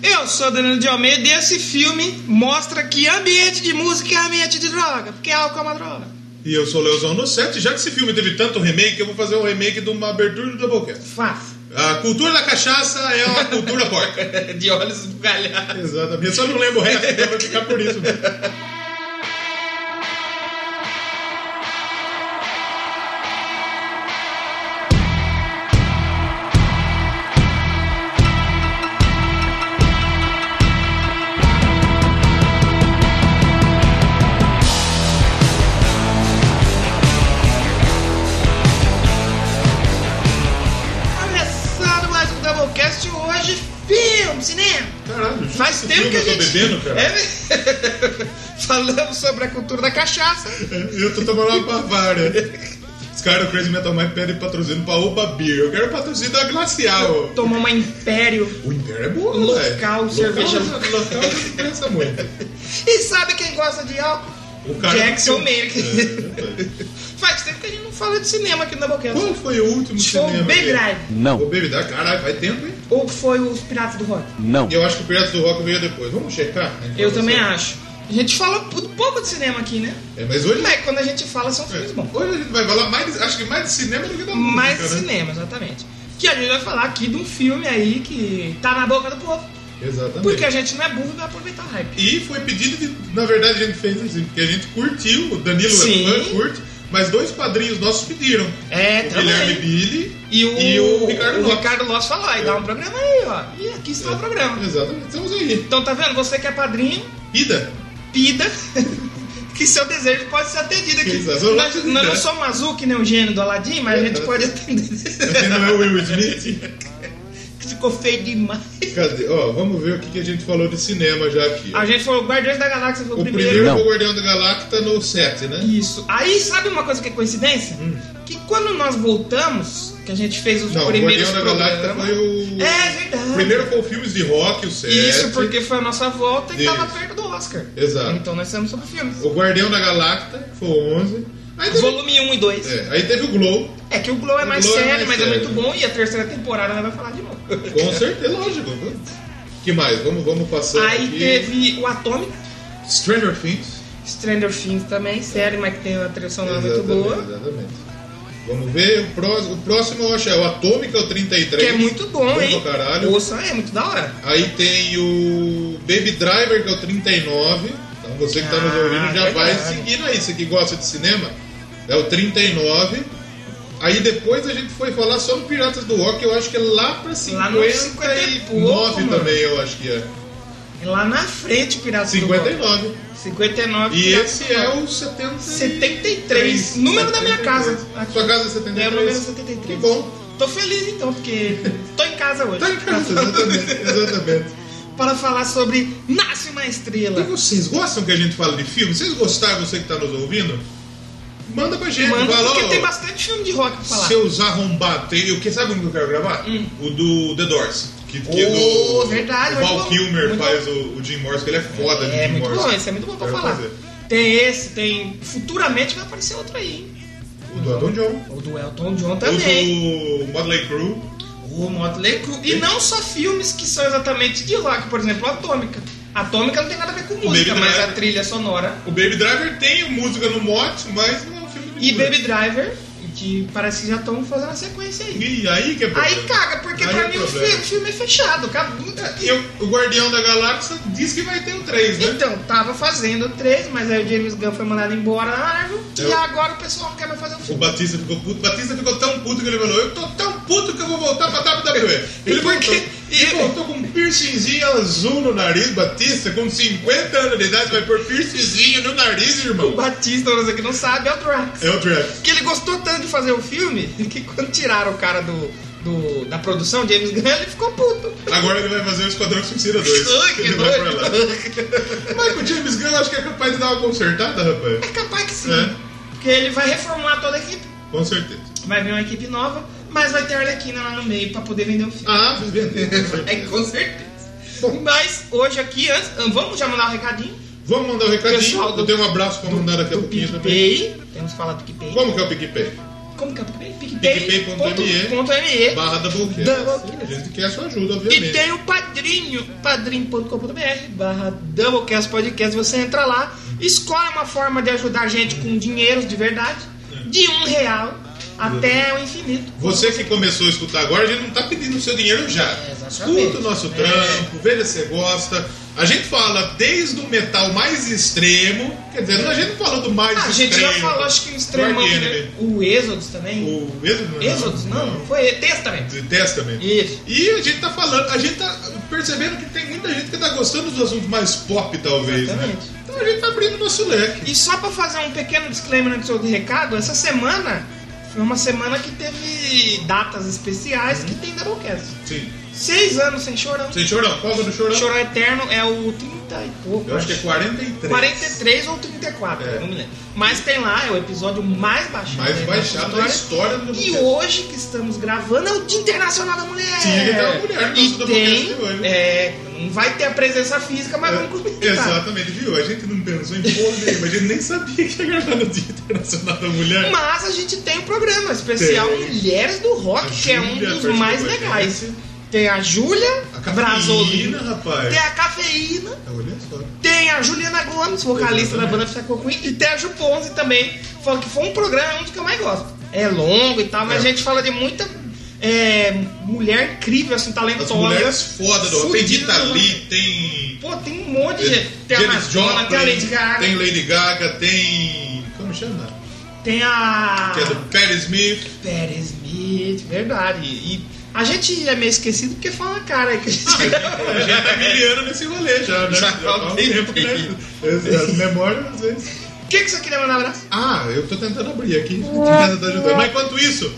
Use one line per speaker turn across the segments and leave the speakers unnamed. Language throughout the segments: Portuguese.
Eu sou Danilo de Almeida e esse filme mostra que ambiente de música é ambiente de droga, porque álcool é uma droga.
E eu sou o Leozão no 7. Já que esse filme teve tanto remake, eu vou fazer um remake de uma abertura do Doublecast.
Faz.
A cultura da cachaça é uma cultura porca.
de olhos bugalhados.
Exatamente. Eu só não lembro o resto, então vai ficar por isso. mesmo.
Começando mais um Doublecast hoje, filme, cinema.
Caralho, justo
Faz
esse
tempo
filme
que a
Eu tô
gente.
bebendo, cara.
É... Falamos sobre a cultura da cachaça.
Eu tô tomando uma bavária. Os caras do Crazy Metal Mind pedem patrocínio pra Oba Beer. Eu quero patrocínio da Glacial.
Tomou uma império.
O Inter é bom,
Local,
velho.
cerveja.
Local, é, local não pensa muito.
E sabe quem gosta de álcool?
O cara...
Jackson Merrick.
É, rapaz.
Faz tempo que a gente não fala de cinema aqui no Doublecast.
Qual foi o
Foi
último cinema?
o Baby
que-
Drive.
O
Não,
Baby Drive, caralho, faz tempo, hein?
Ou foi os Piratas do Rock?
não.
Eu acho que o Piratas do Rock veio depois. Vamos checar?
Eu também acho. A gente fala pu- pouco de cinema aqui, né?
É, mas hoje...
Mas quando a gente fala, são filmes bons.
Hoje a gente vai falar mais, de- acho que mais de cinema do que da música,
Mais
né?
cinema, exatamente. Que a gente vai falar aqui de um filme aí que tá na boca do povo.
Exatamente.
Porque a gente não é burro e vai aproveitar o hype.
E foi pedido de. Na verdade, a gente fez assim, porque a gente curtiu, o Danilo
Sim.
é fã, curte, mas dois padrinhos nossos pediram.
É,
o
também.
Guilherme Billy
E o,
o Ricardo
o
Lopes. É.
Ricardo Loss falou, aí dá um programa aí, ó. E aqui está o programa.
Exatamente, estamos aí.
Então tá vendo? Você que é padrinho,
Ida,
pida que seu desejo pode ser atendido aqui.
Exato. Eu
Nós,
acho que
nós não
é.
somos azul que nem o gênio do Aladim, mas a gente
É.
pode atender.
você não é o Will Smith?
Ficou feio demais.
Cadê? Ó, vamos ver o que, que a gente falou de cinema já aqui.
A gente foi o Guardiões da Galáxia, foi o,
O
primeiro.
primeiro
Não.
foi o Guardião da Galacta no 7, né?
Isso. Aí sabe uma coisa que é coincidência? Que quando nós voltamos, que a gente fez os
Hum. Não, o
primeiros
Guardião da Galacta
programas.
foi o.
É verdade.
Primeiro foi o filmes de rock, o 7.
Isso porque foi a nossa volta e
Isso.
tava perto do Oscar.
Exato.
Então nós estamos sobre filmes.
O Guardião da Galacta foi o 11. Aí teve,
Volume 1 e 2. É.
é, aí teve o Glow,
que o Glow é
O
mais
Glow é
sério,
mais
mas é
sério.
muito bom. E a terceira temporada nós vamos falar de novo.
com certeza, lógico. que mais? Vamos, vamos passando
Aí
aqui.
teve o Atomic,
Stranger Things.
Stranger Things também, série, mas que tem uma trilha sonora muito
exatamente,
boa.
exatamente. Vamos ver. O próximo, o próximo eu acho é o Atômica, o 33.
Que é muito bom,
pra
hein?
caralho.
Ouça, é muito da hora.
Aí tem o Baby Driver, que é o 39. Então você que está nos
Ah,
ouvindo já vai
verdade.
seguindo aí. Você que gosta de cinema, é o 39. Aí depois a gente foi falar sobre Piratas do Rock, eu acho que é lá pra
Lá no
59
50 e pouco, mano.
também, eu acho que é.
É Lá na frente, Piratas do
59.
Rock. 59.
E
Piratas
esse
do
é
Rock.
o 70 e-
73. Número da minha casa.
Sua casa é 73?
É o número 73.
Que bom.
Tô feliz então, porque tô em casa hoje.
Tá em casa, exatamente. exatamente.
Para falar sobre Nasce uma
E
Estrela.
vocês gostam que a gente fale de filme? Vocês gostaram, você que tá nos ouvindo? Manda pra gente.
Manda,
fala,
porque
ó,
tem bastante filme de rock pra falar. Hum.
Seus arrombados. Tem, o que, sabe um que eu quero gravar? O do The Doors. Que, que é
Oh,
do,
verdade,
o Val
muito bom.
Kilmer
Muito
faz o, o Jim Morrison, que ele é foda de
É
Jim
muito
Morrison.
bom, esse é muito bom pra
Quero
falar.
fazer.
Tem esse, tem. Futuramente vai aparecer outro aí, hein?
O do Elton John.
O do Elton John também.
O do Motley Crew.
O Motley Crue. E não só filmes que são exatamente de rock, por exemplo, Atômica. Atômica não tem nada a ver com música,
Baby
mas
Driver.
a trilha sonora.
O Baby Driver tem música no mote, mas não é um filme de
E
música.
Baby Driver, que parece que já estão fazendo a sequência aí.
E aí que é
Aí
problema.
caga, porque
Aí
pra
é
mim o fi-
problema.
o filme é fechado, acabou.
E o- o Guardião da Galáxia diz que vai ter o 3, né?
Então, tava fazendo três, mas aí o James Gunn foi mandado embora na Marvel. E
Eu-
agora o pessoal não quer mais fazer o
O
filme.
Batista ficou puto. O Batista ficou tão puto que ele falou: Eu tô tão puto que eu vou voltar pra WWE.
E
Ele
por
voltou.
quê?
E ele voltou com um piercingzinho azul no nariz. Batista, com 50 anos de idade, vai pôr piercingzinho no nariz,
O
irmão.
Batista, você que não sabe, é o Drax.
É o Drax.
Porque ele gostou tanto de fazer o filme que quando tiraram o cara do, do- da produção, James Gunn, ele ficou puto.
Agora ele vai fazer o Esquadrão Suicida 2.
Ai, que
Ele vai pra lá.
doido.
Mas com o James Gunn, eu acho que é capaz de dar uma consertada, rapaz.
É capaz que sim.
É.
Porque ele vai reformular toda a equipe.
Com certeza.
Vai vir uma equipe nova, mas vai ter a Arlequina lá no meio pra poder vender o filme.
Ah, vocês venderam. com certeza.
É, com certeza.
Bom.
Mas hoje aqui, antes, vamos já mandar um recadinho.
Vamos mandar o um recadinho.
Pessoal do-
eu tenho um abraço pra mandar daqui a pouquinho também.
PicPay. Temos que falar do PicPay.
Como que é o PicPay?
Como que é?
PicPay.me.
PicPay.me.
Barra Doublecast.
Doublecast.
A gente quer a sua ajuda,
E
obviamente.
tem o padrinho, padrinho.com.br barra Doublecast Podcast. Você entra lá, escolhe uma forma de ajudar a gente com dinheiro de verdade, de um real até o infinito.
Você que começou a escutar agora, a gente não tá pedindo o seu dinheiro já.
É, exatamente.
Escuta o nosso trampo, veja se você gosta. A gente fala desde o metal mais extremo, quer dizer, a gente não falou do mais
Ah, a
extremo.
gente já falou, acho que um extremo.
Guardian,
né?
né?
O Êxodos também.
O né? Êxodo?
Êxodos? Não, não foi Testamento.
De Testament.
Isso.
E a gente tá falando, a gente tá percebendo que tem muita gente que tá gostando dos assuntos mais pop, talvez,
Exatamente.
né? Então a gente tá abrindo nosso leque.
E só pra fazer um pequeno disclaimer antes do recado, essa semana foi uma semana que teve datas especiais que tem Doublecast.
Sim.
Seis anos sem chorão.
Sem chorão, qual que é do chorão?
Chorão Eterno é o 30 e pouco.
Eu acho que é 43.
43 ou 34,
É.
não me lembro. Mas tem lá, é o episódio mais baixado.
Mais
da
baixado da
nossa
história do
E
Doublecast.
hoje que estamos gravando é o Dia Internacional da Mulher.
Sim, ele dá uma mulher no
E
nosso Doublecast
tem,
de hoje. É,
é, não vai ter a presença física, mas vamos comentar.
Exatamente, viu? A gente não pensou em porra nenhuma, a gente nem sabia que ia gravar no Dia Internacional da Mulher.
Mas a gente tem um programa especial
Tem.
Mulheres do Rock,
A
que é um
Júlia
dos
participou
mais
com a gente.
legais. Tem a Júlia
A
Brasolina,
cafeína, rapaz.
tem a Cafeína,
Olha só.
tem a Juliana Gomes, vocalista da banda Psycho Queen, e tem a Ju Ponzi também. Foi, que foi um programa, é um dos que eu mais gosto. É longo e tal, mas
É.
a gente fala de muita é, mulher incrível, assim,
As
talentosa.
mulheres foda do Tem
Fudida.
Rita Lee, tem. é,
Pô, tem um monte de gente. Tem a
Janis
Madonna, tem a Lady Gaga,
tem
tem,
Lady Gaga, tem. Como chama?
a...
Que é do Perry Smith.
Pérez Smith, verdade. E a gente é meio esquecido porque fala a cara que a gente.
A gente tá miliano nesse rolê já, né?
Ah. Já
faz um
tem
tempo,
tempo.
né? As memórias, às vezes.
O que, que você queria mandar um abraço?
Ah, eu tô tentando abrir aqui. tô tentando ajudar. Mas enquanto isso,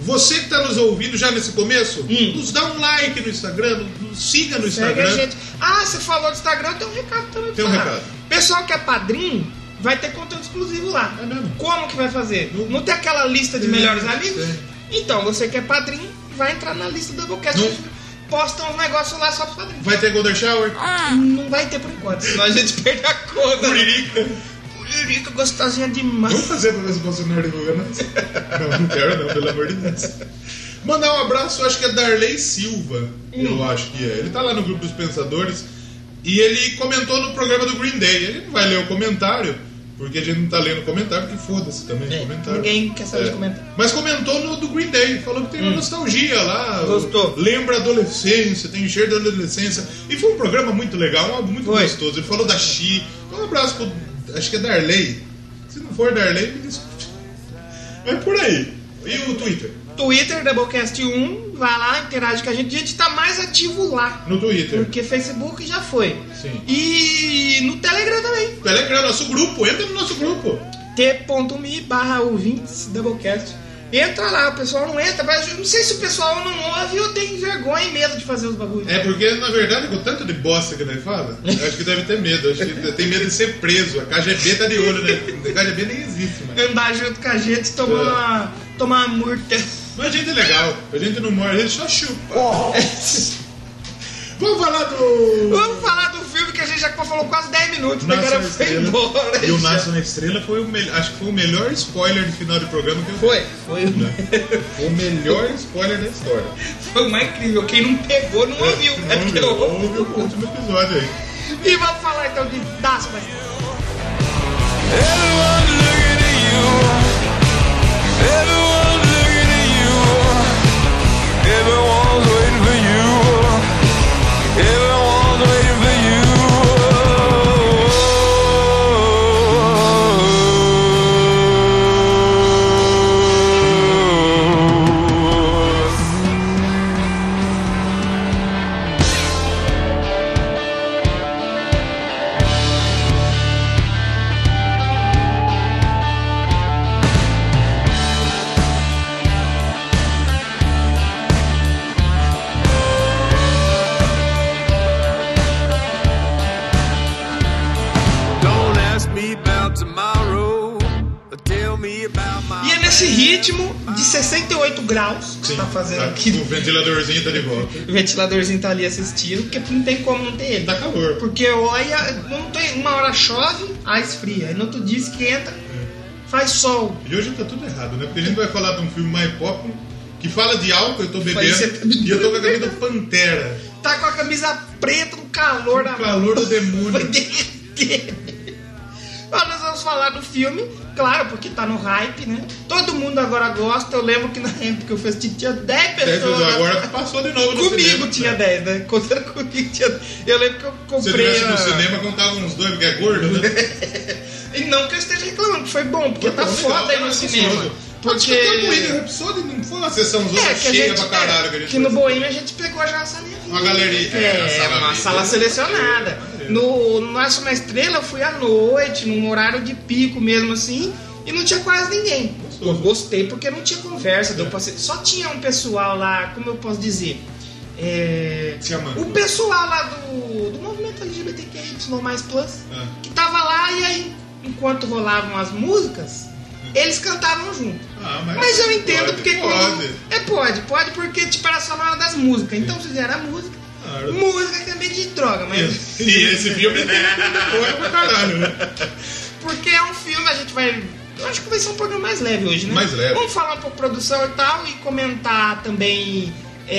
você que tá nos ouvindo já nesse começo,
Hum.
nos dá um like no Instagram, nos siga no
Segue a
Instagram.
gente. Ah, você falou do Instagram, tem um recado também. pra
Tem um
falar.
recado.
Pessoal que é padrinho, vai ter conteúdo exclusivo lá.
É mesmo?
Como que vai fazer?
Não-
Não tem aquela lista de
Tem,
melhores amigos?
tem.
Então, você que é padrinho, vai entrar na lista do Doublecast.
Não.
Posta uns negócios lá só pros padrinhos.
Vai ter Golden Shower?
Não vai ter por enquanto, senão a gente perde a conta.
Curirica.
Curirica gostosinha demais.
Vamos fazer pra ver se o Bolsonaro divulga nós. Não, não quero não, pelo amor de Deus. Mandar um abraço, eu acho que é Darley Silva, eu
Hum.
acho que é. Ele tá lá no grupo dos pensadores e ele comentou no programa do Green Day. Ele não vai ler o comentário, porque a gente não tá lendo o comentário, porque foda-se também
É,
o comentário.
ninguém quer saber de
É.
comentário.
Mas comentou no do Green Day, falou que tem uma nostalgia lá.
Hum. Gostou.
Lembra a adolescência, tem cheiro da adolescência. E foi um programa muito legal, um álbum muito
Foi.
gostoso. Ele falou da Chi. Um abraço pro. Acho que é Darley. Se não for Darley, me desculpe. Mas por aí. E o Twitter?
Twitter, Doublecast1, vai lá, interage com a gente. A gente tá mais ativo lá,
No Twitter.
porque Facebook já foi.
Sim.
E no Telegram também,
Telegram, nosso grupo. Entra no nosso grupo.
t.me barra ouvintes Doublecast. Entra lá, o pessoal não entra, mas eu não sei se o pessoal não ouve ou tem vergonha e medo de fazer os bagulhos.
É porque, na verdade, com tanto de bosta que ele fala, eu acho que deve ter medo. Acho que tem medo de ser preso. A KGB tá de olho, né? A KGB nem existe, mas.
Andar junto com a gente, tomar,
É.
uma, tomar uma murta.
Mas a gente é legal, a gente não morre, a gente só chupa. Vamos falar do.
Vamos falar do filme que a gente já falou quase 10 minutos, mas o
Nasce
cara
na
foi
Estrela.
embora.
E o Nasce na Estrela foi o melhor. Acho que foi o melhor spoiler de final de programa que eu
Foi, foi. né?
Foi o melhor spoiler da história.
Foi o mais incrível. Quem não pegou não ouviu. É porque não
Houve
ouviu.
o último episódio aí.
E vamos falar então de Das mas
Everyone looking at you. Everyone looking at you. Everyone's waiting for you. Everyone's waiting for you. Don't ask me about tomorrow. Tell me about my.
E é nesse ritmo de 68 graus que você tá fazendo aqui.
O ventiladorzinho tá de volta.
O ventiladorzinho tá ali assistindo, porque não tem como não ter ele.
Tá calor.
Porque olha, não tem, uma hora chove, aí esfria. Aí no outro dia esquenta, faz sol.
E hoje tá tudo errado, né? Porque a gente vai falar de um filme mais pop que fala de álcool, eu tô
Mas você
bebendo
tá bebendo.
e eu tô com a camisa do Pantera.
Tá com a camisa preta no calor da
Um Calor do
Vai
demônio.
derreter. Mas nós vamos falar do filme, claro, porque tá no hype, né? Todo mundo agora gosta. Eu lembro que na época que eu fiz tinha 10
Dez
pessoas.
anos Agora passou de novo no
Comigo
cinema.
tinha 10, né? Contando comigo tinha Eu lembro que eu
Se eu
comprei.
tivesse no
a-
cinema, contava uns dois, porque é gordo, né?
E não que eu esteja reclamando, que foi bom, porque tá
Então,
foda aí no
legal,
cinema.
gostoso. Acho
Porque.
que até o Bohemian Rhapsody não foi uma sessão
É,
zona
que a
cheia
gente.
pra caralho que a
é,
gente
que no
fez.
Bohemian a gente pegou já a salinha VIP.
Uma galeria.
É, uma sala selecionada. No, no Nasce uma Estrela eu fui à noite, num horário de pico mesmo assim, e não tinha quase ninguém.
Gostoso. É.
Eu gostei porque não tinha conversa, deu pra ser- só tinha um pessoal lá, como eu posso dizer? É,
Se amando.
o pessoal lá do, do movimento LGBTQI mais Plus,
Ah.
que tava lá e aí, enquanto rolavam as músicas, eles cantavam junto.
Ah,
Mas eu entendo
pode,
porque
pode.
quando. É, pode, pode, porque tipo, era só na hora das músicas. Então fizeram a música.
Claro.
Música é também de droga, mas.
E esse filme tem coisa pra caralho, né?
Porque é um filme, a gente vai. Eu acho que vai ser um programa mais leve hoje, né?
Mais leve.
Vamos falar um pouco de produção e tal, e comentar também.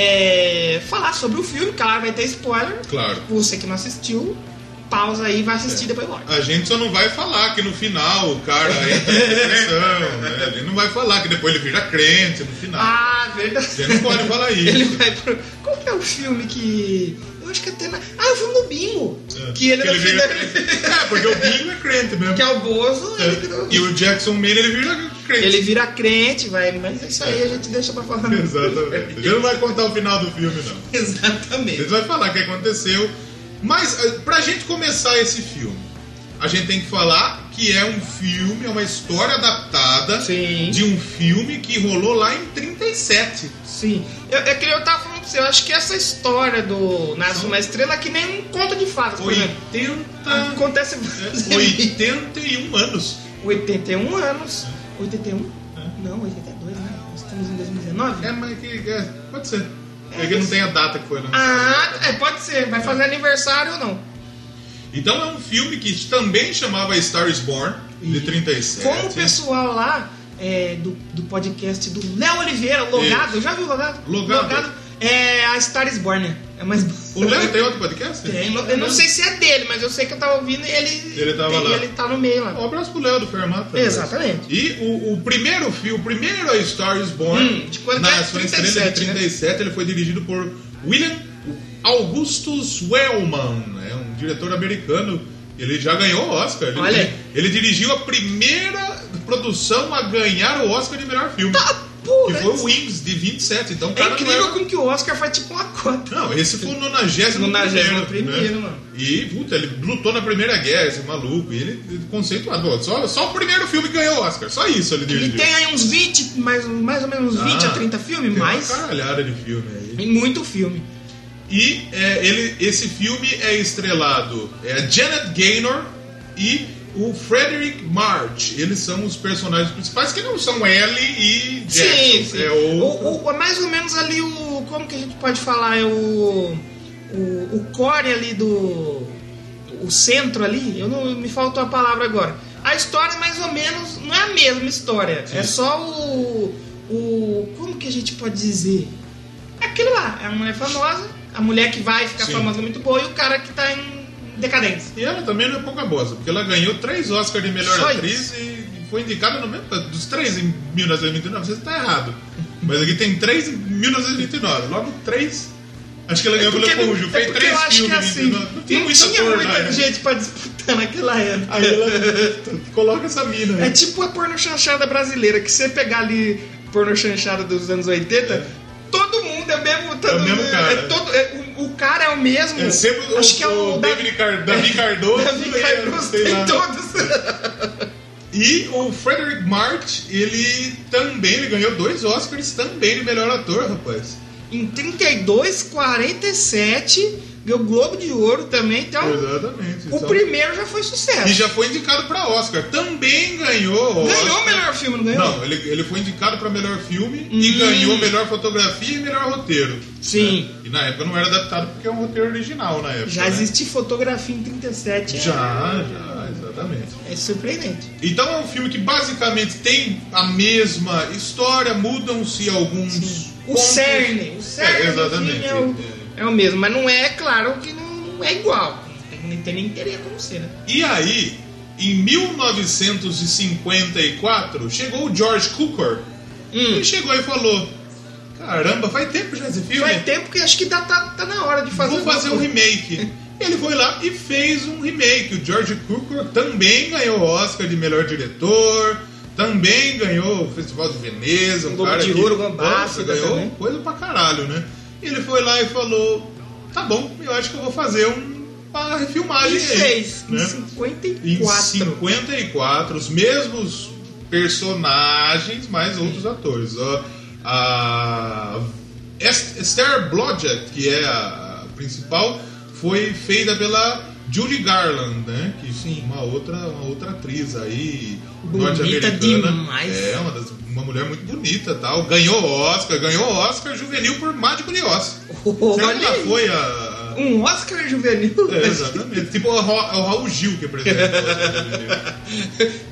é, falar sobre o filme, claro, vai ter spoiler.
Claro. É.
Você que não assistiu, pausa aí, vai assistir depois volta.
A gente só não vai falar que no final o cara entra em depressão, né? A gente não vai falar que depois ele vira crente no final.
Ah, verdade.
Você não pode falar isso.
Ele vai pro. Qual que é o filme que. Eu acho que até na. Ah, é o filme do Bingo!
É.
Que ele,
Que
no fim
vira
da-
crente. É, porque o Bingo é crente mesmo.
Que é o Bozo, ele,
E o Jackson Miller, ele vira crente.
ele vira crente, vai. Mas isso aí a gente deixa pra falar. no-
É. Exatamente. Ele não vai contar o final do filme, não.
Exatamente.
Ele vai falar o que aconteceu. Mas eh, pra gente começar esse filme, a gente tem que falar que é um filme, é uma história adaptada
Sim.
de um filme que rolou lá em 37.
Sim. Eu, é que eu tava falando pra você, eu acho que essa história do Nasce uma Estrela é que nem um conto de fadas, por exemplo.
80.
Acontece
é, 81 anos.
81 anos. 81?
Ah.
Não, 82, né? Estamos em 2019?
É, mas que, é, pode ser. É que não tem a data que foi, né?
Ah, é, pode ser. Vai fazer aniversário ou não?
Então é um filme que também chamava Star is Born, de 37.
Como o pessoal lá é, do, do podcast do Léo Oliveira, Logado, já viu o Logado?
Logado.
é a Star is Born, né? É mais.
O Léo tem outro podcast?
Tem, eu não sei se é dele, mas eu sei que eu tava ouvindo e ele.
Ele tava
tem-
lá.
Ele tá no meio lá.
Um abraço pro Léo do Fermata.
Exatamente.
E o, o primeiro filme, o primeiro A Star is Born,
Hum, de quando
na
é?
sua estrela de
37, né?
37, ele foi dirigido por William Augustus Wellman, é um diretor americano. Ele já ganhou o Oscar. Ele,
Olha aí.
ele dirigiu a primeira produção a ganhar o Oscar de melhor filme.
Tá, porra,
que foi o Wings de 27. Então, o
É
cara não
incrível
era-
como que o Oscar faz tipo uma cota.
Não, esse foi o 90
91º,
primeiro, né?
mano.
E, puta, ele lutou na Primeira Guerra, esse maluco. E ele, ele conceituado. Ó, Só, só o primeiro filme que ganhou o Oscar. Só isso ele
E
dirigiu.
tem aí uns 20, mais, mais ou menos uns 20
Ah,
a 30 filmes,
tem uma
mais.
caralhada de filme aí.
Tem muito filme.
E é, ele, esse filme é estrelado é, Janet Gaynor e o Frederick March. Eles são os personagens principais, que não são Ellie e Jackson.
sim, sim.
É outro.
O- o- mais ou menos ali o. Como que a gente pode falar? É o. O, o core ali do. O centro ali, eu não me faltou a palavra agora. A história, é mais ou menos, não é a mesma história. É só o. O. Como que a gente pode dizer? Aquilo lá, é a mulher famosa, a mulher que vai ficar
Sim.
famosa é muito boa e o cara que tá em decadência.
E ela também não é pouca bosta, porque ela ganhou três Oscars de melhor
Só
atriz e foi indicada no mesmo. Dos três em 1929, você está errado. Mas aqui tem três em 1929, logo três. Acho que ela ganhou pelo Conjunto,
é
fez
porque
três
eu acho que é
filmes. né?
assim,
não,
não
tinha muita
tinha
ator lá,
muita
né?
gente pra disputar naquela época.
Aí ela coloca essa mina.
É
né?
tipo a porno chanchada brasileira, que você pegar ali porno chanchada dos anos 80,
É.
todo mundo é o mesmo. Todo,
É o mesmo cara.
é todo- é- o, o cara é o mesmo.
É sempre
acho
o,
que é o,
o David Car- Davi Cardoso.
Davi
é,
Cardoso então.
sei lá.
tem todos.
E o Frederick March, ele também ele ganhou dois Oscars também de melhor ator, rapaz.
em 32, 47, ganhou o Globo de Ouro também. Então,
Exatamente.
o
Só-
primeiro já foi sucesso.
E já foi indicado pra Oscar. Também ganhou. o
Ganhou o
Oscar.
melhor filme, não ganhou?
Não, ele, ele foi indicado pra melhor filme e
Hum.
ganhou melhor fotografia e melhor roteiro.
Sim.
né? E na época não era adaptado porque é um roteiro original na época.
Já
né?
existe fotografia em 37. é.
Já, já, exatamente. Exatamente.
É surpreendente.
Então é um filme que basicamente tem a mesma história, mudam-se alguns.
O
pontos.
cerne, o cerne
É,
do filme
exatamente.
é o, é o mesmo, mas não é, é claro que não é igual. Não tem, não tem nem interesse como ser, né?
E aí, em 1954, chegou o George Cukor. Ele
Hum.
chegou e falou: Caramba, faz tempo já esse filme.
Faz tempo que acho que dá, tá, tá na hora de fazer
Vou fazer um
alguma
remake. Ele foi lá e fez um remake. O George Cukor também ganhou o Oscar de melhor diretor, também ganhou o Festival de Veneza, um
Globo
cara
de
que,
Ouro, Globo
Nossa,
África
ganhou
também.
coisa pra caralho, né? Ele foi lá e falou: Tá bom, eu acho que eu vou fazer um, uma refilmagem
coisa. E
aí",
fez, em
né? Em
54.
54, os mesmos personagens, mas outros atores. Ó, A Est- Esther Blodgett, que é a principal, foi feita pela Julie Garland, né? Que sim, uma outra, uma outra atriz aí
Bonita
norte-americana.
demais.
É uma, das- uma mulher muito bonita, tal. Ganhou Oscar, ganhou Oscar juvenil por Mad Curiosa. Será que
Olha,
ela
aí,
foi a
um Oscar juvenil.
é, exatamente. tipo o, Ra- o Raul Gil que né? apresenta.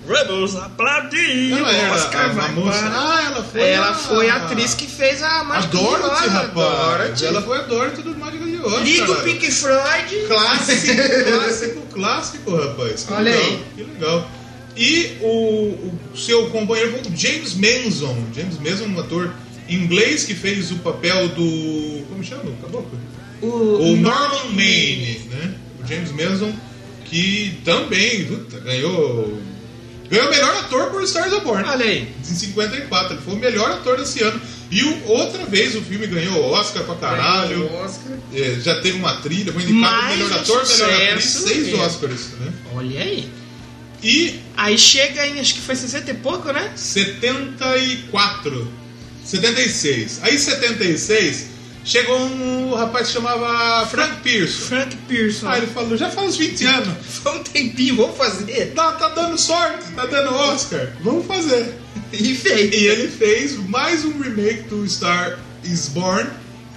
Vamos aplaudir.
ela era
Oscar
a,
vai
a moça.
para-
Ah, ela foi.
Ela foi a atriz que fez a
A
Mágica de
Dorothy,
Oz, a
rapaz.
Dorothy.
Ela foi a Dorothy do Mágica de Oz.
Liga o
cara.
Pink Floyd.
Clássico, clássico, clássico, rapaz. Que
Olha
legal,
aí.
Que legal. E o, o seu companheiro foi o James Manson. James Manson, um ator inglês que fez o papel do. Como chama? O caboclo?
O,
O Norman Maine, né? O James Mason, que também puta, ganhou. Ganhou o melhor ator por Stars Born.
Olha aí.
Em 54, ele foi o melhor ator desse ano. E o- outra vez o filme ganhou Oscar pra caralho.
Oscar.
É, já teve uma trilha, foi indicado
Mais
como melhor
um
ator, melhor atriz,
sucesso,
seis
é.
Oscars, né?
Olha aí.
E
Aí chega em, acho que foi 60 e pouco, né?
74. 76. Aí 76 chegou um rapaz que chamava Frank Pearson.
Frank Pearson.
Ah, ele falou, já faz uns 20 anos.
Foi um tempinho, vamos fazer.
tá, tá dando sorte, tá dando Oscar, vamos fazer.
E fez.
E ele fez mais um remake do Star Is Born,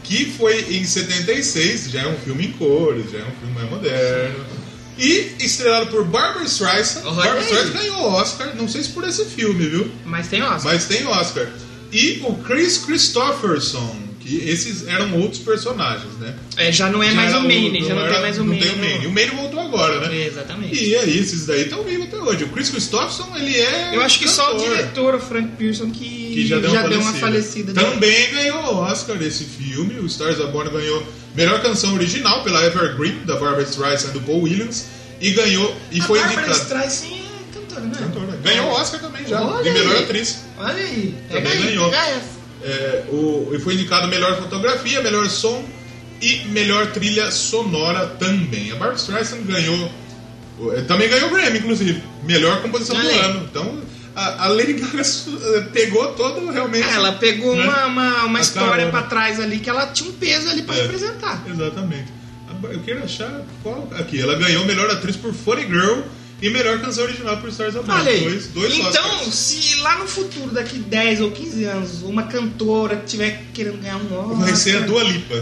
que foi em 76, já é um filme em cores, já é um filme mais moderno. E estrelado por Barbara Streisand.
Olha
Barbara
aí.
Streisand ganhou Oscar, não sei se por esse filme, viu?
Mas tem Oscar.
Mas tem Oscar. E o Chris Christopherson, que esses eram outros personagens, né?
É, já não é
Já
mais
era
o Maine, já não
era-
tem mais um né? o Maine.
não Tem o Maine. O Maine voltou agora, né?
É, Exatamente.
E aí, esses daí estão vivos até hoje. O Chris Christopherson, ele é.
Eu acho que só o
cantor,
diretor, o Frank Pearson, que,
Que já deu, uma, falecida.
falecida. né? dele.
Também ganhou o Oscar desse filme. O Stars Are Born ganhou melhor canção original pela Evergreen, da Barbara Streisand e do Paul Williams. E ganhou. E
A
foi
Bárbara
indicado.
Streisand é cantora, né?
Cantora. Ganhou o Oscar também já,
Olha
de melhor
aí.
atriz.
Olha aí. É
Também
Pega aí,
ganhou.
pega essa.
É, o, e foi indicado melhor fotografia, melhor som e melhor trilha sonora também. A Barbra Streisand ganhou. é, Também ganhou o Grammy, inclusive. Melhor composição
Olha
do
aí.
ano. Então, a, a Lady Gaga su- eh, pegou todo realmente.
Ela pegou
Né?
uma, uma, uma
A
história
carona.
pra trás ali que ela tinha um peso ali pra
É.
representar.
Exatamente. A Bar- Eu quero achar qual. Aqui, ela ganhou melhor atriz por Funny Girl e melhor canção original por Stars Above.
Olha aí.
Dois, dois
então,
Oscars.
se lá no futuro, daqui 10 ou 15 anos, uma cantora que tiver querendo ganhar um Oscar,
Vai ser a Dua Lipa.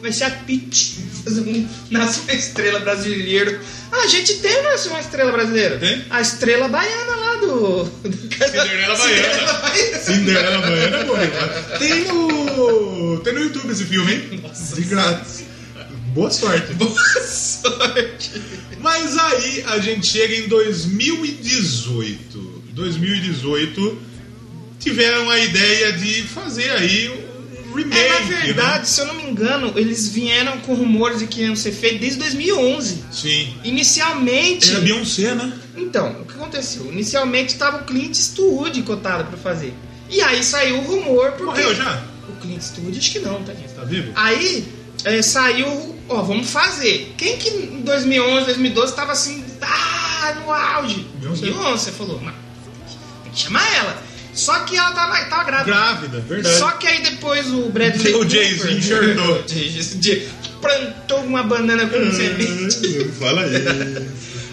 vai ser a Pitty. Fazer um- Nasce uma estrela brasileira. Ah, a gente tem nasce uma estrela brasileira.
Tem?
A estrela baiana lá do.
Cinderela Baiana.
Baiana.
Cinderela Baiana é bom, cara. Tem no. Tem no YouTube esse filme, hein? De grátis. Boa sorte.
Boa sorte.
Mas aí a gente chega em 2018. 2018 tiveram a ideia de fazer aí um remake.
É, na
né?
verdade, se eu não me engano, eles vieram com rumores de que iam ser feitos desde 2011.
Sim.
Inicialmente.
Era Beyoncé, né?
Então, o que aconteceu? Inicialmente tava o Clint Eastwood cotado pra fazer. E aí saiu o rumor porque
Morreu já?
o Clint Eastwood acho que não, tá gente?
Tá vivo?
Aí é, saiu, ó, vamos fazer. Quem que em 2011, 2012 tava assim, ah, no auge?
Beyoncé.
Beyoncé falou, "Não, tem que chamar ela. Só que ela tava, tava grávida.
Grávida, verdade.
Ah, Só que aí depois o Bradley
O Jay-Z
Cooper-
enxertou. Hum.
O Jay-Z plantou uma banana com um semente.
Ah, Fala aí.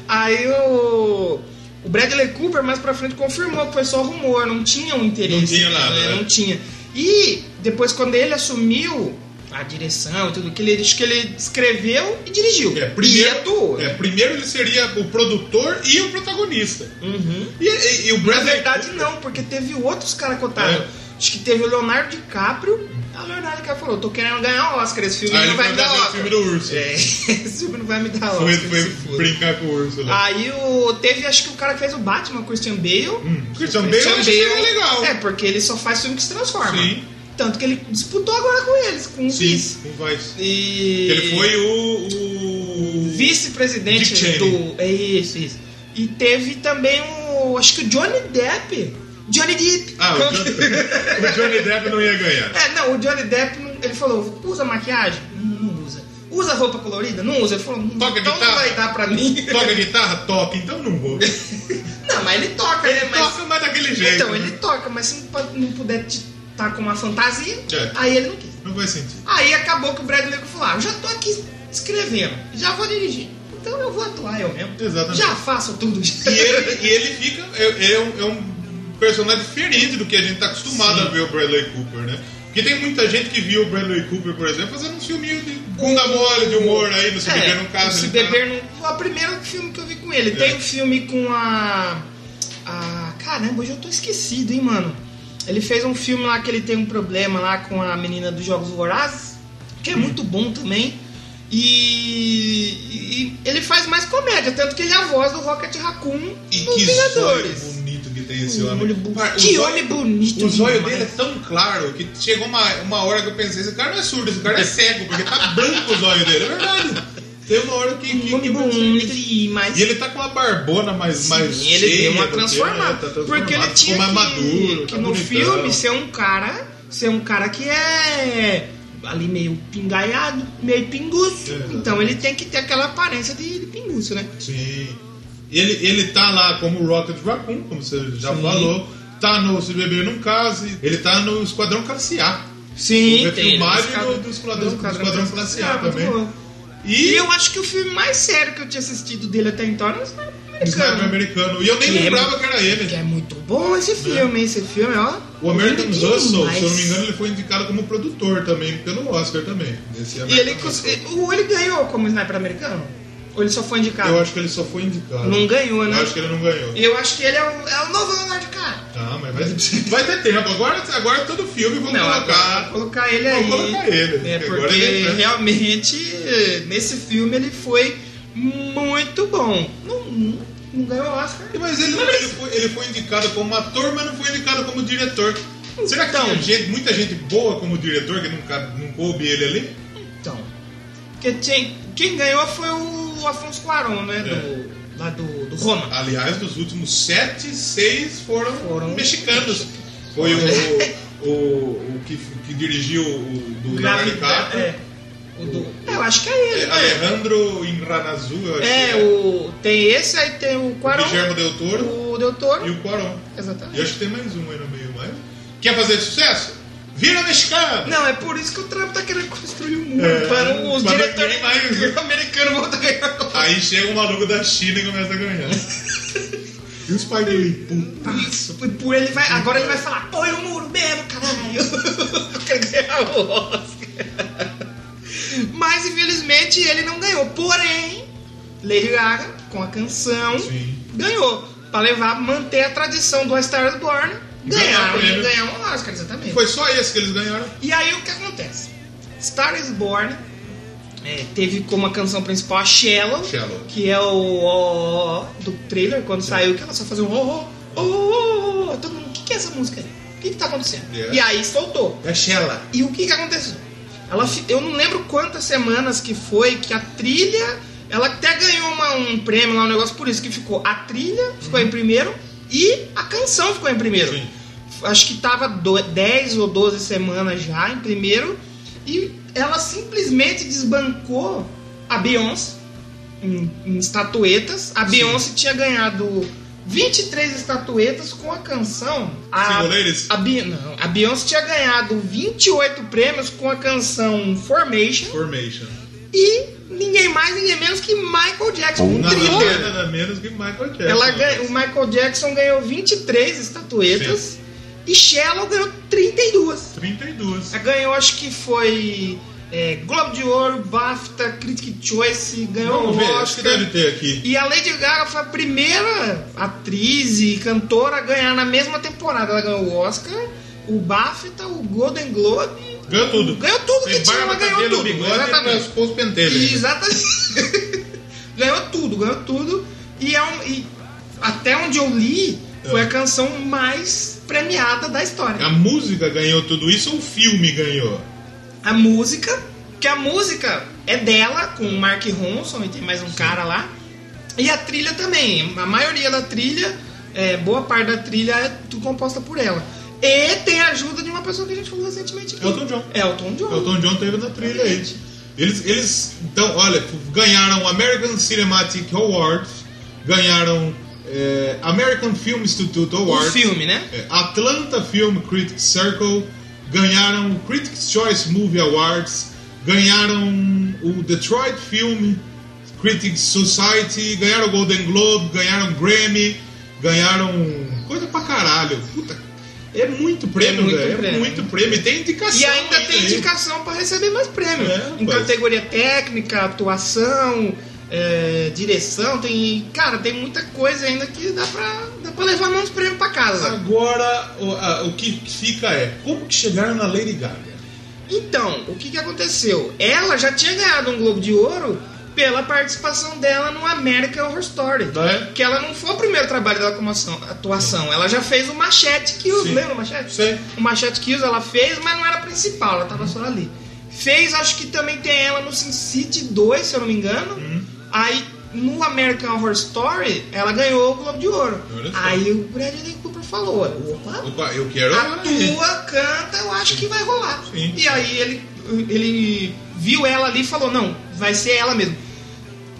Aí o, o Bradley Cooper mais pra frente confirmou que foi só rumor, não tinha um interesse.
Não tinha nada,
né?
né?
Não tinha. E depois, quando ele assumiu, a direção e tudo que ele diz que ele escreveu e dirigiu.
É,
E
primeiro,
atuou.
é, primeiro ele seria o produtor e o protagonista.
Uhum.
E, e- e o
Na
Bradley
verdade,
Cooper-
não, porque teve outros caras cotados.
É.
Acho que teve o Leonardo DiCaprio. A Leonardo DiCaprio falou: tô querendo ganhar o Oscar. Esse filme
Ah,
não
ele
vai
foi
me dar
fazer o
Oscar.
filme do urso.
É, esse filme não vai me dar Oscar.
Foi,
se
foi
foda.
brincar com o urso lá.
Aí o, teve, acho que o cara que fez o Batman, o Christian Bale.
Hum, Christian Bale eu acho que seria legal.
Ah, É, porque ele só faz filme que se transforma.
Sim.
Tanto que ele disputou agora com eles, com o vice.
Sim, não faz.
E...
Ele foi o. o...
vice-presidente
Dick Cheney.
do. É isso, isso. E teve também o. Acho que o Johnny Depp. Johnny Depp.
Ah, o Johnny, o Johnny Depp não ia ganhar.
É, não, o Johnny Depp, não- ele falou, usa maquiagem? Não, não usa. Usa roupa colorida? Não usa. Ele falou, "Hum,
Toca
então
guitarra?
não vai dar pra mim.
Toca guitarra? Toca, então não vou.
Não, mas ele toca, né? É, Mas...
Toca, mas daquele jeito.
Então, ele toca, mas se não, pa- não puder te tá com uma fantasia,
É.
aí ele não quis.
Não faz sentido.
Aí acabou que o Bradley Cooper falou, ah, eu já tô aqui escrevendo, já vou dirigir. Então eu vou atuar eu mesmo.
Exatamente.
Já faço tudo.
E ele, e ele fica. É, é um, é um personagem diferente do que a gente tá acostumado a ver o Bradley Cooper, né? Porque tem muita gente que viu o Bradley Cooper, por exemplo, fazendo um filminho de bunda mole, de humor aí, no Se Beber Não Casa.
É, Se
ele tá É.
Beber não... Foi o primeiro filme que eu vi com ele. Tem um filme com a... a... Caramba, hoje eu tô esquecido, hein, mano. Ele fez um filme lá que ele tem um problema lá com a menina dos Jogos Vorazes, que é
Hum.
muito bom também. E, e ele faz mais comédia, tanto que ele é a voz do Rocket Raccoon
E
dos
que zóio
Vingadores.
bonito que tem esse
Um
homem.
olho bu-
Par- o
que
zóio-
homem bonito.
O zóio
demais.
dele é tão claro que chegou uma, uma hora que eu pensei, esse cara não é surdo, esse cara é cego, porque tá branco o zóio dele. É verdade. Tem uma hora que. que,
Um homem
que
bonito demais.
e ele tá com uma barbona mais, mais
Sim, ele
cheia
deu uma
do que, né?
transformada.
Tá transformado,
porque ele
ficou
tinha
mais
que,
maduro,
que
tá
no
bonitão.
filme ser um cara, ser um cara que é ali meio pingaiado, meio pinguço.
Exato.
Então ele tem que ter aquela aparência de, de pinguço, né?
Sim. Ele, ele tá lá como o Rocket Raccoon, como você já
Sim.
falou. Tá no Se Beber Não Case. Ele tá no Esquadrão Classe A.
Sim,
Houve a filmagem
ele é um
do- do Esquadrão-
do Esquadrão
do Esquadrão Classe A
Ah, muito
também.
bom. E eu acho que o filme mais sério que eu tinha assistido dele até então era o Sniper
Sniper
Americano.
americano. E eu nem
Que é-
lembrava que era ele.
Que é muito bom esse filme, hein? esse filme, ó.
O American
Lindo
Hustle,
demais.
se eu não me engano, ele foi indicado como produtor também, pelo Oscar também. Nesse
E ele,
American
cons-
Hustle.
ou ele ganhou como Sniper Americano? Ou ele só foi indicado?
Eu acho que ele só foi indicado.
Não ganhou, né?
Eu acho que ele não ganhou.
Eu acho que ele é o, é o novo Leonardo DiCaprio.
Tá, mas vai, vai ter tempo. Agora, agora todo filme vamos
agora tá
colocar.
vou colocar ele aí.
Vamos colocar ele.
É,
Agora
porque
ele entra.
realmente eh, nesse filme ele foi muito bom. Não, não, não ganhou Oscar.
Mas ele, ele, foi, ele foi indicado como ator, mas não foi indicado como diretor. Será que
Então.
tinha gente- muita gente boa como diretor que nunca, não coube ele ali?
Então, porque tinha- quem ganhou foi o Afonso Cuarón,
É.
né? Do, lá do, do Roma.
Aliás, dos últimos sete, seis foram,
Foram
mexicanos. Foi o, o, o que, que dirigiu o do Leonardo
Gravidade-
DiCaprio.
é, o do, é, eu acho que é ele,
É,
né?
Alejandro Inranazu, eu acho
É,
que
o, tem esse, aí tem o Cuarón,
Guillermo Del Toro
o Del Toro.
e o Cuarón.
Exatamente.
E acho que tem mais um aí no meio, mas... Quer fazer sucesso? Vira mexicano!
Não, é por isso que o Trump tá querendo construir o muro,
É,
para o- os
pra não
diretores
ninguém mais.
americanos voltar a ganhar.
Aí chega um maluco da China e começa a ganhar. e os pais dele, puta.
Isso, por- por ele vai, agora ele vai falar, põe o muro mesmo, caralho. Eu quero ganhar o Oscar. Mas infelizmente ele não ganhou. Porém, Lady Gaga, com a canção,
Sim.
ganhou. Pra levar, manter a tradição do A Star is Born,
Ganhar
ganhar,
o prêmio.
ganhar um Oscar, exatamente.
Foi só esse que eles ganharam?
E aí o que acontece? Star is Born é, teve como a canção principal a Shallow,
Shallow.
que é o, ó, ó, ó, do trailer, quando saiu, que ela só fazia um oh, oh, oh, oh, oh, oh. todo mundo, o que, que é essa música aí? O que, que tá acontecendo?
Yeah.
E aí soltou.
É Shella.
E o que, que aconteceu? Ela, fi- eu não lembro quantas semanas que foi que a trilha. Ela até ganhou uma- um prêmio lá, um negócio por isso, que ficou a trilha, ficou em primeiro, e a canção ficou em primeiro.
Sim.
Acho que tava do, 10 ou 12 semanas já em primeiro, e ela simplesmente desbancou a Beyoncé em, em estatuetas. A Beyoncé tinha ganhado 23 estatuetas com a canção. A,
Single Ladies?
a, Be- não, a Beyoncé tinha ganhado 28 prêmios com a canção Formation
Formation.
e ninguém mais, ninguém menos que Michael Jackson. Um
Nada
trio.
mais, nada menos que Michael Jackson.
Ela ganha- o Michael Jackson ganhou 23 estatuetas e Shallow ganhou 32.
32.
Ela ganhou, acho que foi é, Globo de Ouro, BAFTA, Critic Choice, ganhou
Vamos
um
ver, acho que
Oscar.
deve ter aqui.
E a Lady Gaga foi a primeira atriz e cantora a ganhar na mesma temporada. Ela ganhou o Oscar, o BAFTA, o Golden Globe.
Ganhou tudo.
Ganhou Tá tudo que
Tem
tinha,
barba,
ela ganhou
cabelo,
tudo.
bigode,
Exatamente.
mas pôs pentelhos.
Exatamente. ganhou tudo, ganhou tudo. E, é um- e até onde eu li,
É.
foi a canção mais premiada da história.
A música ganhou tudo isso ou o filme ganhou?
A música, que a música é dela, com o Mark Ronson e tem mais um cara lá. E a trilha também. A maioria da trilha, é, boa parte da trilha é tudo composta por ela. E tem a ajuda de uma pessoa que a gente falou recentemente aqui.
Elton John.
Elton John.
Elton John teve na trilha aí. Eles, eles, então, olha, ganharam American Cinematic Awards, ganharam eh, American Film Institute
O
Awards,
filme, né?
eh, Atlanta Film Critics Circle, ganharam o Critics' Choice Movie Awards, ganharam o Detroit Film Critics Society, ganharam o Golden Globe, ganharam Grammy, ganharam coisa pra caralho. Puta, é muito prêmio,
muito
velho. É
prêmio.
muito prêmio. E tem indicação.
E ainda tem
aí.
indicação para receber mais prêmio.
É,
em
rapaz.
categoria técnica, atuação, é, direção, tem. Cara, tem muita coisa ainda que dá pra, dá pra levar muitos prêmios pra casa.
Agora, o, a- o que fica é como que chegaram na Lady Gaga?
Então, o que, que aconteceu? Ela já tinha ganhado um Globo de Ouro pela participação dela no American Horror Story.
Né?
Que ela não foi o primeiro trabalho dela como ação- atuação. Ela já fez o Machete Kills.
Sim.
Lembra o Machete?
Sim.
O Machete Kills ela fez, mas não era a principal. Ela tava só ali. Fez, acho que também tem ela no Sin City 2, se eu não me engano.
Uhum.
Aí, no American Horror Story, ela ganhou o Globo de Ouro.
Olha só.
Aí o Bradley Cooper falou, opa,
Opa, eu quero.
Ah, atua, canta, eu acho que vai rolar.
Sim.
E aí ele, ele viu ela ali e falou, não, vai ser ela mesmo.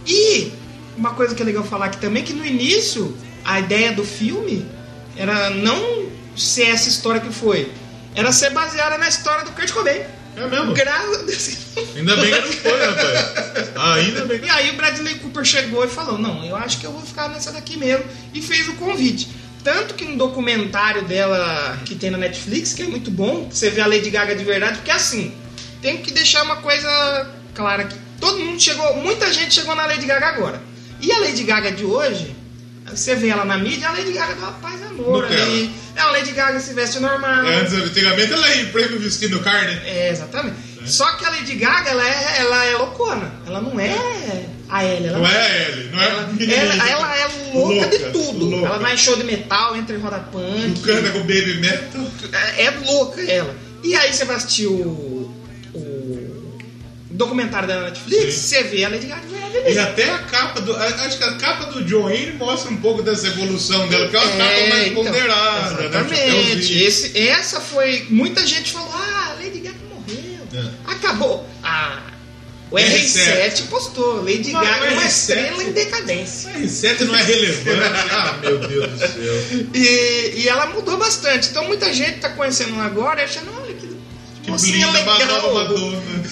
E uma coisa que é legal falar aqui também, que no início, a ideia do filme era não ser essa história que foi, era ser baseada na história do Kurt Cobain. Assim,
É mesmo?
Graças a Deus.
Ainda bem que não foi, rapaz. Ainda bem que
E aí o Bradley Cooper chegou e falou: Não, eu acho que eu vou ficar nessa daqui mesmo. E fez o convite. Tanto que um documentário dela que tem na Netflix, que é muito bom, que você vê a Lady Gaga de verdade, porque assim, tem que deixar uma coisa clara aqui. Todo mundo chegou, muita gente chegou na Lady Gaga agora. E a Lady Gaga de hoje, você vê ela na mídia, a Lady Gaga da paz e amor
Nutella.
ali. É a Lady Gaga se veste normal.
Antes, antigamente ela ia em prêmio vestindo carne.
É, exatamente. Só que a Lady Gaga, ela é, ela é loucona. Ela não é a Ellie. Ela
Não é a Ellie, não é a
ela,
menina.
ela, ela é louca, de tudo.
louca.
Ela é vai em show de metal, entra em roda
Tu
punk.
canta com baby metal.
É, é louca ela. E aí você vai assistir o, o documentário da Netflix,
Sim.
você vê a Lady Gaga.
E até a capa do. a- Acho que a capa do Joanne mostra um pouco dessa evolução dela, porque é uma capa mais
então,
ponderada, né?
Exatamente.
Chapéuzinho.
Esse- essa foi. Muita gente falou: ah, a Lady Gaga morreu.
É.
Acabou. Ah, o
R7.
R7 postou: Lady
Mas
Gaga é uma
R7.
estrela em decadência.
R7 não é relevante. Ah, meu Deus do céu.
E, e ela mudou bastante. Então muita gente tá conhecendo ela agora e achando, olha que,
Que
mocinha
blinda,
legal.
Madonna.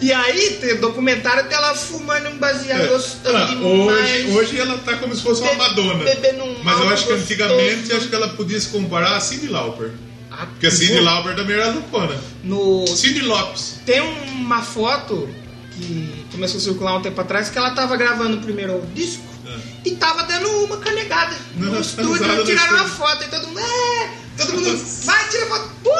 E aí tem documentário dela fumando um baseado
É.
gostoso
Ah,
demais.
hoje, hoje ela tá como se fosse uma
Be-
Madonna.
bebendo um
Mas eu
álcool
acho que
gostoso.
antigamente acho que ela podia se comparar a Cindy Lauper.
Ah,
Porque assim, a Cindy
no-
Lauper também era loucona.
no,
Cindy Lopes.
Tem uma foto que começou a circular um tempo atrás que ela tava gravando o primeiro disco
Ah.
e tava dando uma canegada
Não,
no
nada no
estúdio, tiraram uma
estúdio.
foto e todo mundo. É! Todo mundo vai, tira foto, pô!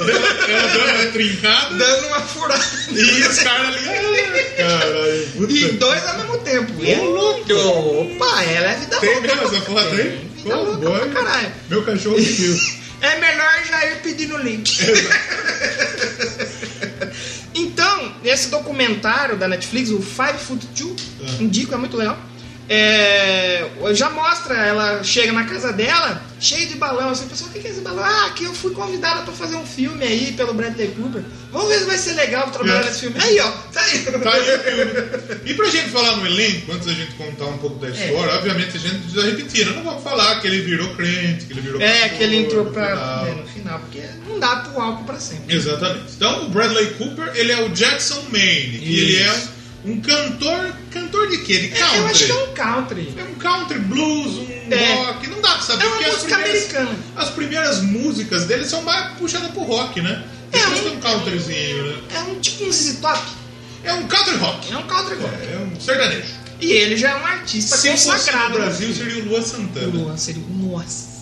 Ela dando uma trincada
dando uma furada.
e os caras ali. ah, Caralho. puta.
E dois ao mesmo tempo. E é
Ô, louco.
Opa, ela é vida
Tem
louca.
mesmo essa porra
Tem
aí?
Vida
Pô,
louca Tá pra
boy.
caralho.
Meu cachorro viu.
É melhor já ir pedindo o link. então, esse documentário da Netflix, o Five Foot Two,
Ah.
indico, é muito legal. É, já mostra, ela chega na casa dela, cheia de balão. Assim, pessoal, o que que é esse balão? Ah, que eu fui convidada pra fazer um filme aí pelo Bradley Cooper. Vamos ver se vai ser legal trabalhar
É.
nesse filme. Aí, ó, tá aí.
Tá aí o filme. E pra gente falar no elenco, antes da gente contar um pouco da
É.
história, obviamente a gente já repetiram, não vamos falar que ele virou crente, que ele virou
É,
pastor,
que ele entrou pra,
tal.
é, no final, porque não dá pro álcool pra sempre.
Exatamente. Então, o Bradley Cooper, ele é o Jackson Maine, que
Isso.
ele é um cantor, cantor de quê? De
É, eu acho
country.
que é um country.
É um country blues, um
É.
rock, não dá pra saber
É uma
que as
música
primeiras,
americana.
as primeiras músicas deles são mais puxadas pro rock, né?
É,
Depois
um-
tem um countryzinho, né?
É um tipo um ZZ Top.
É um country rock.
É um country rock.
É um sertanejo.
E ele já é um artista
Se fosse no
consagrado.
Brasil, seria o Luan
O
Santana.
Luan seria. Nossa. um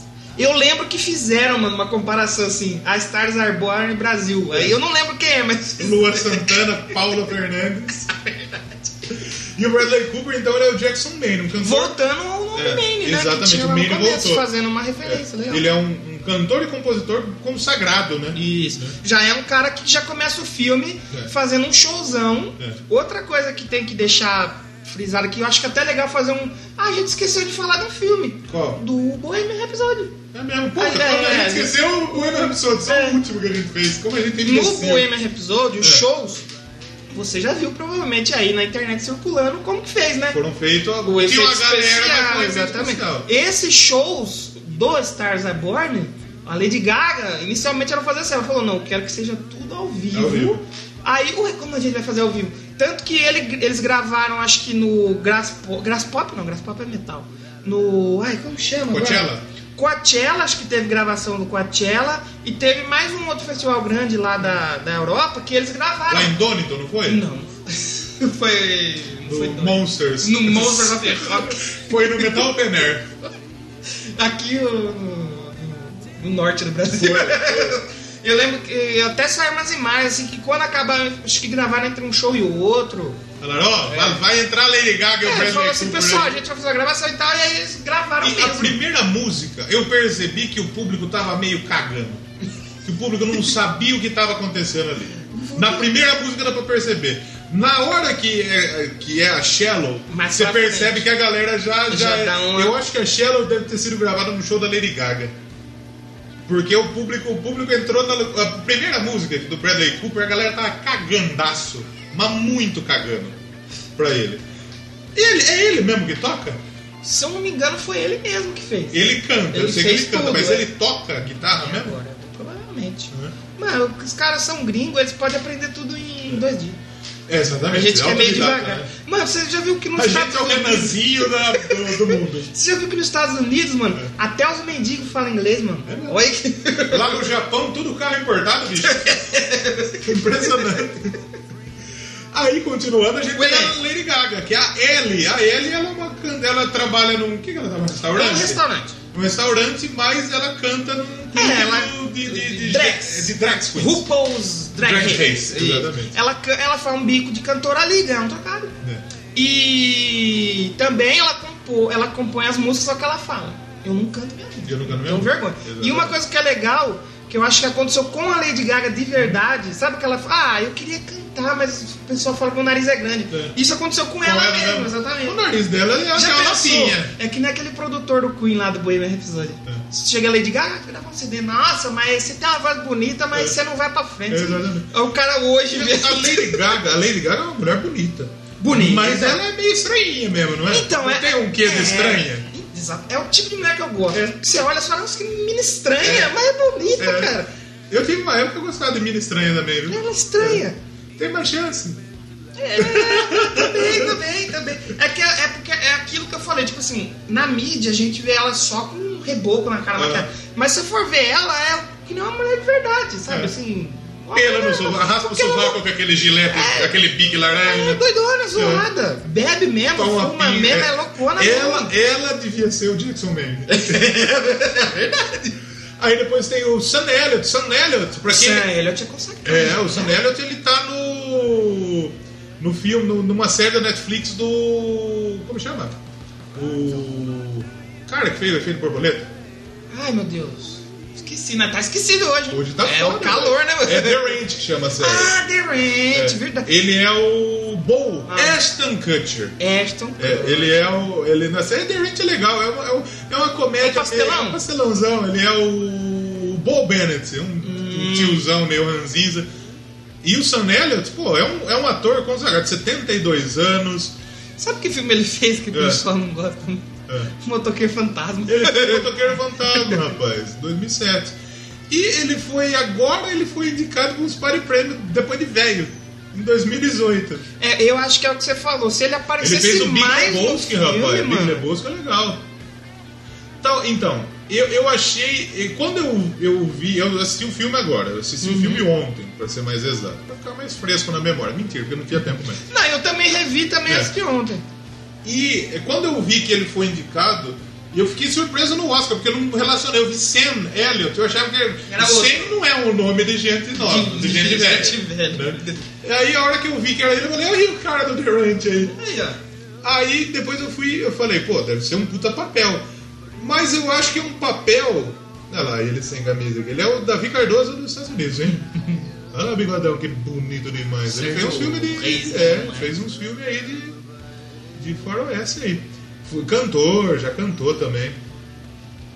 Eu lembro que fizeram, mano, uma comparação assim, a Stars Are Born e Brasil. Aí eu não lembro quem é, mas.
Lua Santana, Paula Fernandes.
É
E o Bradley Cooper, então, ele é o Jackson Maine, um cantor.
Voltando ao nome
É,
Maine, né?
exatamente,
Que tinha lá
o
no
Maine
começo,
voltou.
fazendo uma referência, né? legal.
Ele é um, um cantor e compositor consagrado, né?
Isso. Já é um cara que já começa o filme
É.
fazendo um showzão.
É.
Outra coisa que tem que deixar frisado aqui, eu acho que até é legal fazer um. Ah, a gente esqueceu de falar do filme.
Qual?
Do Bohemian Episódio.
É mesmo. Pô,
Ah, é,
a
é,
gente
é.
esqueceu o Bohemian Rhapsody, só
É.
o último que a gente fez. Como a gente
No
enlouqueceu.
Bohemian Episódio, os
É.
shows, você já viu provavelmente aí na internet circulando como que fez, né?
Foram feitos
O
tinha
efeito
uma galera, mas
especial,
foi efeito
exatamente.
especial.
Esses shows do Stars Are Born, a Lady Gaga, inicialmente ela não fazia assim, ela falou, não, eu quero que seja tudo ao vivo.
Ao vivo.
Aí, ué, como a gente vai fazer ao vivo? Tanto que ele- eles gravaram, acho que no Grass, Po- Grass Pop, não, Grass Pop é metal. No. Ai, como chama? agora?
Coachella.
Coachella, acho que teve gravação do Coachella. E teve mais um outro festival grande lá da, da Europa que eles gravaram.
Lá em Donington, não foi?
Não. foi. Não foi
No
doido.
Monsters.
No Monsters of the Rock.
Foi no Metal Penner.
Aqui o- no, no norte do Brasil. Eu lembro que até saíram umas imagens assim que quando acabaram, acho que gravaram entre um show e o outro.
Falaram, ó, vai- vai entrar Lady Gaga e o
É,
Bradley
falou assim,
Cooper. né?
pessoal, a gente vai fazer a gravação e tal, e aí eles gravaram
E a
mesmo.
primeira música, eu percebi que o público tava meio cagando. Que o público não sabia o que tava acontecendo ali. Na primeira música dá pra perceber. Na hora que é, que é a Shallow,
Mais
você
pra
percebe que a galera já. já,
Já
é-
dá uma-
Eu acho que a Shallow deve ter sido gravada no show da Lady Gaga. Porque o público, o público entrou na. A primeira música do Bradley Cooper, a galera tava cagandaço. Mas muito cagando pra ele. Ele, é ele mesmo que toca?
Se eu não me engano, foi ele mesmo que fez.
Ele canta, eu
Ele
sei que ele
fez
canta,
tudo,
mas
é.
ele toca a guitarra
É
mesmo?
agora, provavelmente.
Uhum.
Mano, os caras são gringos, eles podem aprender tudo em dois dias.
É, exatamente.
A gente que é meio
autodidata,
devagar.
né?
Mano, você já viu que nos
A
Estados
gente é o
Unidos.
Renanzinho da- do, do mundo.
Você já viu que nos Estados Unidos, mano,
É.
até os mendigos falam inglês, mano.
É mesmo.
Olha que.
Lá no Japão, tudo carro importado, bicho. Impressionante. Aí, continuando, a gente
Ué.
tem a Lady Gaga, que é a Ellie. A Ellie, ela, é uma, can- ela trabalha num... O que, que ela trabalha?
É um
Restaurante?
restaurante.
Num restaurante, mas ela canta num clube
É, ela-
de, de, de,
Drags.
de drags queens.
RuPaul's Drag,
Drag
Race.
Race,
Isso.
exatamente.
Ela, can- ela faz um bico de cantora ali, ganha um trocado.
É.
E também ela, compô, ela compõe as músicas, só que ela fala. Eu não canto minha música.
Eu não canto minha
Tenho
música.
vergonha. E
Exatamente.
uma coisa que é legal, que eu acho que aconteceu com a Lady Gaga de verdade, sabe que ela fala, ah, eu queria cantar, mas o pessoal fala que meu nariz é grande.
É.
Isso aconteceu com,
Com
ela,
ela
mesmo,
mesmo. O
exatamente.
nariz dela é
Já
aquela
pensou?
lapinha.
É que nem aquele produtor do Queen lá do Bohemian Rhapsody.
É.
Chega a Lady Gaga, grava um CD. Nossa, mas você tem uma voz bonita, mas você não vai pra frente.
É, exatamente.
O cara hoje mesmo.
A Lady Gaga, a Lady Gaga é uma mulher bonita.
Bonita.
Mas ela é meio estranhinha mesmo, não é?
Então,
não
é.
Tem um quê de
é-
estranha?
Exato. É o tipo de mulher que eu gosto.
É.
Você olha e fala, nossa, que menina estranha,
É.
mas é bonita,
É.
cara.
Eu tive uma época que eu gostava de mina estranha também, viu?
Ela é estranha.
Tem mais chance.
Também, também, também. É, que é, é porque é aquilo que eu falei, tipo assim, na mídia a gente vê ela só com um reboco na cara,
Ah.
maquiada. mas se eu for ver ela, é que nem uma mulher de verdade, sabe?
É.
Assim. uma
Pela
mulher-
no sovaco, arrasta o
porque ela não-
sovaco com aquele gilete,
É.
aquele pique
Ela é
laranja.
doidona, zoada. Bebe mesmo,
Toma
fuma
pinga.
mesmo, é loucona
Ela,
mesmo.
ela devia ser o Jackson Maine. é verdade. Aí depois tem o Sam Elliott. Sam Elliott, pra quem
Sam Elliott é consagrado.
É, o Sam Elliott ele tá no. no filme, no- numa série da Netflix do. Como chama? O. Cara que fez o efeito borboleta.
Ai, meu Deus. Esqueci, né? Tá esquecido hoje.
Hoje tá
É
foda,
o calor, né?
É The Range que chama a série.
Ah, The Ranch,
É.
verdade.
Ele é o Bo
Ah.
Ashton Kutcher.
Ashton
É, ele é o. Ele, na série The Ranch é legal, é uma, é um- é uma comédia.
É um pastelão?
meio- é um pastelãozão. Ele é o. Bo Bennett, um,
Hum.
um tiozão meio ranzinza. E o Sam Elliott, pô, é um, é um ator consagrado, 72 anos.
Sabe que filme ele fez que o
É.
pessoal não gosta?
É.
Motoqueiro Fantasma.
Ele foi motoqueiro fantasma, rapaz, 2007. E ele foi, agora ele foi indicado com os Party Prêmio depois de velho, em 2018.
É, eu acho que é o que você falou. Se ele
Ele
aparecesse
fez o Big
mais no
Lebowski,
filme,
rapaz. Big
mano.
Lebowski é legal. Então, então Eu, eu achei. e Quando eu, eu vi, eu assisti o filme agora, eu assisti o filme ontem, pra ser mais exato, pra ficar mais fresco na memória. Mentira, porque eu não tinha tempo mesmo.
Não, eu também revi também
É.
esse de ontem.
E eh, quando eu vi que ele foi indicado, eu fiquei surpreso no Oscar, porque eu não relacionei. Eu vi Sam Elliott, eu achava que
Era outro.
Sam não é um nome de gente nova, de, gente velha. né?
velho.
Aí a hora que eu vi que era ele, eu falei, olha o cara do The Ranch aí.
Aí, ó.
Aí depois eu fui, eu falei, pô, deve ser um puta papel. Mas eu acho que é um papel. Olha lá, ele sem camisa aqui. Ele é o Davi Cardoso dos Estados Unidos, hein? Olha lá, bigodão, que bonito demais. Ele fez
Sérgio
uns filmes de.
Reis,
É,
né?
fez uns filmes aí de. de Faroeste aí. Foi cantor, já cantou também.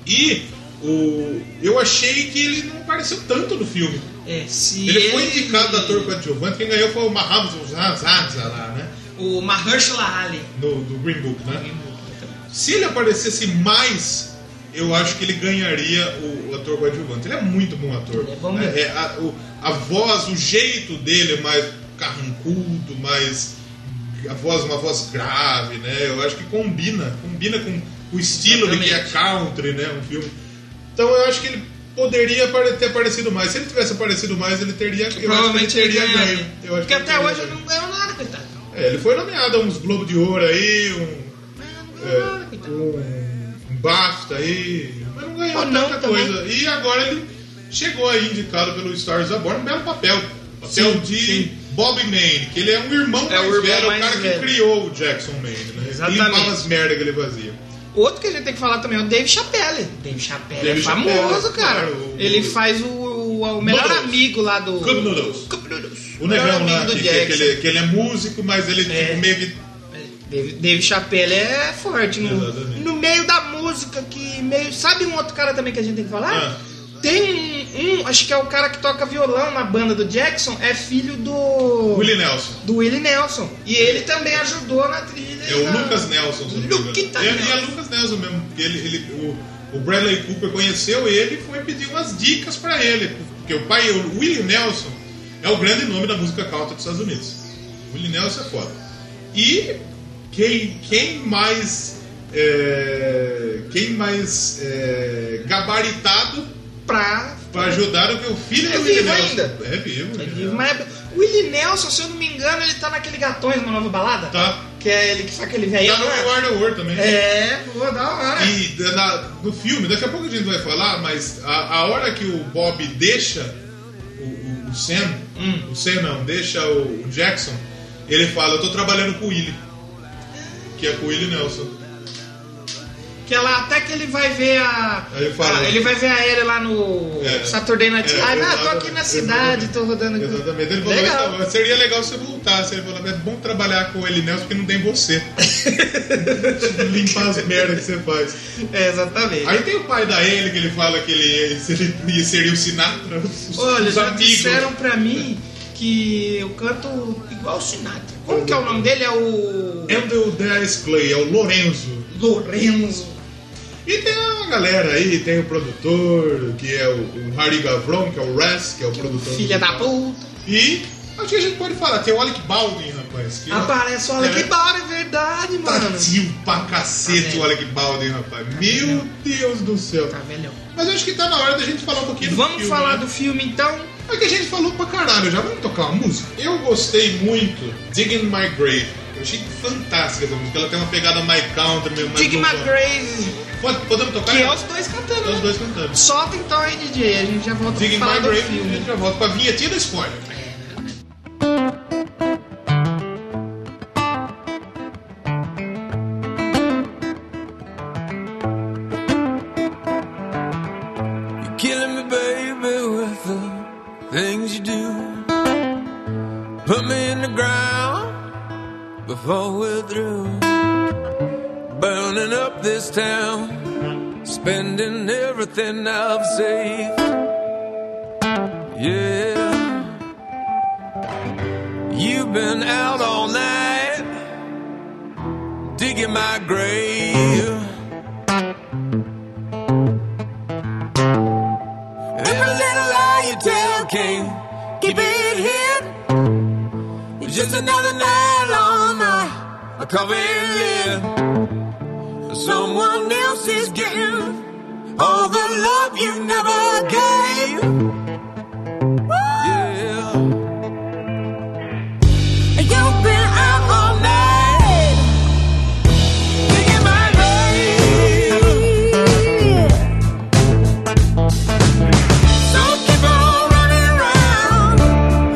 E o, eu achei que ele não apareceu tanto no filme.
É, se
Ele, foi indicado ator coadjuvante, quem ganhou foi o Mahamza lá, né?
O Mahershala Ali.
No, do Green Book, né? Se ele aparecesse mais, eu acho que ele ganharia o, o ator coadjuvante. Ele é muito bom ator.
Ele é bom
né?
mesmo.
É, a, o- a voz, o jeito dele é mais carrancudo, mais. A voz, uma voz grave, né? Eu acho que combina. Combina com o estilo de que é
Exatamente.
country, né? Um filme. Então eu acho que ele poderia apare- ter aparecido mais. Se ele tivesse aparecido mais, ele teria. eu acho que ele
Provavelmente ele
teria
ganharia.
ganho. Eu
Porque
acho que ele
até
teria
hoje eu
ganho.
não ganhou nada, coitado.
É, ele foi nomeado a uns Globo de Ouro aí, um
Eu não ganhou nada,
é,
coitado.
um, um BAFTA aí, mas não ganhou
Ou não
tanta
também.
coisa. E agora ele chegou aí indicado pelo Stars Aborn, um belo papel. Papel
Sim,
de
sim.
Bob Maine, que ele é um irmão
É o
mais
irmão
velho,
mais
o cara
velho.
que criou o Jackson Maine, né?
Exatamente.
E fala as merda que ele fazia.
Outro que a gente tem que falar também é o Dave Chappelle. Dave Chappelle
Dave
é famoso,
Chappelle,
cara.
claro, o-
Ele faz o, o- o melhor
Noodles.
amigo lá do.
Cup Noodles.
Cup Noodles.
O negão
melhor
lá,
amigo
que,
do
que- que
Jackson.
ele, que ele é músico, mas ele
É.
tipo, meio que
Dave, Dave Chappelle é forte. No,
Exatamente.
no meio da música, que meio. Sabe um outro cara também que a gente tem que falar?
Ah.
Tem um, um, acho que é o cara que toca violão na banda do Jackson, é filho do.
Willie Nelson.
Do Willie Nelson. E ele também ajudou na trilha.
É o
da-
Lucas Nelson, se não me engano.
Luquita
E é- E é
Nelson.
Lucas Nelson mesmo. porque Ele, ele- o, o Bradley Cooper conheceu ele e foi pedir umas dicas pra ele. Porque o pai, o Willie Nelson, é o grande nome da música country dos Estados Unidos. O Willie Nelson é foda. E quem, quem mais. é, quem mais é, gabaritado
Pra
pra ajudar do que o filho
É
do Willie
vivo
Nelson?
ainda.
É vivo.
É
né?
vivo, mas é- o Willie Nelson, se eu não me engano, ele tá naquele Gatões, uma nova balada.
Tá.
Que é ele que faz aquele
Tá
velhão.
no
lá.
Reward Award também.
É, pô, da hora.
E da- na- no filme, daqui a pouco a gente vai falar, mas a, a hora que o Bob deixa o, o, o Sam,
Hum.
o Sam não, deixa o, o Jackson, ele fala, eu tô trabalhando com o Willie. Que é com o Willie Nelson.
Que ela, até que ele vai ver a.
Aí ele fala-
a- ele vai ver a Ellie lá no
É.
Saturday Night
É,
Live. ah, não, tô
exatamente,
aqui na cidade, tô rodando aqui.
Exatamente. Ele falou,
Legal.
"Então, seria legal se você voltasse. Ele falou, é bom trabalhar com o Willie Nelson porque não tem você. Limpar as merdas que você faz.
É, exatamente.
Aí tem o pai da Ellie que ele fala que ele, seria, seria o Sinatra. Os,
Olha,
os
já
amigos.
disseram pra mim que eu canto igual o Sinatra. Como que é o nome dele? É o.
Andrew Dice Clay, é o Lorenzo.
Lorenzo.
E tem uma galera aí, tem o produtor, que é o, o Harry Gavron, que é o Raz, que é o produtor.
Filha da
musical.
puta.
E acho que a gente pode falar, tem o Alec Baldwin, rapaz. Que
Aparece, olha
É.
que bar, é verdade, Ah, mano.
Tatil pra
Tá
cacete o
vendo? Tá
Alec Baldwin, rapaz. Meu
vendo?
Deus do céu.
Tá velhão.
Mas acho que tá na hora da gente falar um pouquinho do
Vamos
filme,
falar
né?
do filme então?
É que a gente falou pra caralho já. Vamos tocar uma música? Eu gostei muito Digging My Grave. Eu achei fantástica essa música. Ela tem uma pegada My Country mesmo. mais
Dig
bonita.
McGrave,
Pode- Podemos tocar?
que é os dois cantando.
É os
né?
dois cantando.
Solta então aí, DJ, a gente já volta
Dig
pra
My
falar do
Grave, a
filme.
gente já volta com a vinhetinha do spoiler.
You're killing me, baby, with the things you do. Put me in the ground before we're through. Burning up this town, spending everything I've saved. Yeah. You've been out all night, digging my grave. Every little lie you tell can't keep it hid. It's just another night on a, a coffin lid. Someone else is getting all the love you never gave. Yeah. You've been out all night singing my name. So keep on running around.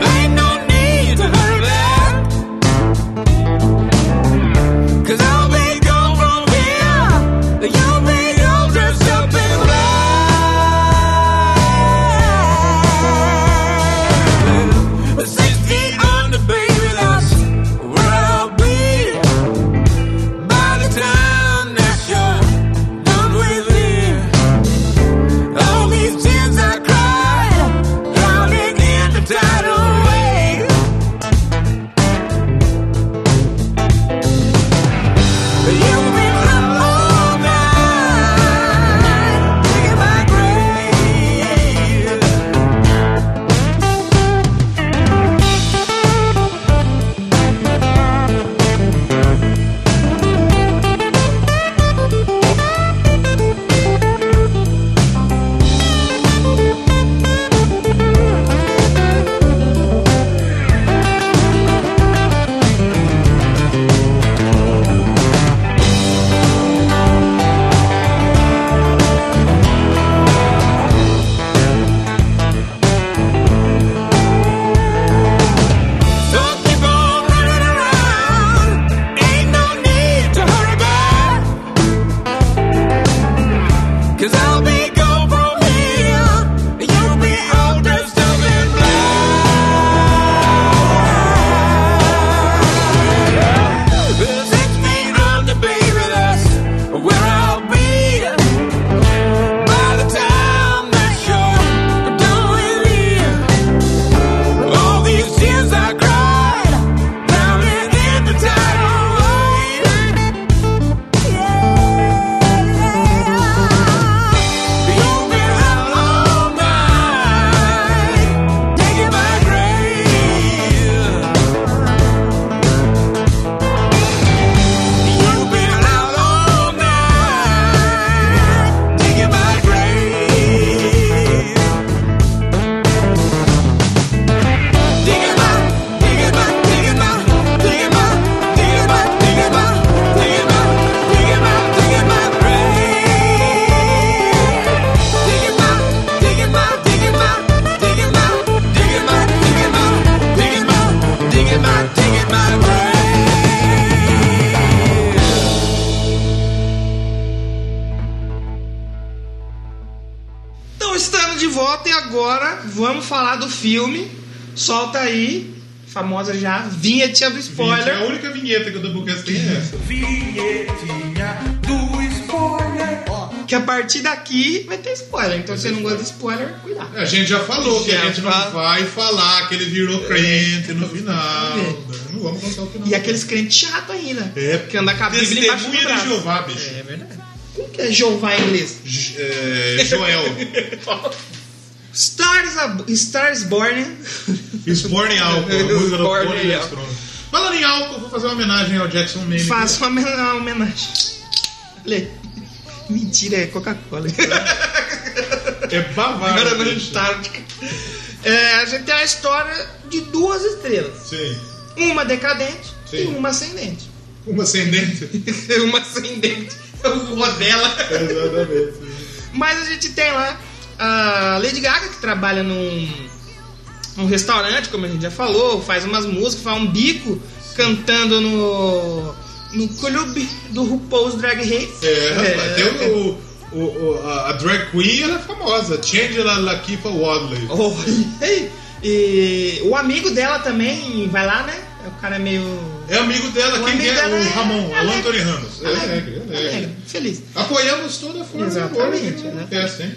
There ain't no need to hurry back. Cause I'll be gone from here. You'll be gone dressed up in black. Six feet under, baby, that's where I'll be. By the time that you're done with me. All these tears I cried, drowning in the tidal wave. You've been up all night digging my grave. So keep on running around. Ain't no need to hurry back. Cause I'll be gone from here. You'll be all dressed up in black. Six feet under, baby, that's where I'll be. By the time that you're done with me. All these tears I cried, drowning in the tidal wave. Yeah, you've been out all night digging my grave. You've been out all night digging my grave. Digging my, digging my, digging my, digging my, digging my, digging my, digging my, digging my, digging my grave. Digging my, digging my, digging my, digging my, digging my, digging my, digging my, digging my, digging my grave.
Então estamos de volta e agora vamos falar do filme. Solta aí, famosa já, vinha te abre
Olha, a
spoiler.
única vinheta que o Doublecast tem é essa.
Que a partir daqui vai ter spoiler. Então se você não gosta de spoiler, cuidado.
A gente já falou que a
Já
gente não
fala.
vai falar que ele virou crente no final. né? Não vamos contar o final.
E aqueles crentes chatos ainda.
É,
Que anda com a Bíblia embaixo do
Testemunha de
braço.
Jeová, bicho.
É verdade. Como que é Jeová em inglês?
J- é, Joel.
Stars, ab- Stars Born.
Sporn em álcool. a música do
Sporn
Pony
em
Lestron. Falando em álcool, eu vou fazer uma homenagem ao Jackson Maine.
Faço uma homen- uma homenagem. Lê. Mentira, é Coca-Cola.
É bavaro.
Era meio
bicho.
Antártica. É, a gente tem a história de duas estrelas.
Sim.
Uma decadente
Sim.
e uma ascendente.
Uma ascendente.
uma ascendente.
É
Eu vou dela.
Exatamente.
Mas a gente tem lá a Lady Gaga, que trabalha num, num restaurante, como a gente já falou, faz umas músicas, faz um bico cantando no, no clube do RuPaul's Drag Race.
É, rapaz, tem
é.
o, o- o- a, a drag queen, ela é famosa. Changela Lakifa Wadley.
Oh,
um
e, e o amigo dela também vai lá, né? O cara é meio.
É amigo dela,
O
quem
amigo
é?
dela
O
é-
Ramon,
é
é o
alegre.
Anthony Ramos. É alegre, é alegre.
alegre, feliz.
Apoiamos toda a forma de amor
Exatamente,
aqui no
né?
podcast, hein?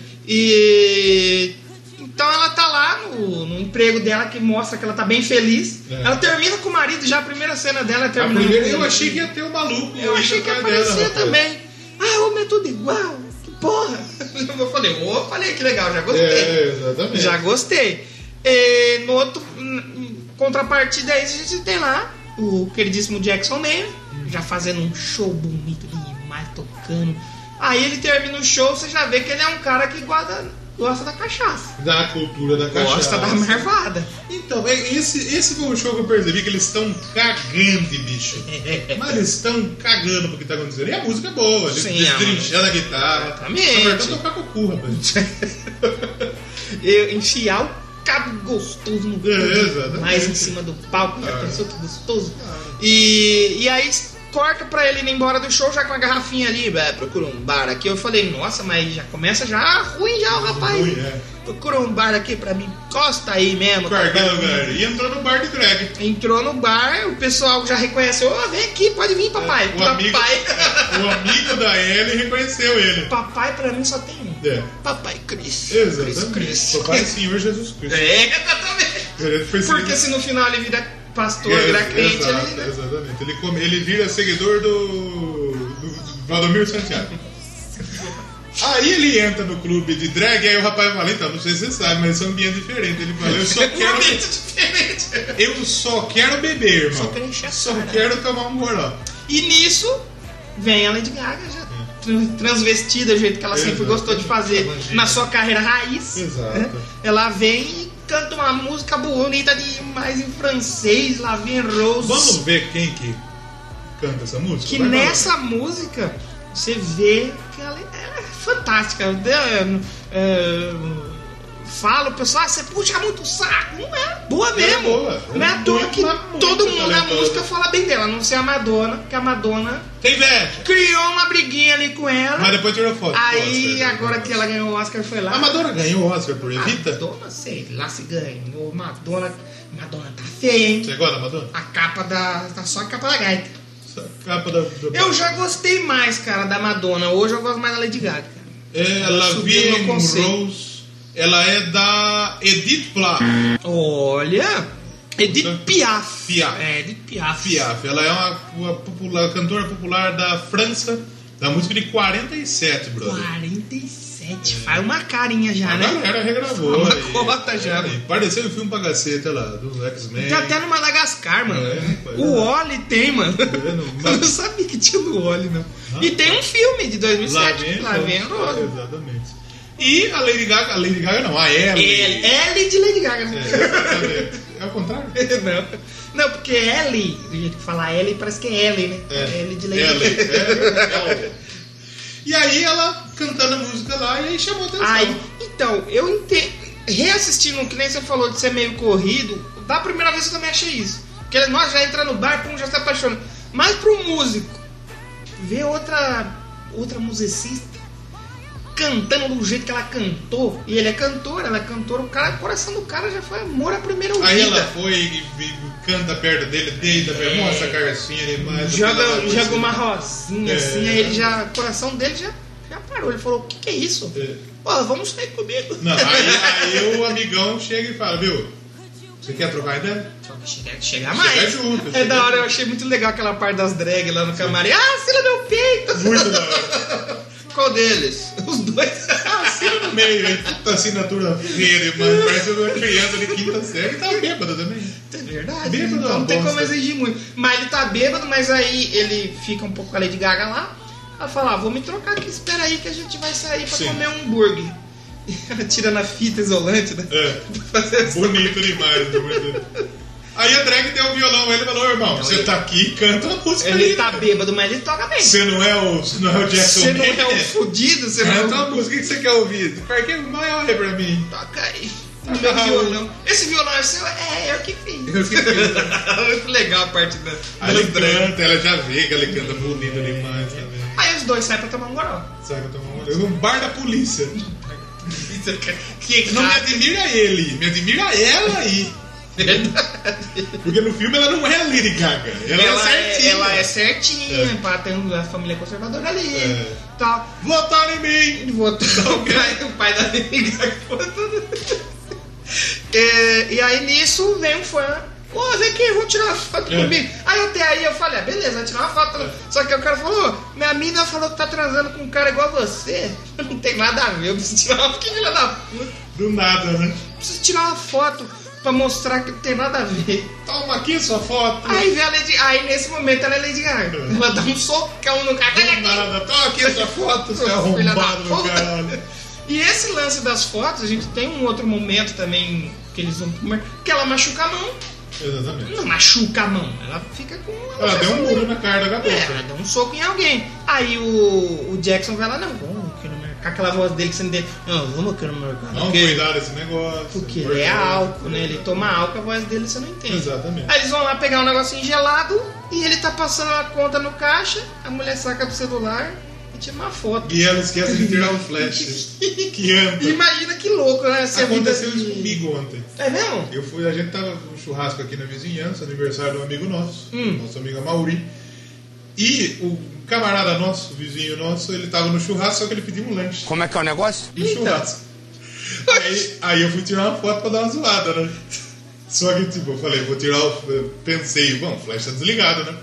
E então ela tá lá no, no emprego dela que mostra que ela tá bem feliz.
É.
Ela termina com o marido, já a primeira cena dela é
A
terminando.
primeira,
com
eu
ele.
achei que ia ter o maluco.
Eu
aí
achei que ia
atrás dela,
aparecer
rapaz.
também. Ah, homem é tudo igual. Que porra! Eu falei, ô, falei que legal, já gostei.
É, exatamente.
Já gostei. E no outro em contrapartida a isso, a gente tem lá o queridíssimo Jackson Maine, já fazendo um show bonito demais, tocando. Aí ele termina o show, você já vê que ele é um cara que gosta, gosta da cachaça.
Da cultura da cachaça.
Gosta da marvada.
Então, é- esse, esse foi o show que eu percebi que eles estão cagando, bicho. Mas eles estão cagando pro que tá acontecendo. E a música é boa, eles
Sim,
eles
é,
trinchando a guitarra.
Exatamente.
Tá faltando tocar com o cu, rapaz.
Eu enfiar o cabo gostoso no cu,
É, exatamente.
mais em cima do palco, já
É.
pensou que gostoso?
Ah.
E, e aí corta pra ele ir embora do show já com a garrafinha ali, "Bé, procura um bar aqui. Eu falei, nossa, mas já começa já ruim já o rapaz.
Ruim, é.
Procura um bar aqui pra mim, encosta aí mesmo. tá
Guardando, velho. E entrou no bar de drag.
Entrou no bar, o pessoal já reconheceu, ô, vem aqui, pode vir, papai.
O
papai,
É, um amigo, É. o amigo da Ellie reconheceu ele.
papai pra mim só tem um.
É.
Papai Cris.
Exatamente.
Cris, Cris.
Papai Senhor Jesus Cristo.
É, exatamente.
Ele foi
Porque
seguido-
se no final ele vira pastor,
É,
vira crente,
exato,
ele-
Exatamente. Ele, come- ele vira seguidor do, do, do Valdomiro Santiago. Aí ele entra no clube de drag, aí o rapaz fala, então, não sei se você sabe, mas é um ambiente diferente. Ele fala, eu só
um
quero,
ambiente diferente.
eu só quero beber, irmão.
Só quero encher a
Só
cara.
quero tomar um goró.
E nisso vem a Lady Gaga já tran- transvestida do jeito que ela sempre
Exato.
gostou de fazer
Evangélica.
na sua carreira raiz.
Exato.
né? Ela vem e canta uma música bonita demais em francês, lá vem Rose.
Vamos ver quem que canta essa música?
Que
Vai, vai.
nessa música você vê que ela, ela é fantástica. Eu, eu, eu falo, pessoal, ah, você puxa muito o saco. Não é boa
é
mesmo.
boa.
Não é à toa que
Ela é muito
todo mundo na
talentosa.
música fala bem dela, a não ser a Madonna, porque a Madonna
Tem inveja.
criou uma briguinha ali com ela.
Mas depois tirou foto.
aí,
Oscar.
agora que ela Ah, ganhou o Oscar, foi lá.
A Madonna ganhou o Oscar por Evita?
Madonna, sei lá se ganhou. Madonna, Madonna tá feia, hein?
Você gosta da Madonna?
A capa da. Tá só a capa da gaita.
Essa capa da... da-
Eu já gostei mais, cara, da Madonna. Hoje eu gosto mais da Lady Gaga. cara.
É, ela
Subiu
vem
no conceito.
Rose. Ela é da Edith Pla.
Olha! Edith Piaf.
Piaf.
É, Edith Piaf.
Piaf. Ela é uma, uma popular- cantora popular da França, da música de 47, brother.
47. Faz uma carinha já,
A
né?
galera regravou.
Uma
aí.
cota já, tá
E
mano.
Pareceu um filme pra caceta lá, do X-Men.
Tem até no Madagascar, mano.
É, rapaz,
o
é.
Oli tem, mano.
É, no Ma-
Eu não sabia que tinha no Oli, não. E tem um filme de
Lá
2007,
vem
Lá vem
Rose. É,
Rose.
Exatamente. E a Lady Gaga, a Lady Gaga não, a Ellie.
Ele, Ellie de Lady Gaga. né?
É, exatamente. é o contrário?
Não. Não, porque Ellie, do jeito que fala Ellie, parece que é Ellie, né? Ellie de Lady
Ellie,
Gaga.
é, é o- E aí ela cantando a música lá e aí chamou a atenção.
Ai, então, eu entendo. Reassistindo, que nem você falou de ser meio corrido, da primeira vez eu também achei isso. Porque nós já entra no bar, pum, já se apaixona. Mas pro músico, ver outra, outra musicista cantando do jeito que ela cantou, e ele é cantor, ela é cantora, o cara, o coração do cara já foi amor à primeira ouvida.
Aí ela foi e, e canta perto dele, deita, é. mostra a carcinha demais.
joga, joga uma rosinha
É.
assim, aí ele já, o coração dele já, já parou. Ele falou: O que, que é isso?
É.
Pô, vamos sair comigo.
Não, aí, aí o amigão chega e fala, viu? Você quer trocar ideia?
Só que chega, chega mais.
Chega junto,
é
chega
da hora,
junto.
eu achei muito legal aquela parte das drag lá no camarim. Ah, Cila meu peito!
Muito da hora.
Qual deles? Os dois.
Assina no meio, hein? Puta assinatura feia, mano. Parece uma criança de quinta série. Tá bêbada também.
É verdade.
Bêbado é
então
uma
não tem
bosta.
como exigir muito. Mas ele tá bêbado, mas aí ele fica um pouco com a Lady Gaga lá. Ela fala, ah, vou me trocar aqui, espera aí que a gente vai sair pra
Sim.
comer um hambúrguer. E ela tira na fita isolante, né?
É.
Pra fazer essa-
Bonito demais, bonito. Aí a drag deu o violão a ele e falou, irmão, você
ele-
tá aqui, canta a música
Ele
aí,
tá
né?
bêbado, mas ele toca bem.
Você não é o, você não é o Jackson
Você não é
Maine?
um fudido, você não é
Canta
um
a música que você quer ouvir. Porque vai olha pra mim.
Toca aí. Tá
Toca
Meu
aí.
violão. Esse violão é seu? É, eu que fiz.
Eu fiquei-
Muito legal a parte da.
Aí ele
das drags.
canta, ela já vê que ele canta bonito
É.
demais também.
Aí os dois saem pra tomar um goró.
Sabe que eu tô maluco? No bar da polícia.
Que
Não me
errado.
admira ele, me admira ela aí. Porque no filme ela não é a Lady Gaga. Ela,
Ela,
é certinha.
é, ela é certinha,
É.
pá, tem um- a família conservadora ali.
É.
Tal.
Votaram em mim!
Ele votou o pai, o pai da amiga. É, e aí nisso vem um fã. Ô, vem aqui, vou tirar uma foto
É.
comigo. Aí até aí eu falei, ah, beleza, vou tirar uma foto. Só que o cara falou, "Ô, minha mina falou que tá transando com um cara igual a você. Não tem nada a ver, eu preciso tirar uma foto. Que filha da puta.
Do nada, né?
Preciso tirar uma foto. pra mostrar que não tem nada a ver.
Toma aqui sua foto.
Aí vem a Lady Aí nesse momento ela é Lady Gaga. Ela dá um socão no cara. Olha aqui!
Nada. Toma aqui sua foto, seu
Filha da
arrombado do
puta.
caralho.
E esse lance das fotos, a gente tem um outro momento também que eles vão. pro mer- Que ela machuca a mão.
Exatamente.
Não machuca a mão, ela fica com.
Ela deu um muro na cara da
É,
garota.
ela deu um soco em alguém. Aí o, o Jackson vai lá, não, vamos aqui no mercado. Com aquela voz dele que você não tem. Não, vamos aqui no mercado.
Não
porque,
cuidar desse negócio.
porque ele é álcool, né? Ele toma álcool, a voz dele você não entende.
Exatamente.
Aí eles vão lá pegar um negocinho gelado e ele tá passando a conta no caixa, a mulher saca do celular e tira uma foto.
E ela esquece de tirar o flash. que anda.
Imagina que louco, né? Essa vida
Aconteceu
de-
isso comigo ontem.
É mesmo?
Eu fui, a gente tava num churrasco aqui na vizinhança, aniversário de um amigo nosso,
Hum.
nosso amigo Mauri. E o camarada nosso, o vizinho nosso, ele tava no churrasco, só que ele pediu um lanche.
Como é que é o negócio?
No
Então.
churrasco. Aí, aí eu fui tirar uma foto pra dar uma zoada, né? Só que, tipo, eu falei, vou tirar o. eu Pensei, bom, flash tá desligado, né?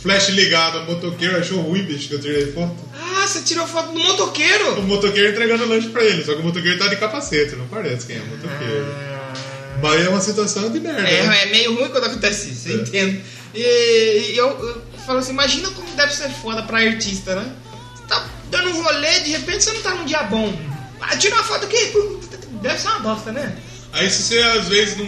Flash ligado, o motoqueiro achou ruim, bicho, que eu tirei foto.
Ah, você tirou foto do
O
motoqueiro?
motoqueiro entregando lanche pra ele, só que o motoqueiro tá de capacete, não parece quem é o motoqueiro. Mas é uma situação de merda.
É,
né?
é meio ruim quando acontece isso, eu
É.
entendo. E, e eu, eu falo assim, imagina como deve ser foda pra artista, né? Você tá dando um rolê, de repente você não tá num dia bom. Ah, tira uma foto aqui, deve ser uma bosta, né?
Aí se você às vezes não,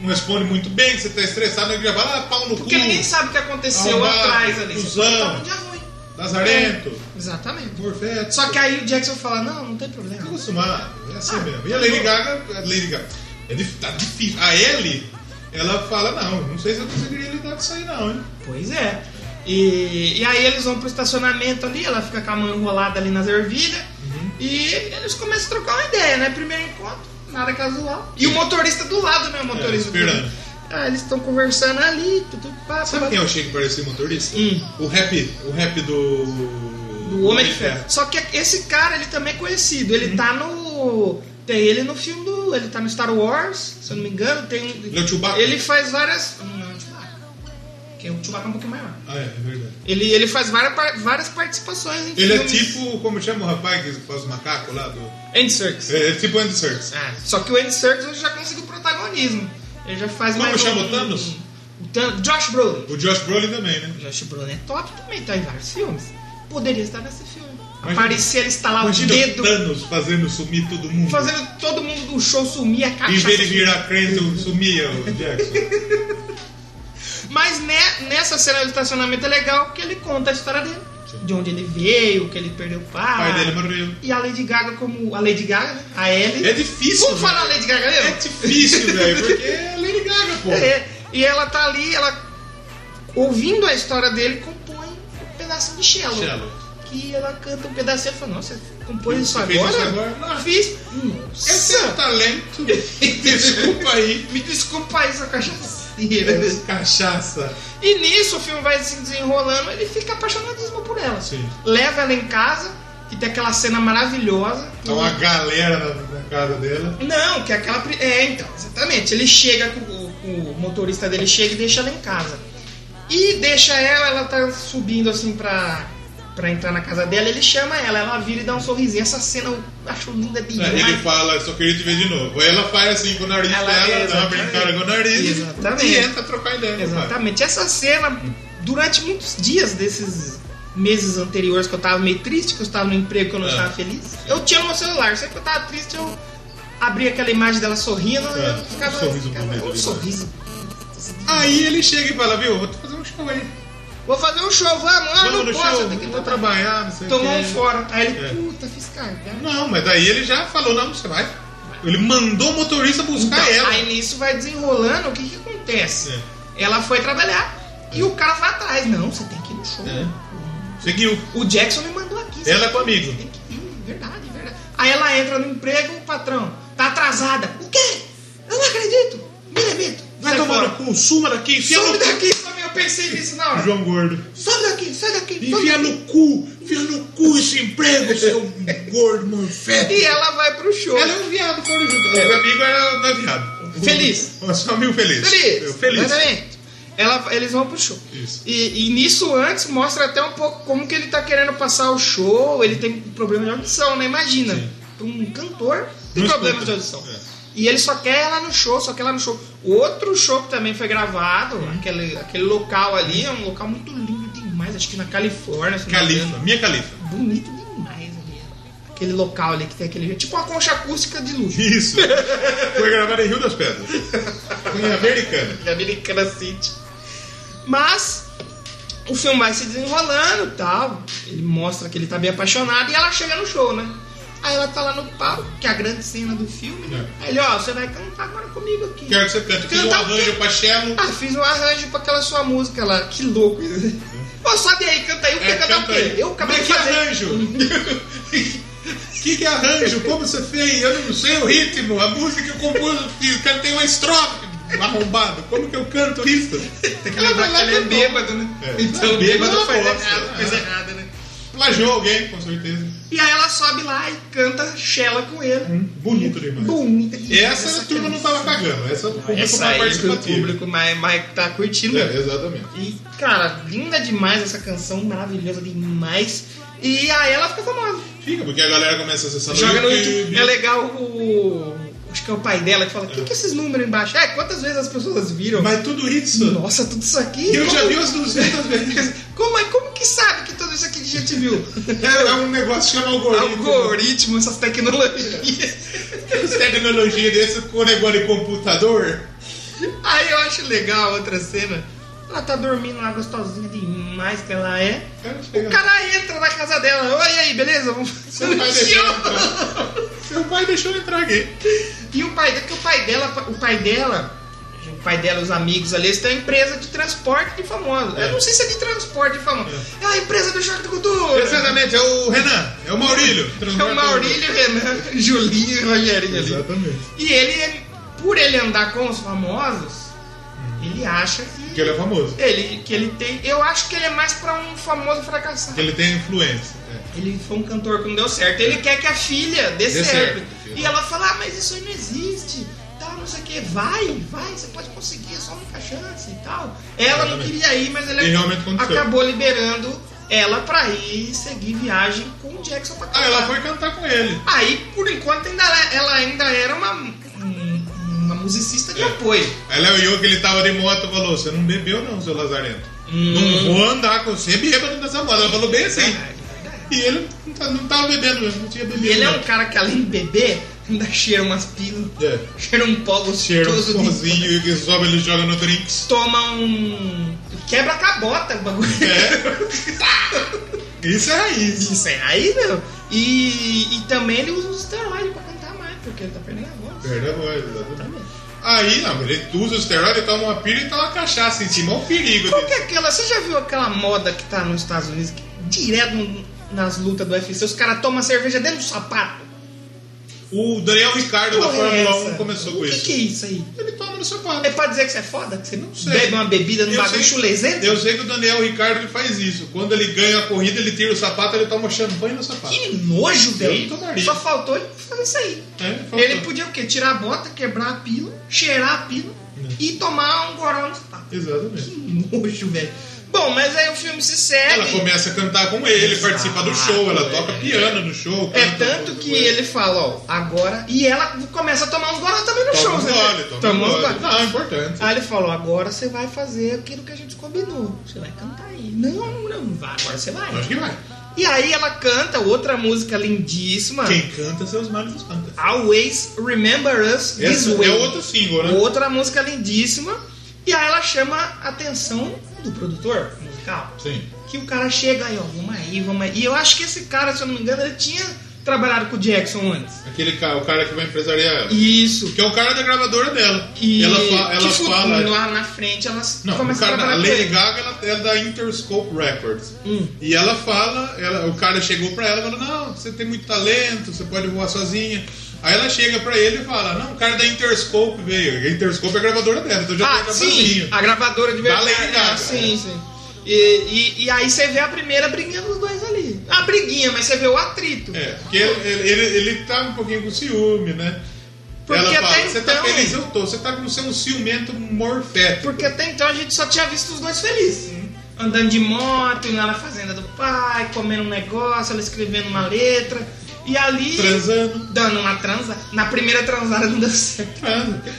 não responde muito bem, você tá estressado, ele já fala, ah, pau no
Porque
cu,
ninguém sabe o que aconteceu
Arrombado,
atrás ali. Você
cuzão.
tá num dia ruim.
lazarento,
Exatamente.
morfeto.
Só que aí o Jackson fala, não, não tem
Tá
problema.
acostumado, é assim
Ah,
mesmo. E a Lady Gaga, a Lady Gaga, é dif- tá difícil. A Ellie, ela fala, não, não sei se eu conseguiria lidar com isso aí não, hein.
Pois é. E, e aí eles vão pro estacionamento ali, ela fica com a mão enrolada ali nas ervilhas.
Uhum.
E eles começam a trocar uma ideia, né? Primeiro encontro, nada casual. E o motorista do lado, né? O motorista do
esperando.
lado. Ah, eles estão conversando ali, tudo passa.
Sabe quem é eu achei que parecia motorista?
Hum.
O rap, o rap do...
Do Homem de Ferro. Só que esse cara, ele também é conhecido. Ele
Uhum.
tá no. Tem ele no filme do. Ele tá no Star Wars, se eu não me engano. Tem um.
é o Chewbacca?
Ele faz várias. Não, é o Chewbacca. Porque o Chewbacca é um pouquinho maior.
Ah, é, é verdade.
Ele, ele faz várias, par- várias participações em
Ele é
filmes.
tipo, como chama o rapaz que faz o macaco lá do...
Andy Serkis.
É, é tipo Andy Serkis.
Ah, só que o Andy Serkis hoje já conseguiu protagonismo. Ele já faz
Como
mais
chama
um-
o Thanos?
o Thanos- Josh Brolin.
O Josh Brolin também, né?
O Josh Brolin é top também, tá em vários filmes. Poderia estar nesse filme.
Imagina-
Aparecer, ele instalar Ah, o
Imagina
dedo,
o Thanos fazendo sumir todo mundo.
fazendo todo mundo do show sumir a assim.
Em
cachaça.
vez de virar crente, eu sumia o Jackson.
Mas ne- nessa cena do estacionamento é legal que ele conta a história dele. De onde ele veio, que ele perdeu o
O
pai.
pai dele morreu.
E a Lady Gaga como... A Lady Gaga, né? a Ellie.
É difícil.
Vamos falar Lady Gaga mesmo?
É difícil, velho, porque é Lady Gaga, pô.
É, e ela tá ali, ela ouvindo a história dele, compõe um pedacinho de cello.
Cello.
Que ela canta um pedacinho e fala, nossa, compôs isso
Você fez
agora?
isso agora? Não.
Fiz.
Eu tenho
Nossa,
é talento. Desculpa aí.
um me desculpa aí, sua cachaceira.
é Cachaça.
e nisso o filme vai se desenrolando, ele fica apaixonadíssimo por ela.
Sim.
Leva ela em casa, que tem aquela cena maravilhosa.
Tá uma galera na, na casa dela.
Não, que é aquela. pri- É, então, exatamente. Ele chega, com- o, o motorista dele chega e deixa ela em casa. E deixa ela, ela tá subindo assim pra, pra entrar na casa dela, ele chama ela, ela vira e dá um sorrisinho. Essa cena eu acho linda
Aí
demais.
É, ele fala, só queria te ver de novo. Aí ela faz assim com o nariz
é? Ela-
dela, dá uma
exatamente.
brincada com o nariz.
Exatamente.
E entra a trocar ideia. com o pai.
Exatamente. Essa cena, durante muitos dias desses meses anteriores que eu tava meio triste, que eu estava no emprego que eu não
Ah.
estava feliz, eu tinha no meu celular. Sempre que eu tava triste, eu abria aquela imagem dela sorrindo e eu
um
ficava.
sorriso
ficava-
bonito né?
um
ali.
sorriso.
Aí ele chega e fala, viu, vou fazer um show aí.
Vou fazer um show, vamos, ah,
Vamos
não
no
posso, eu
show, Então
tenho que
vou
trabalhar.
trabalhar, não sei o
Tomou
quê.
um fora. Aí ele,
É.
puta, fiz carga.
Não, mas daí ele já falou, não, você vai. Ele mandou o motorista buscar Então tá ela.
Então, aí nisso vai desenrolando, o que que acontece?
É.
Ela foi trabalhar e o cara vai atrás. Não, você tem que ir no show.
É. Seguiu.
O Jackson me mandou aqui. você
Ela é
tem-
comigo.
Tem que ir, verdade, verdade. Aí ela entra no emprego, o patrão tá atrasada. O quê? Eu não acredito. Me demito.
Vai tomar no cu, suma daqui, enfia
Sobe
no cu.
daqui, sobe. Eu pensei nisso na hora.
João Gordo.
Sobe daqui, sai daqui. sobe
Enfia
daqui.
no cu, enfia no cu esse emprego, seu gordo morfeto.
E ela vai pro show.
Ela é um viado, foram junto. O amigo era da viado.
Feliz.
Nosso amigo feliz.
Feliz.
Feliz.
Exatamente. Ela, eles vão pro show.
Isso.
E, e nisso antes mostra até um pouco como que ele tá querendo passar o show. Ele tem problema de audição, né? Imagina. Um cantor tem
Não
problemas
escuta.
de audição.
É.
E ele só quer ela no show, só quer ela no show. Outro show que também foi gravado,
Uhum.
aquele, aquele local ali, é um local muito lindo demais, acho que na Califórnia. se não me
Califa,
engano.
minha califa.
Bonito demais ali. Aquele local ali que tem aquele. Tipo uma concha acústica de luxo.
Isso. Foi gravada em Rio das Pedras. Em Americana.
da Americana City. Mas o filme vai se desenrolando e tal. Ele mostra que ele tá bem apaixonado e ela chega no show, né? Aí ela tá lá no palco, que é a grande cena do filme, né?
É.
Aí ele, ó, você vai cantar agora comigo aqui.
Quero que você cante. Fiz um
Cantar o quê?
arranjo pra cello.
Ah, fiz um arranjo pra aquela sua música lá. Que louco isso. né? Pô, sobe aí, canta aí. O que
É,
cantar o
canta
quê?
aí.
tá Eu acabei
Mas
de
que
fazer.
arranjo? que, que arranjo? Como você fez? Eu não sei o ritmo. A música que eu compus, eu fiz, cantei uma estrofe arrombado. Como que eu canto isso?
Tem que lembrar que ele é bêbado, né?
É.
Então,
Bêbado é
bêbado
uma
faz
bosta.
errado, faz errado, né?
Plagiou alguém, com certeza.
E aí ela sobe lá e canta Shella com ele.
Bonito demais.
Bonita demais
Uhum. Essa,
essa
a turma não tava cagando. Essa o público
Essa
mais
aí que o
participativo.
público mais, mais tá curtindo.
É, exatamente.
E, cara, linda demais essa canção, maravilhosa demais. E aí ela fica famosa.
Fica, porque a galera começa a acessar
Joga no YouTube. É legal o. Acho que é o pai dela que fala: o que, que esses números embaixo? É, quantas vezes as pessoas viram?
Mas tudo isso,
Nossa, tudo isso aqui.
eu já
como-
vi umas 200 vezes.
Como, é- como que sabe que tudo isso aqui a gente viu?
É um negócio que chama algoritmo.
Algoritmo, essas tecnologias.
Essa tecnologia desse com o negócio de computador.
Aí eu acho legal a outra cena. Ela tá dormindo lá gostosinha demais que ela é.
Cara,
O cara entra na casa dela. Oi, e aí, beleza? Vamos fazer
Seu
um
pai deixou
show."
entrar. Seu pai deixou entrar aqui.
E o pai, que o pai dela, o pai dela, o pai dela, e os amigos ali, eles têm uma empresa de transporte de famosos.
É.
Eu não sei se é de transporte de famosos. É, a empresa do Choque de Cultura.
Exatamente, é o Renan, é o Maurílio.
É o Maurílio, Renan, Julinho e Rogerinho ali.
Exatamente.
E ele, por ele andar com os famosos, ele acha que
Porque ele é famoso,
ele, que ele tem. Eu acho que ele é mais pra um famoso fracassado.
que ele tem influência. É.
Ele foi um cantor que não deu certo. Ele quer que a filha dê,
Dê
certo.
certo.
E ela fala, ah, mas isso aí não existe. Tal, não sei o que. Vai, vai, você pode conseguir, é só uma única chance e tal. Ela não
Exatamente.
queria ir, mas
E
ele
realmente aconteceu.
acabou liberando ela pra ir seguir viagem com o Jackson pra
Ah,
cantar.
ela foi cantar com ele.
Aí, por enquanto, ainda, é, ela ainda era uma, um- uma musicista de
É.
apoio.
Aí Léo Yo, que ele tava de moto, falou: Você não bebeu, não, seu Lazarento.
Hum,
Não vou andar com você bêbado nessa moto. Ela falou bem assim. E ele não, tá- não tava bebendo mesmo, não tinha bebido.
E ele é
não.
um cara que, além de beber, ainda cheira umas pílulas.
É.
Cheira um pó gostoso.
Cheira um
de-
pãozinho e que sobe ele joga no drinks.
toma um. Quebra a cabota o bagulho.
Isso é raiz.
Isso é aí, meu. E, e também ele usa um esteroide pra cantar mais, porque ele tá perdendo a voz.
Perde a voz, exatamente. Aí, não, ele usa o esteroide, toma uma pira e toma uma cachaça em cima. É um perigo.
Qual
dele.
que é aquela? Você já viu aquela moda que tá nos Estados Unidos, que direto no- nas lutas do UFC, os caras tomam cerveja dentro do sapato?
O Daniel Ricardo da
Porra, é
Fórmula
essa?
1 começou
o
com
que
isso.
que é isso aí?
Ele toma no sapato.
É pra dizer que você é foda? Que você não
sei.
bebe uma bebida num
Eu
bagulho
sei-
chulezento?
Eu sei que o Daniel Ricardo ele faz isso. Quando ele ganha a corrida, ele tira o sapato, ele toma champanhe no sapato.
Que nojo, velho.
tomaria.
Só faltou ele fazer isso aí.
É, faltou.
Ele podia o quê? Tirar a bota, quebrar a pila, cheirar a pila e tomar um goró no sapato.
Exatamente.
Que nojo, velho. Bom, mas aí o filme se segue.
Ela começa a cantar com ele,
É Exato,
participa do show, ela
é.
toca piano no show.
É
canta um
tanto
com
que
ele.
ele fala, ó, agora. E ela começa a tomar uns goró também no
Toma
show,
um
né?
gole, toma um
uns
gole.
goró.
Não, é importante.
Aí ele falou, agora você vai fazer aquilo que a gente combinou. Você vai cantar aí. Não, não, não, vai, agora você vai.
Acho que vai.
E aí ela canta outra música lindíssima.
Quem canta seus males espanta.
Always Remember Us This
Essa
Way.
é outro single, né?
Outra música lindíssima. E aí ela chama a atenção do produtor musical.
Sim.
Que o cara chega aí, ó, vamos aí, vamos aí. E eu acho que esse cara, se eu não me engano, ele tinha trabalhado com o Jackson antes.
Aquele cara, o cara que vai empresariar ela.
Isso.
Que é o cara da gravadora dela.
E
ela fa-
que
ela
fu-
fala.
lá na frente elas
Não, o
começam a
cara, a
trabalhar com
Lady
ele.
Gaga ela é da Interscope Records.
Hum.
E ela fala, ela- o cara chegou pra ela e falou: Não, você tem muito talento, você pode voar sozinha. Aí ela chega pra ele e fala: Não, o cara da Interscope veio. A Interscope é a gravadora dela, então já
Ah,
tá
sim, a gravadora de
Da
verdade.
Lady Gaga,
Ah,
é.
sim, sim. E, e, e aí você vê a primeira briguinha dos dois ali. A briguinha, mas você vê o atrito.
É, porque ele, ele, ele- ele tá um pouquinho com ciúme, né?
Porque
ela fala:
até
Você tá
então-
feliz? Eu tô. Você tá com seu ciumento morfético.
Porque até então a gente só tinha visto os dois felizes. Andando de moto, indo lá na fazenda do pai, comendo um negócio, ela escrevendo uma letra. E ali.
Transando.
Dando uma transa. Na primeira transada não deu certo.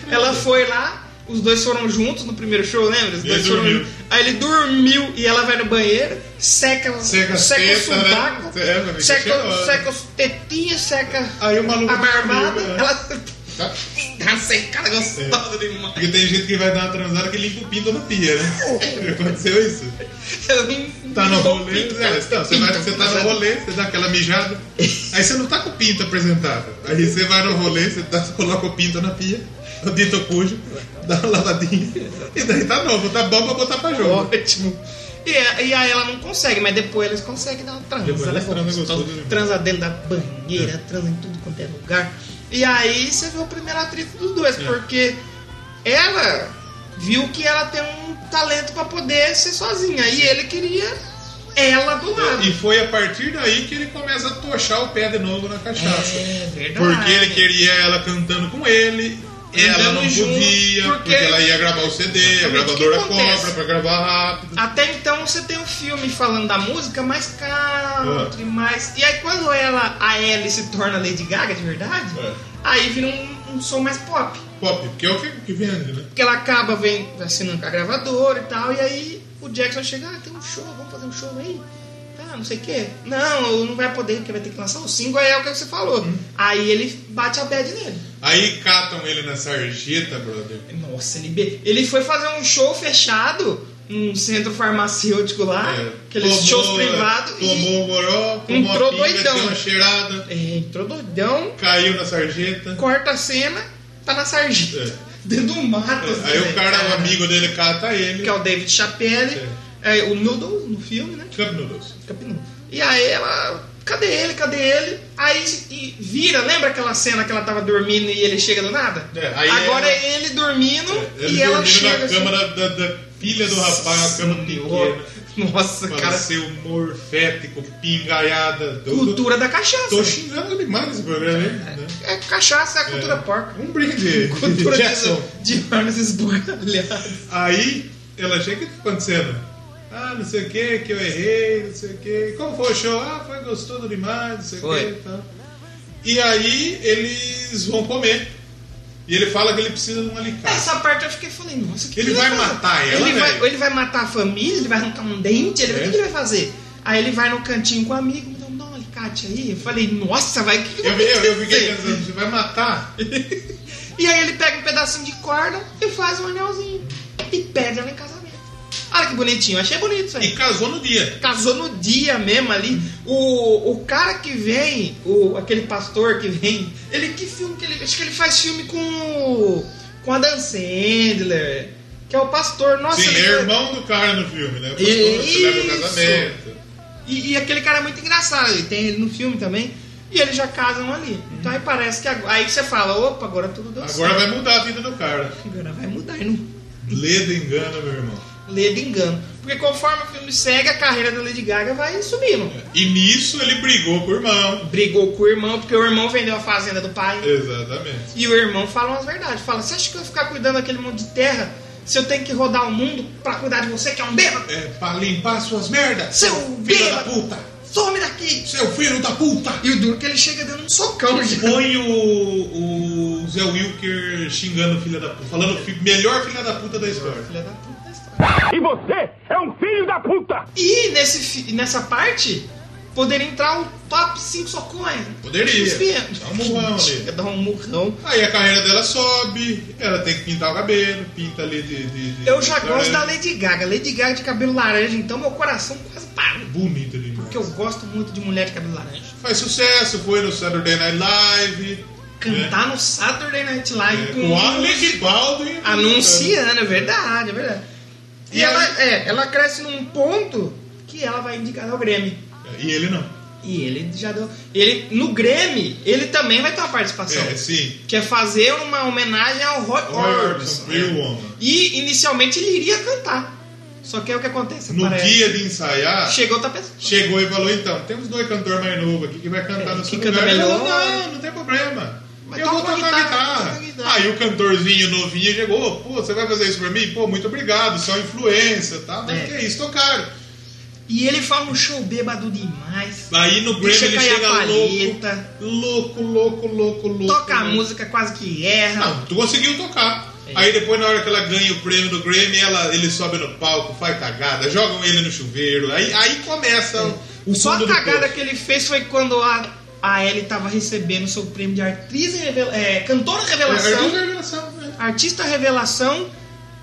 Ela foi lá, os dois foram juntos no primeiro show, lembra? Os
Ele
dois foram
dormiu.
juntos. Aí ele dormiu e ela vai no banheiro, seca, seca,
Seca as
o
tetas, né?
sovaco,
É, pra ver que
seca,
chegou.
seca os tetinhas, seca
Aí o maluco.
a barbada.
dormiu, né? É.
Ela
Tá?
dá uma secada gostosa demais.
Porque tem gente que vai dar uma transada que limpa o pinto na pia, né? Aconteceu isso?
Eu nem-
Tá no
nem
rolê,
pinto.
é, então, você, vai, você tá no rolê, você dá aquela mijada, aí você não tá com o pinto apresentável. Aí você vai no rolê, você dá- coloca o pinto na pia, o dito cujo, dá uma lavadinha, e daí tá novo, tá bom pra botar pra jogo.
Então, Ótimo. E, é, e aí ela não consegue, mas depois eles conseguem dar uma transa.
Depois eles
né?
transam gostoso demais.
transa dentro da banheira, transa em tudo quanto é lugar. E aí você viu a primeira atriz dos
É.
dois, porque ela viu que ela tem um talento pra poder ser sozinha. E ele queria ela do lado.
E foi a partir daí que ele começa a tochar o pé de novo na cachaça.
É verdade.
Porque ele queria ela cantando com ele, ela
Andando
não
junto,
podia, porque...
porque-
ela ia gravar o CD, a
Exatamente. O que
gravadora
acontece?
cobra pra gravar rápido.
Até então você tem um filme falando da música mais
Ah.
country, mais. E aí quando ela, a Ellie, se torna Lady Gaga de verdade,
É.
aí vira um, um som mais pop.
Pop, porque é o que, que vende, né?
Porque ela acaba vem, assinando com a gravadora e tal, e aí o Jackson chega, ah, tem um show, vamos fazer um show aí? Ah, não sei o quê. Não, não vai poder, porque vai ter que lançar o single, aí é o que você falou.
Uhum.
Aí ele bate a bad nele.
Aí catam ele na sarjeta, brother.
Nossa, ele, be- ele foi fazer um show fechado num centro farmacêutico lá,
É,
Ah, aqueles
tomou-
shows privados. e-
Tomou o goró, tomou
entrou
a pinga,
doidão.
deu uma cheirada,
É, entrou doidão,
caiu na sarjeta.
corta a cena, tá na sarjeta.
É.
Dentro do mato. assim,
Aí
né,
o cara, o
cara?
amigo dele, cata ele.
Que é o David Chapelle, é, o Noodle no filme, né?
Cup Noodles.
Capinão. E aí ela. Cadê ele? Cadê ele? Aí se- e vira, lembra aquela cena que ela tava dormindo e ele chega do nada?
É, aí
Agora
ela- É,
é ele dormindo
Ele
e ela
dormindo
chega.
na
assim,
cama da, da- da filha do rapaz, a cama
"Senhor".
pequena.
Nossa, cara.
Pareceu morfético, pingaiada. Eu tô-
Cultura da cachaça.
um Tô xingando demais esse programa, hein? né?
É cachaça, é a cultura
É.
porca.
Um brinde.
Cultura
Jackson.
de, de armas esborralhadas.
Aí ela chega o que tá acontecendo? Ah, não sei o que, que eu errei, não sei o que. Como foi o show? Ah, foi gostoso demais, não sei o
Foi.
que e tal. E aí eles vão comer. E ele fala que ele precisa de um alicate.
Essa parte eu fiquei falei, nossa, que
Ele
que
vai
fazer?
matar ela,
ele vai,
velho?
ou ele vai matar a família, ele vai arrancar um dente, ele, o
É.
que que ele vai fazer? Aí ele vai no cantinho com o amigo, me dá um- dá um alicate aí. Eu falei, nossa, vai, o que, que
Eu,
vai
eu, eu fiquei
acontecer?
pensando, você vai matar?
E aí ele pega um pedacinho de corda e faz um anelzinho. E pede ela em casamento. Olha que bonitinho, achei bonito isso aí.
E casou no dia.
casou no dia mesmo ali. O, o cara que vem, o, aquele pastor que vem, ele que filme que ele. Acho que ele faz filme com o- com a Dan Sandler, que é o pastor. Nossa,
Sim,
ele
é
foi-
irmão do cara no filme, né? O pastor,
Isso.
Você leva o casamento.
e, e aquele cara é muito engraçado, ele tem ele no filme também. E eles já casam ali. Então aí parece que agora, aí você fala, opa, agora tudo deu
Agora
certo.
vai mudar a vida do cara.
Agora vai mudar, e não
Leda engana, meu irmão.
lê de engano. Porque conforme o filme segue, a carreira da Lady Gaga vai subindo.
E nisso ele brigou com o irmão.
Brigou com o irmão, porque o irmão vendeu a fazenda do pai.
É. Exatamente.
E o irmão fala umas verdades. Fala, você acha que eu vou ficar cuidando daquele monte de terra se eu tenho que rodar o mundo pra cuidar de você, que é um bêbado?
É, pra limpar suas merdas.
Seu
filho da
bêbado.
puta.
Some daqui!
Seu filho da puta.
E o duro que ele chega dando um socão já.
Põe o, o Zé Wilker xingando o filho da puta. Falando o fi- melhor filho da puta da história.
Filha da puta da história.
E você é um filho da puta!
E nesse, fi- nessa parte, poderia entrar o top 5 socões.
Poderia.
Espia.
Dá um murrão ali.
Chega, Dá um murrão.
Aí a carreira dela sobe, ela tem que pintar o cabelo, pinta ali de. de- de-
Eu já
de
gosto da
laranja.
Lady Gaga. Lady Gaga de cabelo laranja, então meu coração quase parou.
Bonita demais.
Porque eu gosto muito de mulher de cabelo laranja.
Faz sucesso, foi no Saturday Night Live.
Cantar no Saturday Night Live
É,
com um
com Alec Baldwin.
Anunciando, é verdade, é verdade. E
E
ela, é, ela cresce num ponto que ela vai indicar ao Grêmio.
E ele não.
E ele já deu. Ele, no Grêmio, ele também vai ter uma participação.
É, sim.
Que é fazer uma homenagem ao Roy
Roy
Orbison. né?
Orbison, Real Woman.
E inicialmente ele iria cantar. Só que é o que acontece.
No
parece.
dia de ensaiar,
Chegou outra pessoa.
chegou e falou: então, temos dois cantores mais novos aqui que vai cantar
É,
no
que
seu
canta
lugar. Ele
melhor.
falou: não, não tem problema.
Mas
eu
toca
vou
uma
tocar
guitarra,
guitarra.
toca uma guitarra.
Aí o cantorzinho novinho chegou: pô, você vai fazer isso pra mim? Pô, muito obrigado, só influência, tá? Mas
É.
que é isso, tocaram.
E ele faz um show bêbado demais.
Aí no Grammy
Deixa
ele
cair a
chega
palheta.
louco, louco, louco, louco, louco. né?
Toca a
louco.
música, quase que erra.
Não, tu conseguiu tocar.
É.
Aí depois, na hora que ela ganha o prêmio do Grammy, ela, ele sobe no palco, faz cagada, jogam ele no chuveiro. Aí, aí começa o
Só
fundo
a
do
cagada
poço.
que ele fez foi quando a, a Ellie tava recebendo seu prêmio de atriz revela é, cantora
É,
revelação,
artista revelação, né?
artista revelação,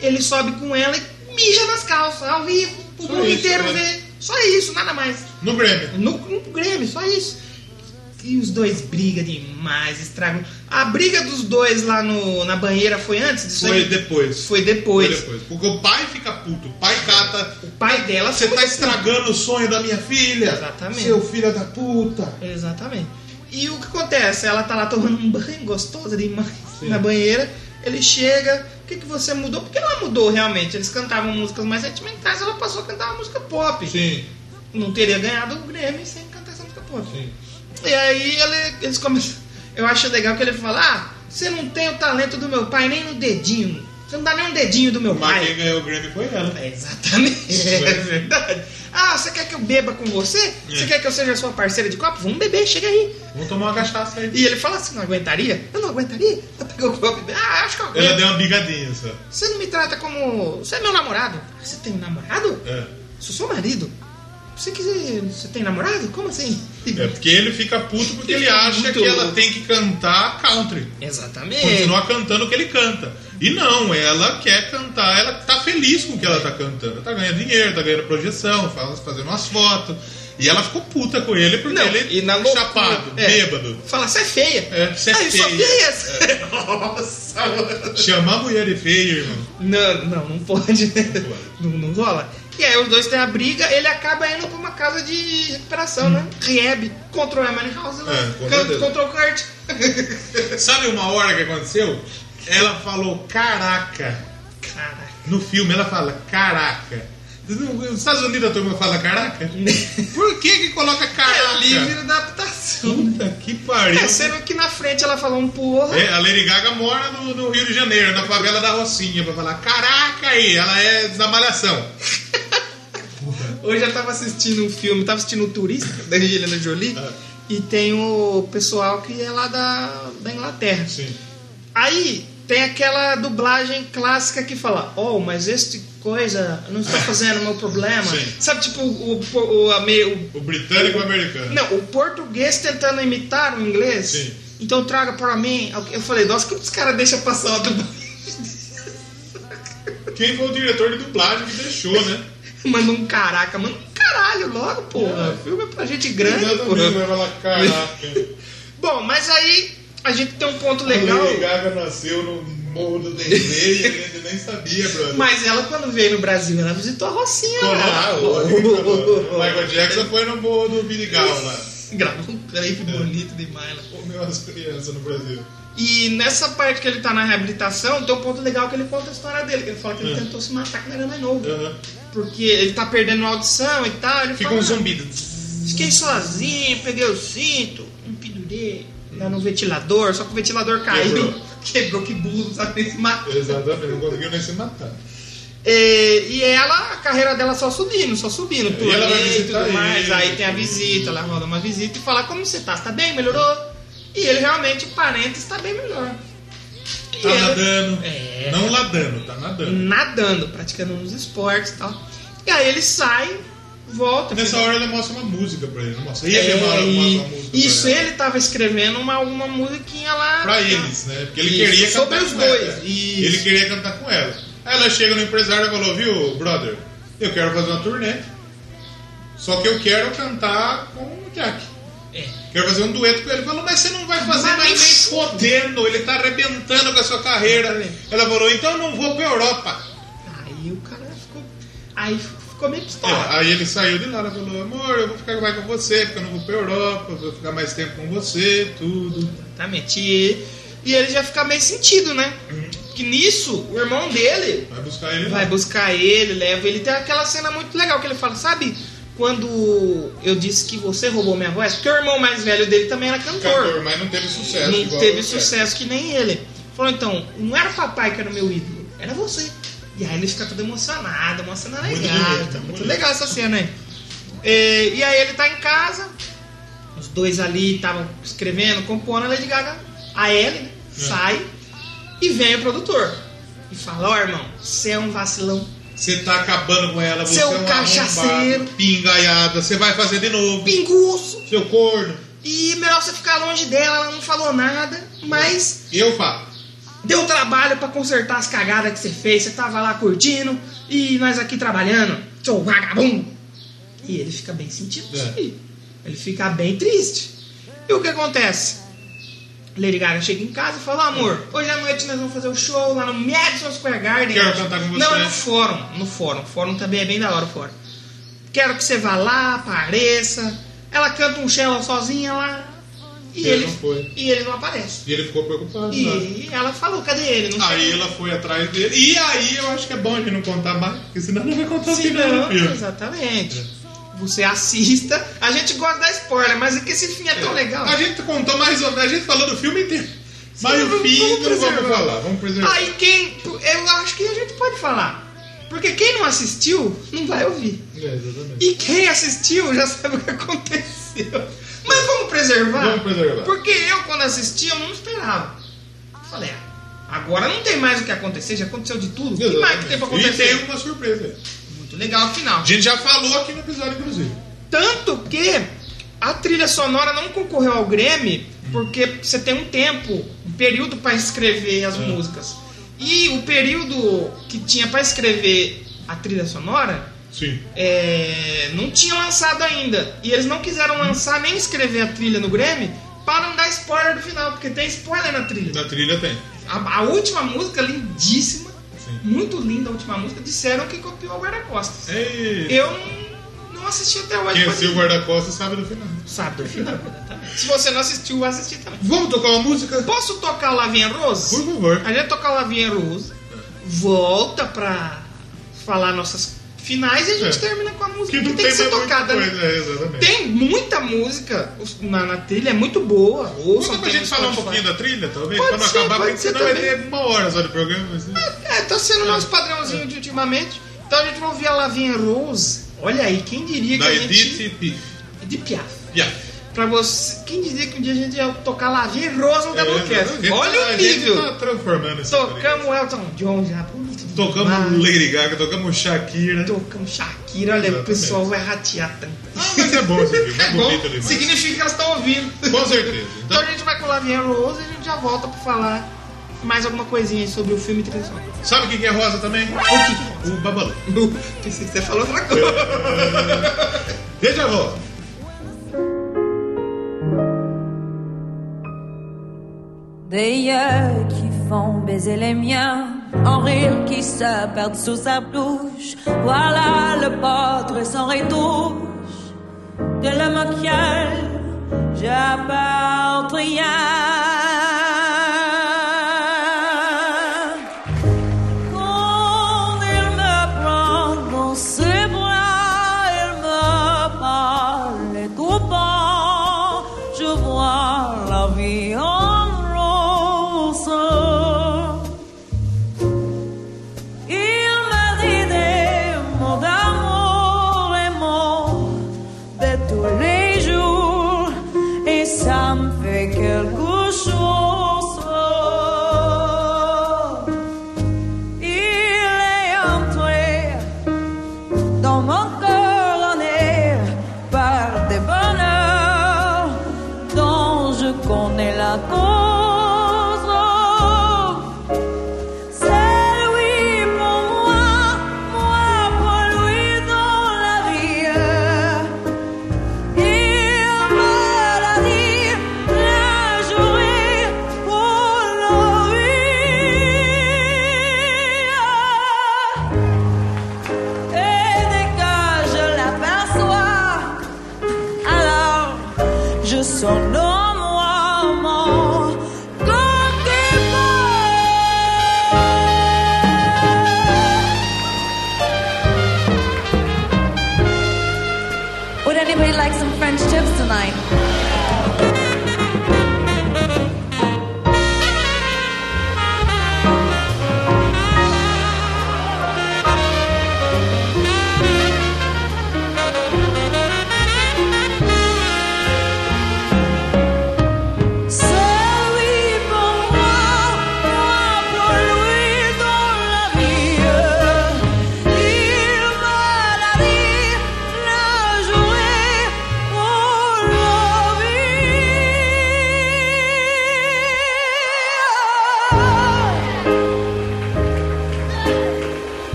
ele sobe com ela e mija nas calças, ao vivo, pro
Só
mundo
isso,
inteiro
né?
ver. Só isso, nada mais. É
No Grammy.
No, no Grêmio, só isso. E os dois brigam demais, estragam. A briga dos dois lá no, na banheira foi antes disso
Foi
aí?
depois.
Foi depois.
Foi depois. Porque o pai fica puto. O pai cata.
O pai dela
Você
foi
tá estragando o sonho da minha filha.
Exatamente.
Seu filho é da puta.
Exatamente. E o que acontece? Ela tá lá tomando um banho gostoso demais na banheira. Ele chega, o que, que você mudou? Porque ela mudou realmente. Eles cantavam músicas mais sentimentais, ela passou a cantar uma música pop.
Sim,
Não teria ganhado o Grêmio sem cantar essa música pop.
sim.
E aí ele- eles começam. Eu acho legal que ele fala: Ah, você não tem o talento do meu pai, nem no dedinho. Você não dá nem um dedinho do meu
Mas
pai.
quem ganhou o Grammy foi ela.
É, Exatamente. É verdade. Ah, você quer que eu beba com você? Você
É.
quer que eu seja sua parceira de copo? Vamos beber, chega aí.
Vamos tomar uma cachaça aí.
E ele fala assim, não aguentaria? Eu não aguentaria? Ela pegou o copo e Ah, acho que eu
Ela
aguento.
deu uma bigadinha só.
Você não me trata como... Você é meu namorado. Você tem um namorado?
É.
Sou seu marido. Você quiser... Você tem namorado? Como assim?
É porque ele fica puto porque ele
Fica
acha
muito
que ela
louco. É.
tem que cantar country.
Exatamente.
Continuar cantando o que ele canta. E não, ela quer cantar, ela tá feliz com o que ela tá cantando. Ela tá ganhando dinheiro, tá ganhando projeção, faz- fazendo umas fotos. E ela ficou puta com ele porque
Não,
ele
e na loucura,
chapado,
é.
bêbado.
Fala, você é feia.
É, você é
ah, eu sou
feia. É.
feia. Nossa, mano.
Chamar a mulher de feio, irmão.
Não, não, não pode. né?
pode.
Não, não rola. E aí os dois têm a briga, ele acaba indo pra uma casa de recuperação, né? Rehab. Control a Money House lá.
Hum. É, com
Can-
certeza.
Control Kurt.
Sabe uma hora que aconteceu? Ela falou, caraca.
Caraca.
No filme ela fala, caraca. Nos Estados Unidos a turma fala caraca? Por que que coloca
É
caraca?
livre da adaptação.
Puta que pariu.
É, sendo que na frente ela falou um porra.
É, a Lady Gaga mora no, no Rio de Janeiro, na favela da Rocinha, pra falar, caraca aí, ela é da malhação.
Hoje eu tava assistindo um filme, tava assistindo o Turista, da Angelina Jolie,
Ah.
e tem o pessoal que é lá da, da Inglaterra.
Sim.
Aí tem aquela dublagem clássica que fala, oh, mas este coisa não está fazendo o meu problema.
Sim.
Sabe, tipo, o, o, o, ame- o-
O britânico e o americano.
não, o português tentando imitar o inglês.
Sim.
Então traga para mim. Eu falei, nossa, como os caras deixam passar uma dublagem?
Quem foi o diretor de dublagem que deixou, né?
Manda um caraca, manda um caralho logo, porra.
É.
O filme é pra gente grande,
Exatamente, vai
porra.
falar, caraca.
Bom, mas aí a gente tem um ponto
A
legal.
Lady Gaga nasceu no morro do Dendê e a gente nem sabia, brother.
Mas ela, quando veio no Brasil, ela visitou a Rocinha. né?
Pô, lá,
lá.
o- o Michael Ah, Jackson foi no morro do Vidigal lá.
Gravou um clipe bonito demais lá.
Comeu as crianças no Brasil.
E nessa parte que ele tá na reabilitação, tem um ponto legal que ele conta a história dele, que ele fala que ele
É.
tentou se matar quando era mais novo.
Aham.
Porque ele tá perdendo a audição e tal. Ele
Fica
fala,
um
"Ah,
zumbido.
Fiquei sozinho, peguei o cinto, me pendurei lá no ventilador, só que o ventilador caiu.
Quebrou.
Quebrou, que burro, não sabe nem se matar.
Exatamente, não conseguiu nem se matar.
É, e ela, a carreira dela só subindo, só subindo.
E ela vai
turnê e
visitar
tudo mais.
ele.
Aí tem a visita, ela rola uma visita e fala como você tá, você tá bem, melhorou? E ele realmente, parente, está bem melhor. E
Tá
ela-
nadando.
É.
Não ladando, tá nadando.
nadando, praticando uns esportes e tal. E aí ele sai, volta.
Nessa
fica-
hora ele mostra uma música pra ele. Não mostra. Ia
É,
filmar uma, uma música.
isso,
pra, ela.
ele tava escrevendo uma, uma musiquinha lá.
pra eles, né? Porque ele
Isso,
queria
sobre
cantar
os
com
dois,
ela. né?
isso.
Ele queria cantar com ela. Aí ela chega no empresário e falou: Viu, brother, eu quero fazer uma turnê. Só que eu quero cantar com o Jack.
É.
Quero fazer um dueto com ele. Ele falou, mas você não vai fazer
Mas
mais nem
nem
fodendo. Ele tá arrebentando com a sua carreira. Ela falou, então eu não vou pra Europa.
Aí o cara ficou. Aí ficou meio pistola.
É, aí ele saiu de lá, ela falou, amor, eu vou ficar mais com você, porque eu não vou pra Europa, eu vou ficar mais tempo com você, tudo.
Exatamente. E, e ele já fica meio sentido, né?
Uhum.
Que nisso, o irmão dele
Vai buscar ele lá.
vai buscar ele, leva ele. Tem aquela cena muito legal que ele fala, sabe? Quando eu disse que você roubou minha voz, porque o irmão mais velho dele também era
Cantor, mas não teve sucesso.
não
igual
teve
eu quero.
sucesso que nem ele. Falou, então, não era o papai que era o meu ídolo, era você. E aí ele fica todo emocionado, uma cena
Muito
legal.
bonito,
tá muito
bonito.
legal essa cena aí. É, e aí ele tá em casa, os dois ali estavam escrevendo, compondo, a Lady Gaga, a Ellie, né,
É.
sai e vem o produtor. E fala, ó irmão, você é um vacilão.
Você tá acabando com ela, você
Seu
é um
cachaceiro.
arrombado, pingaiada, você vai fazer de novo.
Pinguço!
Seu corno.
E melhor você ficar longe dela, ela não falou nada, mas
Eu falo.
deu trabalho pra consertar as cagadas que você fez, você tava lá curtindo e nós aqui trabalhando, seu vagabundo. E ele fica bem sentido disso
É.
aí. Ele fica bem triste. E o que acontece? Lady Gaga chega em casa e fala: amor, hoje à noite nós vamos fazer o show lá no Madison Square Garden.
Quero cantar com você.
Não, é no fórum. No fórum. O fórum também é bem da hora o fórum. Quero que você vá lá, apareça. Ela canta um cello sozinha lá. E
Ele
ele,
não foi.
e ele não aparece.
E ele ficou preocupado. sabe?
E ela falou, cadê ele? Não
Aí ela foi atrás dele. E aí eu acho que é bom a gente não contar mais, porque senão não vai contar o
Se
final do
não,
filme.
exatamente. Você assista. A gente gosta da spoiler, mas é que esse fim é tão legal.
A gente contou mais ou menos, a gente falou do filme inteiro. Mas
Vamos-
o fim
vamos
não vamos
preservar.
falar, vamos preservar.
Aí quem. Eu acho que a gente pode falar. Porque quem não assistiu, não vai ouvir.
É, exatamente.
E quem assistiu já sabe o que aconteceu. Mas vamos preservar.
Vamos preservar.
Porque eu, quando assisti, eu não esperava. Falei, ah, agora não tem mais o que acontecer, já aconteceu de tudo. O que mais que tem pra
e
acontecer?
tem uma surpresa.
Muito legal o final.
A gente já falou aqui no episódio, inclusive.
Tanto que a trilha sonora não concorreu ao Grammy porque você tem um tempo, um período para escrever
É.
as músicas. E o período que tinha para escrever a trilha sonora
Sim.
é, não tinha lançado ainda. E eles não quiseram lançar nem escrever a trilha no Grammy para não dar spoiler do final, porque tem spoiler na trilha.
Na trilha tem.
A, a última música, lindíssima,
Sim.
muito linda a última música, disseram que copiou o guarda-costas.
Ei,
Eu não- não assisti até hoje.
quem
mas-
assistiu o guarda-costas sabe né? do final.
Sabe do final, exatamente. Se você não assistiu, vai assistir também.
Vamos tocar uma música?
Posso tocar o Lavinha Rose?
Por favor.
A gente tocar o Lavinha Rose, volta pra falar nossas finais e a gente
É.
termina com a música
Que
que,
não
tem, que ser
mais muita
tocada. né?
coisa, é, exatamente.
Tem muita música na, na trilha, é muito boa. Ouçam,
Conta pra
tem
gente
no
falar um
Spotify.
pouquinho da trilha, talvez,
Pode
pra não
ser,
acabar,
pode
porque
ser
senão vai
também.
ter uma hora só de programa. Assim.
É, tá sendo nosso padrãozinho de ultimamente. Então a gente vai ouvir a Lavinha Rose. Olha aí, quem diria que
Da
a gente. É
Edith Piaf.
De Piaf.
Piaf.
Pra você. Quem dizia que um dia a gente ia tocar Lavinha Rose no Doublecast?
É, exatamente.
Olha
A
o
gente
nível!
Tá transformando esse
Tocamos Elton John já, bonito demais.
Tocamos Lady Gaga, tocamos Shakira.
Tocamos Shakira, olha, o
Exatamente.
pessoal vai ratear tanto.
Ah, mas é bom esse filme, é bonito demais.
significa que elas estão ouvindo.
Com certeza.
Então
Então,
a gente vai com Lavinha Rose e a gente já volta pra falar mais alguma coisinha aí sobre o filme tradicional.
sabe o que que é rosa também?
O
O Babalu.
que? Pensei que você falou outra coisa.
Veja a volta.
Des yeux qui font baiser les miens, en rire qui se perdent sous sa bouche. Voilà le portrait sans retouche de l'homme auquel j'appartiens. Quand il me prend dans ses bras, il me parle et tout bas. Je vois la vie en rose. Il me dit des mots d'amour, les mots de tous les jours, et ça me fait quelque chose. Il est entré dans mon cœur en air par des bonheurs dont je connais la cause. C'est lui pour moi, moi pour lui dans la vie. Il me l'a dit, la journée pour l'envie. Et dès que je l'aperçois, alors je sonne en moi mon Would anybody like some French chips tonight?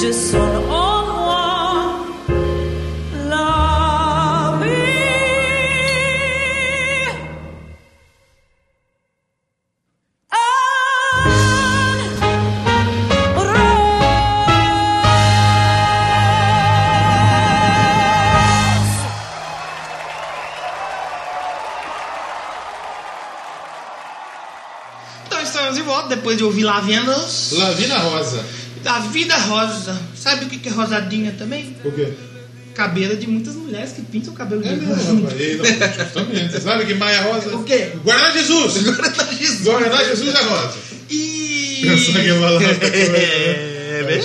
je sonne en moi la vie. Anne Rose.
Então estamos de volta depois de ouvir Lavendas.
Lavina Rosa.
A vida rosa. Sabe o que que é rosadinha também?
O quê?
Cabelo de muitas mulheres que pintam o cabelo de
É mesmo,
rosa.
rapaz. Ei, não, justamente. Você sabe que Maia Rosa.
O quê?
Guaraná Jesus! Guaraná Jesus é rosa.
tá E.
Pensou que ia falar outra coisa,
É,
né?
verdade,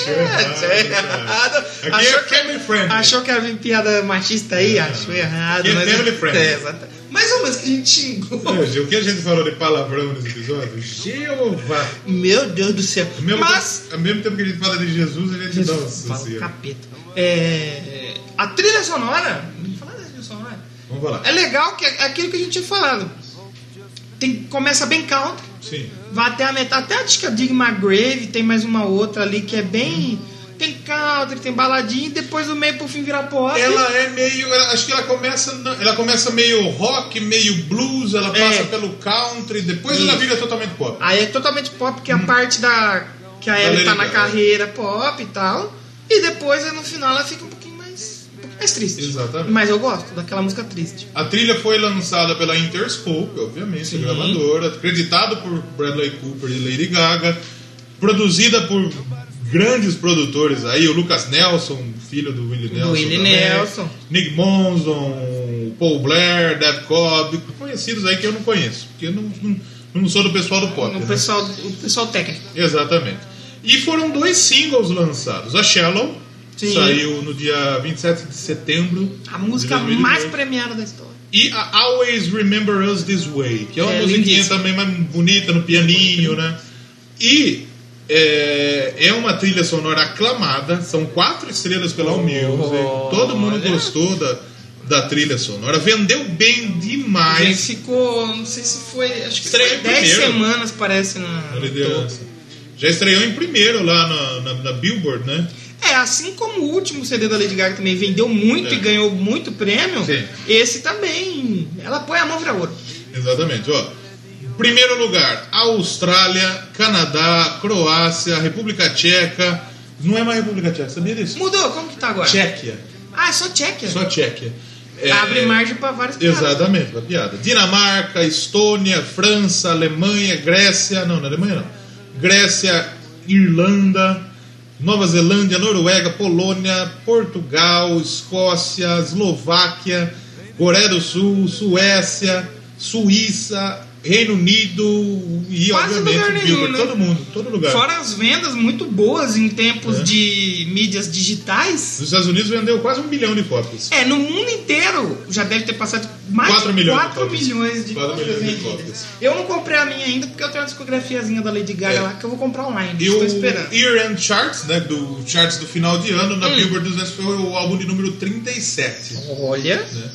Achou
é
errado,
errado.
Aqui
Achou
é family friendly.
Achou que havia piada machista aí? Achou errado.
Aqui é
mas-
family friendly.
É, exato. Mais ou menos que a gente xingou.
Meu Deus, O que a gente falou de palavrão nesse episódio? Jeová!
Meu Deus do céu.
Ao mesmo
Mas.
tempo- ao mesmo tempo que a gente fala de Jesus, a gente dança.
Fala,
assim, ó.
capeta. É, a trilha sonora. Vamos falar da trilha sonora?
Vamos falar.
É legal que é aquilo que a gente tinha falado. Tem, começa bem country,
Sim.
vai até a metade. Até acho que a Dig Grave tem mais uma outra ali que é bem. Tem country, tem baladinha, e depois do meio pro fim virar pop.
Ela é meio. ela- acho que ela começa, na- ela começa meio rock, meio blues, ela
É.
passa pelo country, depois
Isso.
ela vira totalmente pop.
Aí é totalmente pop, porque a parte da. que a Ellie tá na
Lady Gaga.
carreira pop e tal. E depois no final ela fica um pouquinho mais. um pouquinho mais triste.
Exatamente.
Mas eu gosto daquela música triste.
A trilha foi lançada pela Interscope, obviamente, a gravadora, acreditado por Bradley Cooper e Lady Gaga, produzida por grandes produtores aí, o Lucas Nelson, filho do Willie Nelson,
Willie
também,
Nelson.
Nick Monson, Paul Blair, Deb Cobb, conhecidos aí que eu não conheço, porque eu não, não, não sou do pessoal do pop.
O
né?
pessoal, o pessoal técnico.
Exatamente. E foram dois singles lançados. A Shallow
Sim.
saiu no dia 27 de setembro.
A música
de 2018.
mais premiada da história.
E a Always Remember Us This Way, que é uma
É,
musiquinha
lindíssima.
também mais bonita, no pianinho, né? E é, é uma trilha sonora aclamada, são quatro estrelas
Oh,
pela Allmusic, todo mundo gostou da, da trilha sonora, vendeu bem
Ele
demais.
ficou, não sei se foi, acho que
Estreia
foi 10
primeiro.
semanas, parece, na.
a
no
liderança. Já estreou em primeiro lá na- na- na Billboard, né?
topo. É, assim como o último CD da Lady Gaga também vendeu muito
É.
e ganhou muito prêmio,
Sim.
esse também. Ela põe a mão vira ouro.
Exatamente, ó. Primeiro lugar, Austrália, Canadá, Croácia, República Tcheca. Não é mais República Tcheca, sabia disso?
Mudou, como que tá agora?
Tchequia.
Ah, é só Tchequia.
Só Tchequia. É,
Abre margem pra várias piadas.
Exatamente, uma piada. Dinamarca, Estônia, França, Alemanha, Grécia. Não, não é Alemanha não. Grécia, Irlanda, Nova Zelândia, Noruega, Polônia, Portugal, Escócia, Eslováquia, Coreia do Sul, Suécia, Suíça, Reino Unido e
Quase
obviamente
lugar
o
nenhum,
Billboard.
né?
Todo mundo, todo lugar.
Fora as vendas muito boas em tempos
É.
de mídias digitais.
Nos Estados Unidos vendeu quase um milhão de cópias.
É, no mundo inteiro já deve ter passado mais
Quatro
de
milhões de
4
cópias.
milhões de
Quatro
cópias
milhões de
vendidas.
cópias.
Eu não comprei a minha ainda porque eu tenho uma discografiazinha da Lady Gaga
É.
lá que eu vou comprar online.
E
Estou
o
esperando.
Year End Charts, né, do Charts do final de ano,
Hum.
na Billboard 200 foi o álbum de número 37.
Olha.
Né?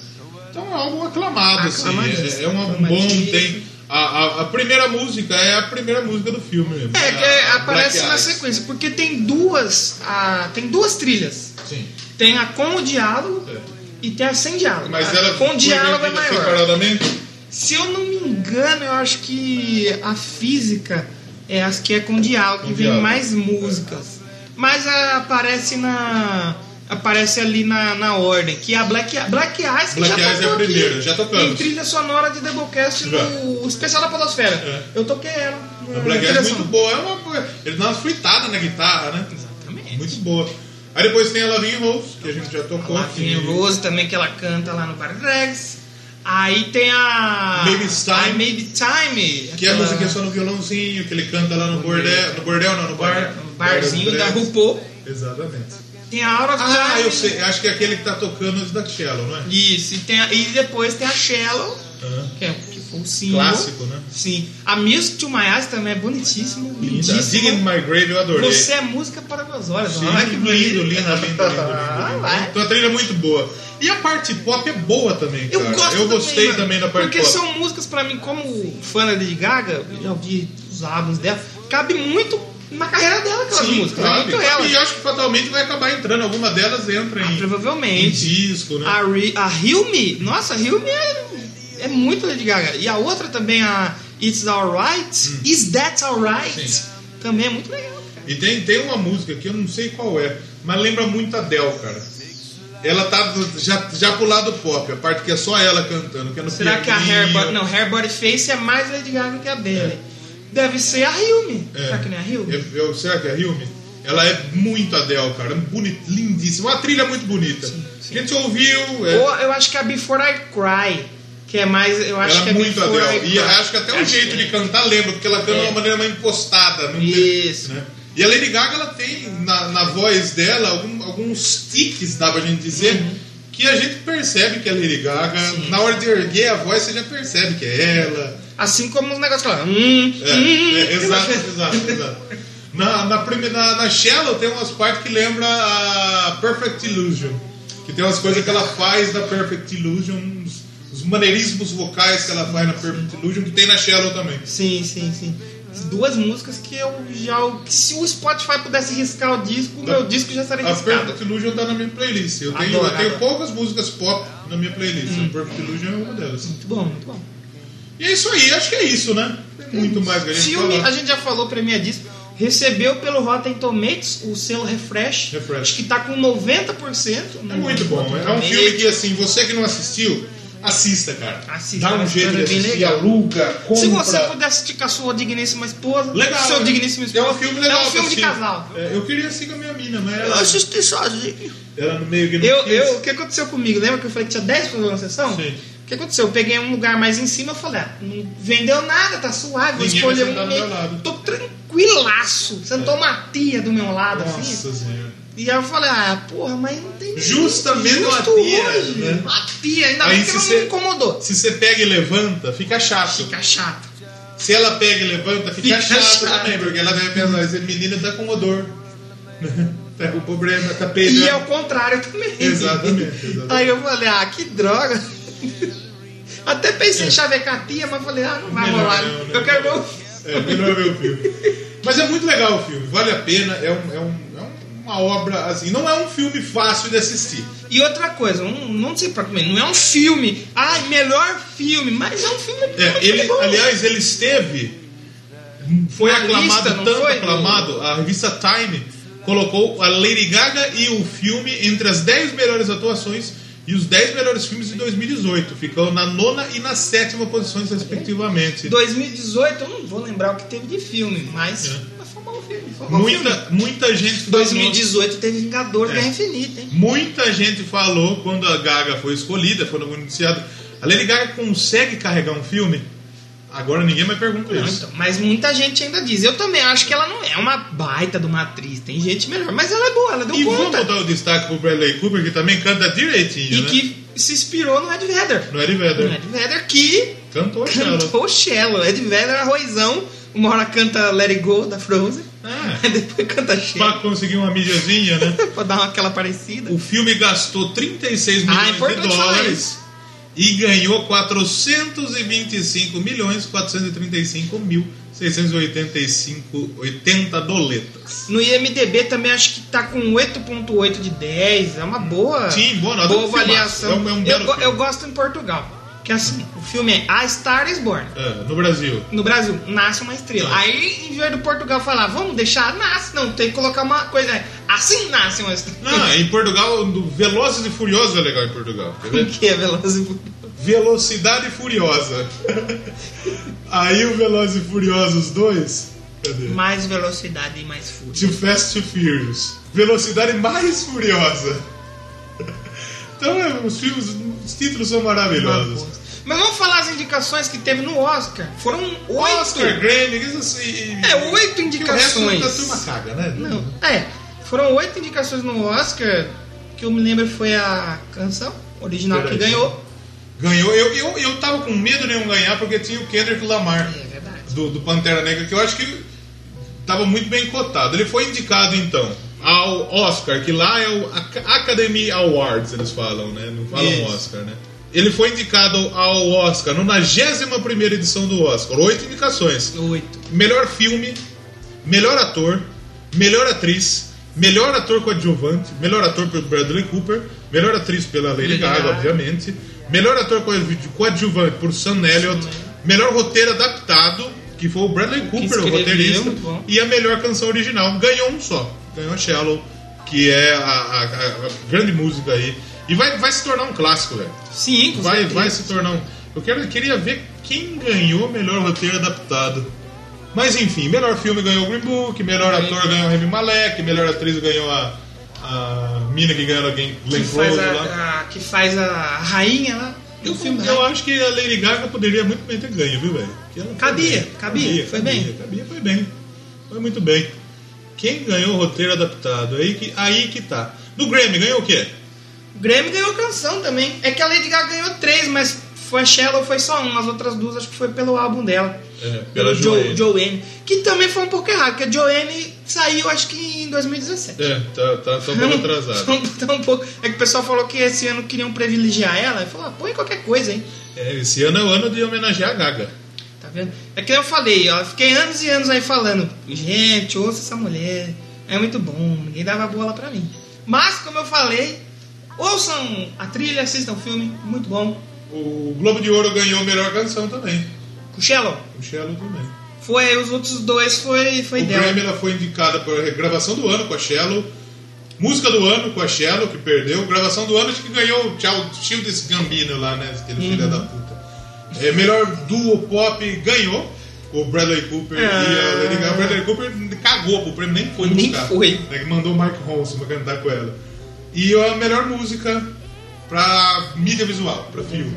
Então é um álbum aclamado, assim,
Aclamadíssimo,
é, é um álbum bom,
aclamadíssimo.
tem... A, a, a primeira música é a primeira música do filme mesmo.
É, que é- aparece
Black
na
Eyes.
sequência, porque tem duas. ah, tem duas trilhas.
Sim.
Tem a com o diálogo
É.
e tem a sem diálogo.
Mas
A
ela
com
foi
diálogo é
vendida assim
maior.
Separadamente?
Se eu não me engano, eu acho que a física é as que é com diálogo,
Com
que vem
diálogo.
mais músicas. Mas ah, aparece na. Aparece ali na, na ordem, que é a Black, Black Eyes que
Black
já
Eyes é
tocou
a
aqui
primeira, já tocamos.
Em trilha sonora de Doublecast
Já. É.
no especial da Podosfera. Eu toquei ela. na
A Black Eyes
trilha
é muito
sonora.
boa, é uma, coisa- ele dá uma fritada na guitarra, né?
Exatamente.
Muito boa. Aí depois tem a Lavin Rose, que a gente já tocou
Lavinha
aqui.
Rose também, que ela canta lá no Bar Rex. Aí tem a.
Maybe It's Time.
a Maybe Time.
Que é a
aquela-
música só no violãozinho, que ele canta lá no bordel, no bordel não, no bar,
bar, barzinho da
das mulheres.
RuPaul.
Exatamente.
Tem a Aura
Ah,
Prime.
eu sei, acho que é aquele que tá tocando antes da Cello, não é?
Isso, e, tem a- e depois tem a Shallow,
Ah.
que, é, que foi o single.
Clássico, né?
Sim. A Music to My Eyes também é bonitíssimo,
Linda. Dig in
lindíssimo.
My Grave eu adorei.
Você é música para duas horas.
Sim,
olha que
lindo,
bonito.
lindo, lindo, lindo, lindo,
Ah,
lindo.
vai.
Então a trilha é muito boa. E a parte pop é boa também,
Eu
cara.
gosto
eu gostei
mano,
também, da parte
Porque
pop.
são músicas pra mim, como fã da Lady Gaga, eu já ouvi os álbuns dela, cabe muito na carreira dela aquelas
Sim,
músicas.
claro.
é muito ela.
E eu acho que fatalmente vai acabar entrando. Alguma delas entra em, em
Provavelmente.
disco, né?
A, Re, a Heal Me, nossa, Heal Me é, é muito Lady Gaga. E a outra também, a It's Alright, Is That Alright,
Hum. Sim.
também é muito legal. cara.
E tem, tem uma música que eu não sei qual é, mas lembra muito a Adele, cara. Ela tá do- já, já pro lado pop, a parte que é só ela cantando. Que é no
Será que a Hair
pianinho.
Body, não, Hair Body Face é mais Lady Gaga que a Belle? Deve ser a Heal Me.
É.
Será que não é a Heal Me?
Eu- eu- será que é Hilme? Ela é muito Adele, cara. Bonita, lindíssima. Uma trilha muito bonita. A gente ouviu. é,
Ou eu acho que é a Before I Cry, que é mais, eu acho
ela
que
é
é
muito
Before
Adele.
I
E
Cry.
acho que até o
Acho
jeito
que é.
de cantar lembra, porque ela canta de uma maneira mais impostada. Não tem-
Isso.
né? E a Lady Gaga, ela tem na, na voz dela algum- alguns tiques, dá pra gente dizer,
Uhum.
que a gente percebe que é a Lady Gaga. Na hora de erguer a voz, você já percebe que é ela.
Assim como os negócios lá. Hum,
É,
hum.
é, exato, exato, exato. Na, na, prime- na, na Shallow tem umas partes que lembra a Perfect Illusion. Que tem umas coisas que ela faz da Perfect Illusion, uns, os maneirismos vocais que ela faz na Perfect Illusion, que tem na Shallow também.
Sim, sim, sim. Duas músicas que eu já. que se o Spotify pudesse riscar o disco, o meu disco já estaria
A
riscado.
Perfect Illusion tá na minha playlist. Eu tenho,
Adoro,
eu tenho
adoro.
poucas músicas pop na minha playlist.
Hum.
A Perfect Illusion é uma delas.
Muito bom, muito bom.
E é isso aí, acho que é isso, né? Tem muito mais que a gente
Hum. Filme, a
falar.
gente já falou Premier Disco. Recebeu pelo Rotten Tomatoes o selo Refresh.
Refresh.
Acho que tá com 90%.
É muito bom. É um filme que, assim, você que não assistiu, assista, cara.
Assista,
Dá um
mas
jeito de
é bem
assistir,
legal.
aluga, compra.
Se você puder assistir com a sua digníssima esposa,
Legal.
seu digníssimo
É
esposo.
um filme legal.
É um
pra
filme de
assistir.
casal.
É, eu queria assistir com a minha mina, mas
Eu
ela,
assisti sozinho.
ela no meio que não
Eu,
quis.
eu, o que aconteceu comigo? Lembra que eu falei que tinha 10 pessoas na sessão?
Sim.
O que aconteceu? Eu peguei um lugar mais em cima e falei, ah, não vendeu nada, tá suave, vou
Ninguém
escolher
vai sentar
um
do
meio.
meu lado. É.
Tô tranquilaço. Sentou uma tia do meu lado, assim.
Nossa senhora.
E aí eu falei, ah, porra, mas não tem
Justamente
justo
uma tia,
hoje.
né?
Uma tia, ainda
Aí
bem que
se
ela
você-
não me incomodou.
Se você pega e levanta, fica chato.
Fica chato.
Se ela pega e levanta, fica,
Fica
chato,
chato.
também, porque ela é vai pensar, esse menino tá com odor. tá com problema, tá
E é
peidando.
o contrário também.
Exatamente, exatamente.
Aí eu falei, ah, que droga. Até pensei em chavecar a tia, mas falei, ah, não vai
É. Melhor
rolar.
não, né?
Eu quero ver um o filme.
É, melhor ver o filme. Mas é muito legal o filme, vale a pena, é, um- é um- é uma obra assim. Não é um filme fácil de assistir.
E outra coisa, um- não sei pra comer, não é um filme. Ai, melhor filme, mas é um filme. muito
É, ele,
bom.
aliás, ele esteve. Foi
Na
aclamado,
lista, não
tanto
foi?
aclamado, a revista Time colocou a Lady Gaga e o filme entre as 10 melhores atuações e os 10 melhores filmes de 2018. Ficou na nona e na sétima posições, respectivamente.
2018, eu não vou lembrar o que teve de filme, mas, mas foi um bom filme. Foi um bom filme.
É. Muita, muita gente.
2018 teve Vingador
É.
Guerra Infinita, hein?
Muita gente falou quando a Gaga foi escolhida, quando foi anunciada. A Lady Gaga consegue carregar um filme? Agora ninguém mais pergunta
Não,
isso.
então, mas muita gente ainda diz. Eu também acho que ela não é uma baita de uma atriz, tem gente melhor, mas ela é boa, ela deu
E
conta.
vamos um dar o destaque pro Bradley Cooper, que também canta direitinho,
e
né? É.
que se inspirou no Ed Vedder.
No Eddie Vedder.
No Ed Vedder que
Cantou Shallow.
cantou Shallow. Ed Vedder arroizão. Uma hora canta Let It Go da Frozen.
É.
Aí depois canta Shallow.
Pra conseguir uma mídiazinha, né?
pra dar uma- aquela parecida.
O filme gastou 36
Ah, é
milhões de
importante falar
dólares
isso.
e ganhou 425 milhões 435 mil 685 80 doletas.
No IMDB também acho que tá com 8.8 de 10. É uma boa,
Sim, boa nota.
boa
É um filmaço.
avaliação.
É um- é um
eu,
belo
go-
filme.
eu gosto em Portugal. Que assim, o filme é A Star is Born.
É, no Brasil.
No Brasil, nasce uma estrela.
Tá.
Aí, em vez do Portugal falar, vamos deixar, nasce. Não, tem que colocar uma coisa. Assim nasce uma estrela.
Não, em Portugal, do Velozes e Furiosos é legal em Portugal. Quer ver?
que é veloz?
Velocidade Furiosa. Aí o Velozes e Furiosos 2. Cadê?
Mais velocidade e mais fúria.
Too Fast to Furious. Velocidade mais furiosa. Então, é, os filmes, os títulos são maravilhosos.
Mas vamos falar as indicações que teve no Oscar. Foram oito.
Oscar, Grammy, isso assim.
É, oito
E o resto
indicações.
da turma caga, né?
Não, é. Foram oito indicações no Oscar, que eu me lembro foi a canção original
Verdade.
que ganhou.
Ganhou. Eu, eu, eu tava com medo de não ganhar porque tinha o Kendrick Lamar.
É verdade.
do, do Pantera Negra, que eu acho que estava muito bem cotado. Ele foi indicado, então, ao Oscar, que lá é o Ac- Academy Awards, eles falam, né? Não falam
Isso.
Oscar, né? Ele foi indicado ao Oscar, no 91 edição do Oscar. Oito indicações.
Oito.
Melhor filme, melhor ator, melhor atriz, melhor ator coadjuvante, melhor ator pelo Bradley Cooper, melhor atriz pela Lady
Gaga.
Gaga, obviamente, melhor ator coadju- coadjuvante por Sam Elliott, melhor roteiro adaptado, que foi o Bradley Cooper, o
escreveu,
roteirista,
muito bom.
e a melhor canção original. Ganhou um só, ganhou Shallow, que é a, a- a- a grande música aí. E vai, vai se tornar um clássico, velho.
Sim, com
Vai,
certeza.
vai se tornar um. Eu quero, queria ver quem ganhou melhor roteiro adaptado. Mas enfim, melhor filme ganhou o Green Book, melhor ator ganhou o Remy Malek, melhor atriz ganhou a, a mina que ganhou a Glenn
Que
Glenn
faz
Close né? lá.
a, um a- que faz a rainha lá. E o
Eu,
filme né?
eu
dela.
acho que a Lady Gaga poderia muito bem ter ganho, viu, velho? Porque ela foi
Cabia,
bem.
cabia, foi
cabia,
bem.
Cabia, foi bem. Foi muito bem. Quem ganhou o roteiro adaptado? Aí que, aí que tá. No Grammy ganhou o quê?
O Grammy ganhou canção também. É que a Lady Gaga ganhou três, mas foi a Shallow foi só uma. As outras duas acho que foi pelo álbum dela.
É, pela
jo,
Joanne.
Joanne. Que também foi um pouco errado, porque a Joanne saiu acho que em 2017.
É, tá, tá, tá um pouco atrasado.
Então, então, um pouco. É que o pessoal falou que esse ano queriam privilegiar ela. E falou, ah, põe qualquer coisa, hein?
É, esse ano é o ano de homenagear a Gaga.
Tá vendo? É que eu falei, ó, eu fiquei anos e anos aí falando, gente, ouça essa mulher, é muito bom, ninguém dava bola pra mim. Mas, como eu falei, ouçam a trilha, assistam o filme, muito bom.
O Globo de Ouro ganhou a melhor canção também.
Cuchelo,
O Shallow também.
foi, os outros dois foi, foi
o
dela.
Grammy é ela foi indicada por gravação do ano com a Shallow. Música do ano com a Shallow, que perdeu. Gravação do ano acho que ganhou o Tchau Childish Gambino lá, né? Aquele
Uhum.
filho da puta. É, melhor duo pop ganhou. O Bradley Cooper e a Lady Gaga. O Bradley Cooper cagou pro prêmio, nem foi
Ah. Nem
buscar.
foi.
Né, que mandou o Mike Ronson pra cantar com ela. E a melhor música pra mídia visual, pra filme.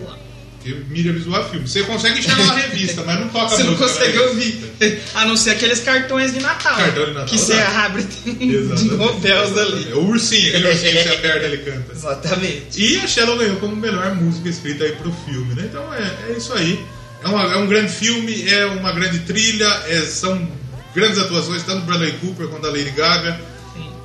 Porque mídia visual é filme. Você consegue enxergar na revista, mas não toca
Você não
música né? na
consegue
revista.
ouvir, a não ser aqueles cartões de Natal.
Cartão de Natal,
Que você
dá.
abre de
Exatamente.
novels ali.
É o ursinho, aquele ursinho que você aperta ele é canta.
Exatamente.
E a Shallow ganhou como melhor música escrita aí pro filme, né? Então é, é isso aí. É, uma- é um grande filme, é uma grande trilha, é- são grandes atuações, tanto do Bradley Cooper quanto da Lady Gaga.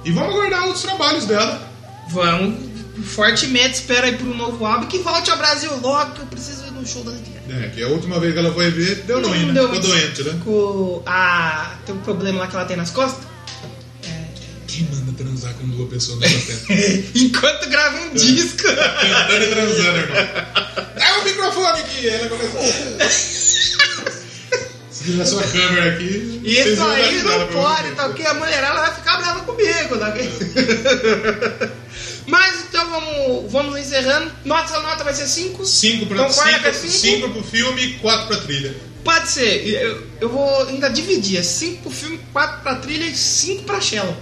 E vamos aguardar os trabalhos dela.
Vamos, fortemente, espera aí pro novo álbum que volte ao Brasil logo, que eu preciso ir no show da Lady Gaga.
É, que a última vez que ela foi ver, deu
Não,
ruim, né?
deu
Ficou
muito.
doente, né?
Ficou. Ah, tem um problema lá que ela tem nas costas.
Quem manda transar com duas pessoas no mesmo tempo?
Enquanto grava
É.
um disco.
Cantando e transando, irmão. É o microfone aqui! Aí Ela começou. Se tiver sua câmera aqui.
E
vocês
Isso
vão dar
aí
risada
não
pra
pode,
vocês.
tá ok? A mulherada vai ficar brava comigo, tá ok? Mas então vamos, vamos encerrando. Nossa nota vai ser 5.
5 pra
Concorda com
cinco,
a cinco?
cinco pro filme, 4 pra trilha.
Pode ser. Eu, eu vou ainda dividir: 5 pro filme, 4 pra trilha e 5 pra Shell.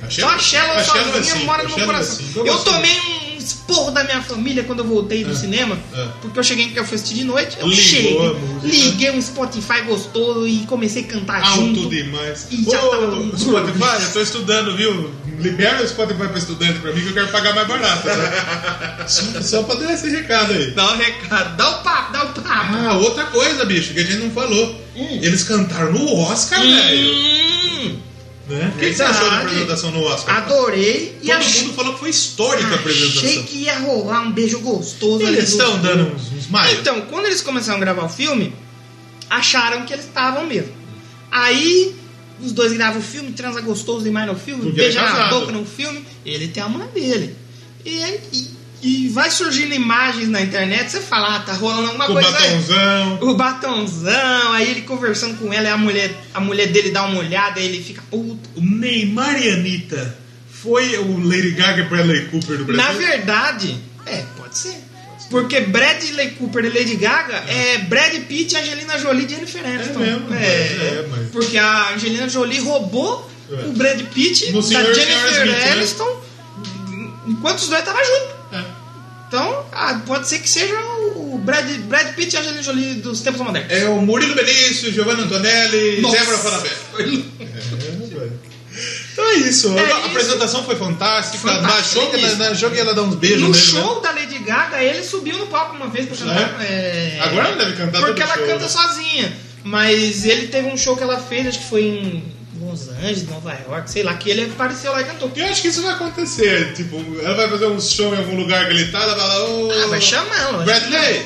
A
Só a Shella
Shella
sozinha
cinco,
mora
a
no meu
Shella é
coração.
cinco,
Eu,
vou
tomei um esporro da minha família quando eu voltei do cinema,
é.
porque eu cheguei que eu fui assistir de noite, eu
Ligou a
cheguei,
música.
liguei um Spotify gostoso e comecei a cantar
Alto
junto.
demais.
E um. já tá.
Ô,
tava-
Spotify, eu tô estudando, viu? Libera o Spotify pra estudante pra mim que eu quero pagar mais barato. tá? só, só pra dar esse recado aí.
Dá o recado, dá o
um
papo, dá o papo.
Ah, outra coisa, bicho, que a gente não falou. Eles cantaram no Oscar, velho.
Hum,
Né? O que que você achou da
Verdade.
apresentação no Oscar?
adorei e
Todo
ach-
mundo falou que foi histórica a
achei
apresentação.
que ia rolar um beijo gostoso. ali
Eles
dos
estão
dois.
dando uns, uns mais.
Então, quando eles começaram a gravar o filme, acharam que eles estavam mesmo. Aí, os dois gravam o filme, transa gostoso demais no filme,
Porque
beija
é
na
casado.
boca no filme, ele tem a mãe dele. E, aí- e- e vai surgindo imagens na internet, você fala, ah, tá rolando alguma
com o
coisa aí.
batonzão.
O batonzão, aí ele conversando com ela, aí a mulher, a mulher dele dá uma olhada, aí ele fica puto.
O Neymar e a Anitta foi o Lady Gaga e Bradley Cooper do Brasil?
Na verdade, é, pode ser. Porque Bradley Cooper e Lady Gaga é, Brad Pitt, Angelina Jolie e Jennifer Aniston.
mesmo, mas é, mas-
Porque a Angelina Jolie roubou
É.
o Brad Pitt
No
da
Senhor e Senhora
Jennifer
Smith, né?
Aniston enquanto os dois estavam juntos.
É.
Então, ah, pode ser que seja o Brad, Brad Pitt e Angelina Jolie dos tempos modernos.
É o Murilo Benício, Giovanna Antonelli,
Nossa.
Débora Falabella. É, Então é isso.
É
a
isso.
apresentação foi fantástica.
Fantástica,
Na, show que,
isso.
na, na show que ela dá uns beijos
no
nele, né?
show da Lady Gaga, ele subiu no palco uma vez pra cantar. é,
Né? Agora ela deve cantar todo
Porque ela
show,
canta
né?
sozinha. Mas ele teve um show que ela fez, acho que foi em Los Angeles, Nova York, sei lá, que ele apareceu lá e cantou.
né? Eu acho que isso vai acontecer. Tipo, ela vai fazer um show em algum lugar que ele tá, ela vai lá... ô,
Ah, vai chamar ela. vai chamar.
Bradley,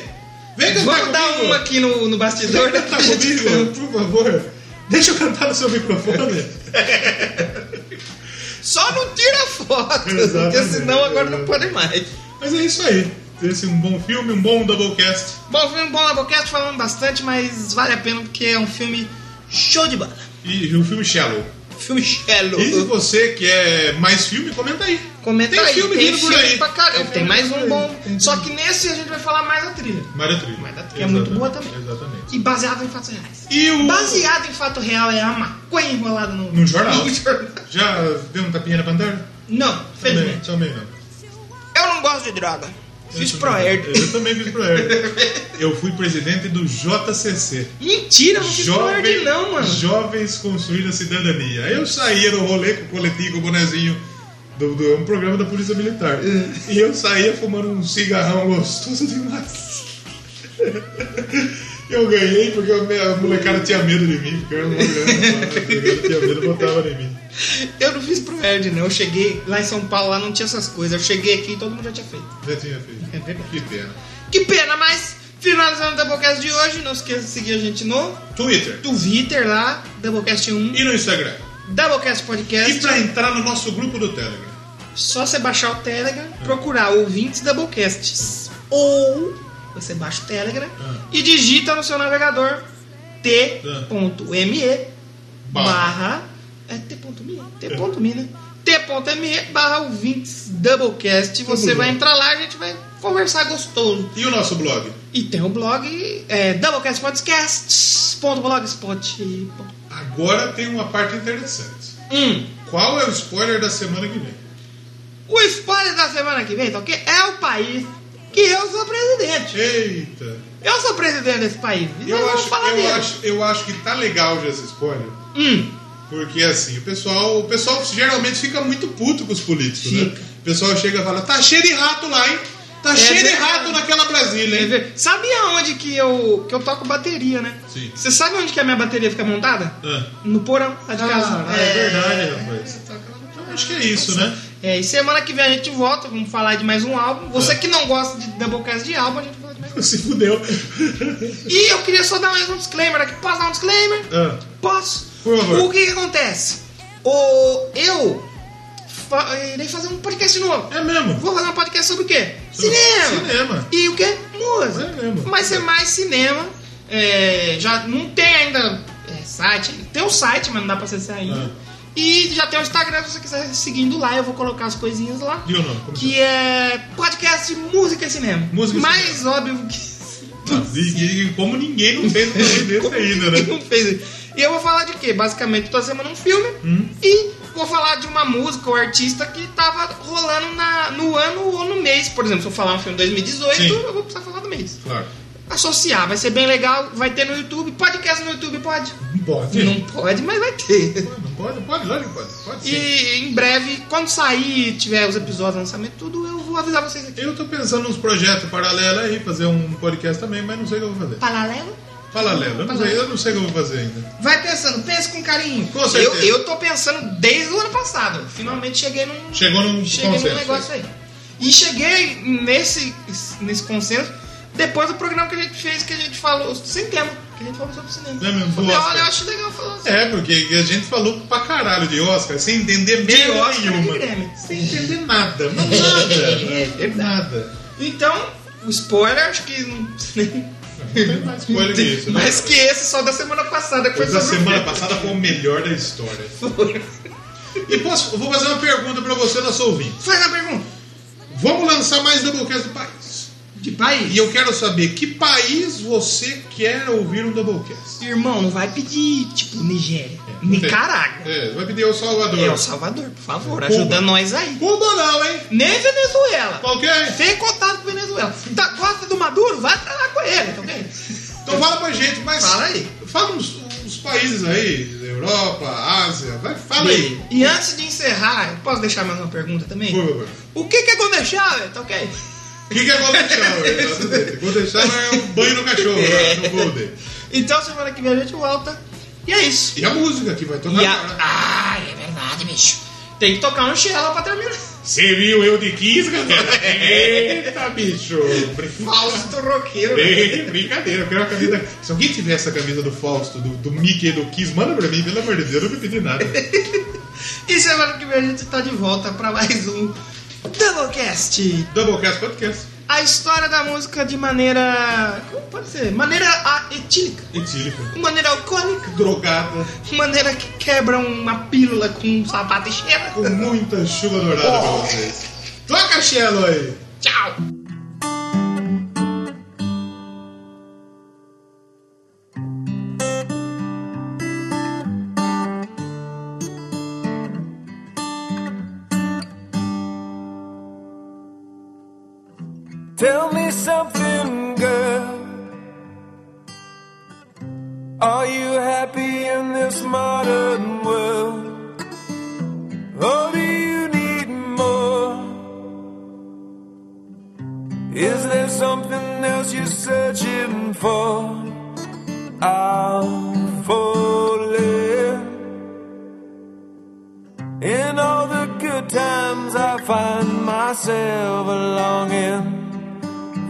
vem cantar
Vamos dar
comigo.
uma aqui no, no bastidor
Vem
daqui
cantar
a gente
comigo,
canta.
por favor. Deixa eu cantar no seu microfone.
Só não tira foto, porque
Exatamente.
senão agora não pode mais.
Mas é isso aí. Esse é um bom filme, um bom Doublecast.
Bom filme, bom Labocast, falamos bastante, mas vale a pena porque é um filme show de bola.
E o filme Shallow.
Filme shallow.
E se você quer mais filme, comenta aí.
Comenta
tem
aí,
filme
tem
vindo por
filme
aí.
pra caramba, tem, mais um bom.
Tem
Só que nesse a gente vai falar mais a trilha.
Maria Trilha.
Maria Trilha é muito boa também.
Exatamente.
E baseado em fatos reais.
E o...
Baseado em fato real é a maconha enrolada no,
No jornal.
no jornal.
Já deu um tapinha na pantera?
Não,
Também,
felizmente.
também não.
Eu não gosto de droga. Fiz
Eu
pro
também-
Air.
Eu também fiz pro Air. Eu fui presidente do JCC.
Mentira, eu não fiz pro Air não, mano.
Jovens Construindo a Cidadania. Aí eu saía no rolê com o coletinho, com o bonezinho. Do, do- um programa da Polícia Militar.
É.
E eu saía fumando um cigarrão gostoso demais. Eu ganhei porque a molecada tinha medo de mim. Porque eu era uma molecada, a molecada tinha medo botava em mim.
Eu não fiz pro Air não. Eu cheguei lá em São Paulo, lá não tinha essas coisas. Eu cheguei aqui e todo mundo já tinha feito.
Já tinha feito.
É verdade.
Que pena.
Que pena, mas finalizando o Doublecast de hoje, não esqueça de seguir a gente no
Twitter
Twitter lá, Doublecast 1,
e no Instagram.
Doublecast
E
Podcast.
pra entrar no nosso grupo do Telegram.
Só você baixar o Telegram, procurar ouvintes Doublecasts. Ou você baixa o Telegram
Ah.
e digita no seu navegador t.me barra. É t.me? t.me, né? t.me barra ouvintes Doublecast. Você vai
junto.
entrar lá, a gente vai conversar gostoso.
E o nosso blog?
E tem o blog é, doublecastpodcasts.blogspot.com.
Agora tem uma parte interessante.
Hum,
Qual é o spoiler da semana que vem?
o spoiler da semana que vem, tá ok? É o país que eu sou presidente.
Eita!
Eu sou presidente desse país. e
Eu
nós vamos
acho,
falar
eu,
dele.
acho, eu acho que tá legal já esse spoiler.
Hum,
Porque assim, o pessoal, o pessoal geralmente fica muito puto com os políticos,
Fica. É
né? O pessoal chega e fala, tá cheio de rato lá, hein? Tá cheio de
verdade.
rato naquela Brasília,
quer
hein?
ver? Sabe aonde que eu, que eu toco bateria, né?
Sim.
Você sabe onde que a minha bateria fica montada?
Ah,
No porão, lá de casa.
ah, é verdade, rapaz. Então acho que é isso, né?
É, e semana que vem a gente volta, vamos falar de mais um álbum. Você
Ah.
que não gosta de Doublecast de álbum, a gente vai falar de mais um.
Se fudeu.
E eu queria só dar mais um disclaimer aqui. Posso dar um disclaimer?
Ah,
Posso?
Por favor.
O que, que acontece? O, eu fa irei fazer um podcast novo.
é mesmo.
Vou fazer um podcast sobre o quê?
Sobre
Cinema!
cinema.
E o quê? Música!
É mesmo.
Vai ser mais cinema. É, já não tem ainda é, site. Tem um site, mas não dá pra acessar
Ah.
ainda. E já tem o Instagram, se você quiser seguindo lá, eu vou colocar as coisinhas lá.
E o nome? Como
Que é podcast de música e cinema.
Música e
mais óbvio que.
Ah, e- e como ninguém não fez um filme desse ainda, né?
Não fez. E eu vou falar de quê? Basicamente, toda semana um filme
Hum.
e vou falar de uma música ou artista que tava rolando na, no ano ou no mês. Por exemplo, se eu falar um filme de 2018,
Sim.
eu vou precisar falar do mês.
Claro.
Associar, vai ser bem legal, vai ter no YouTube. Podcast no YouTube pode?
Não pode.
Não pode, mas vai ter.
Não pode, pode, lógico que pode. Pode sim.
E em breve, quando sair, tiver os episódios, lançamento, tudo, eu vou avisar vocês aqui.
Eu tô pensando nos projetos paralelos aí, fazer um podcast também, mas não sei o que eu vou fazer.
Paralelo?
Paralelo, eu não sei, eu não sei o que eu vou fazer ainda.
Vai pensando, pensa com carinho.
Com
eu,
certeza.
eu tô pensando desde o ano passado. Finalmente cheguei num.
Chegou num
cheguei
consenso.
num negócio aí. E cheguei nesse, nesse consenso depois do programa que a gente fez, que a gente falou sem tema, que a gente falou sobre cinema.
É mesmo, do
Falei,
Oscar.
olha, eu acho legal falar assim.
É, porque a gente falou pra caralho de Oscar, sem entender
De
merda
Oscar e de
nenhuma.
Grêmio.
Sem entender nada, mas nada.
É verdade.
Nada.
Então, o spoiler, acho que não.
Tem mais spoiler que isso, né?
Mas que esse só da semana passada, que foi
Mas a
sobre o
semana
filme.
passada foi o melhor da história. E posso, vou fazer uma pergunta pra você, nosso ouvinte.
Faz a pergunta.
Vamos lançar mais Doublecast do país.
De país.
E eu quero saber que país você quer ouvir um Doublecast.
Irmão, não vai pedir, tipo, Nigéria.
É, não tem.
Nicarágua.
É, vai pedir El Salvador.
É El Salvador, por favor, ajuda nós aí.
Cuba não, hein?
Nem Venezuela.
Ok?
Sem contato com Venezuela. Tá, gosta do Maduro? Vai pra lá com ele, tá bem?
Então fala pra gente, mas.
Fala aí.
Fala uns, uns países aí, Europa, Ásia, vai, fala aí.
E, Tá e antes de encerrar, eu posso deixar mais uma pergunta também?
Por favor.
O que que é Golden Shower, tá ok?
O que, que é Golden Shower? Exatamente. Golden Shower é um banho no cachorro,
É.
né? no Golden.
Então semana que vem a gente volta. E é isso.
E a música que vai tocar
E a...
agora.
Ah, é verdade, bicho. Tem que tocar um Xela pra terminar.
Você viu eu de 15, galera? Eita, bicho! Brincadeira.
Fausto roqueiro.
Ei, Brincadeira, eu quero a camisa. Se alguém tiver essa camisa do Fausto, do, do Mickey, do Kiss, manda pra mim, pelo amor de Deus, eu não pedi nada.
E semana que vem a gente tá de volta pra mais um Doublecast.
Doublecast Podcast.
A história da música de maneira. Como pode ser? Maneira a- etílica.
Etílico.
Maneira alcoólica.
Drogada,
Maneira que quebra uma pílula com um sapato e cheira.
com muita chuva dourada pra vocês. Toca, Shelo aí!
Tchau!
Tell me something, girl. Are you happy in this modern world? Or do you need more? Is there something else you're searching for? I'll fall in. In all the good times, I find myself longing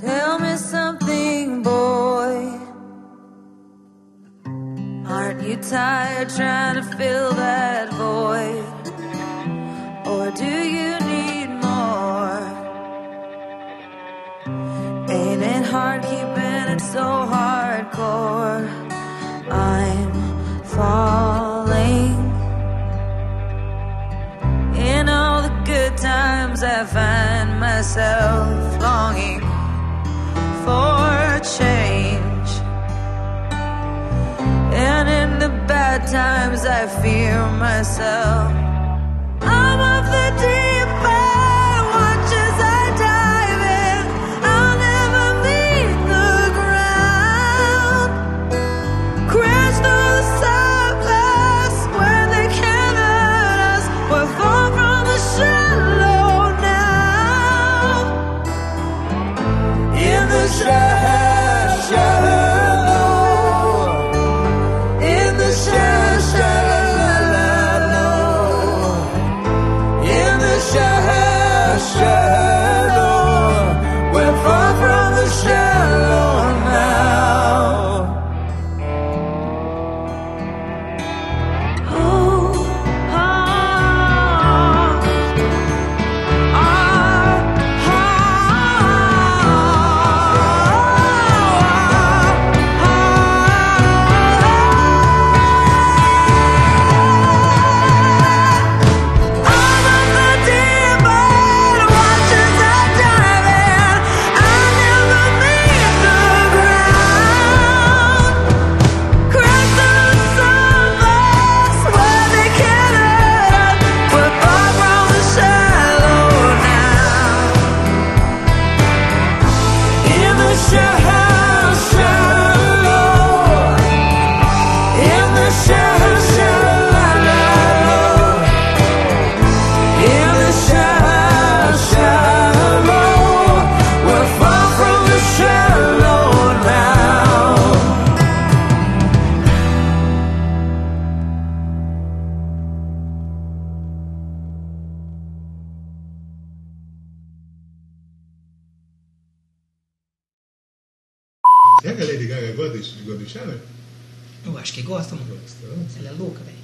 Tell me something, boy. Aren't you tired trying to fill that void? Or do you need more? Ain't it hard keeping it so hardcore? I'm falling. In all the good times, I find myself longing for change. And in the bad times, I fear myself. I'm off the deep end, watch as I dive in. I'll never meet the ground. Crash through the surface where they can't hurt us. We're far from the shallow now.
In the shadow, shadow, in the shadow, shadow, in the shadow, shadow, we're far from the shallow now. Shadow, shadow, in the shadow, shadow, we're far from the shallow now.
É a Lady Gaga gosta de, gosta de Shelo?
Eu acho que gosta, mano.
Gosta.
Ela é louca, velho.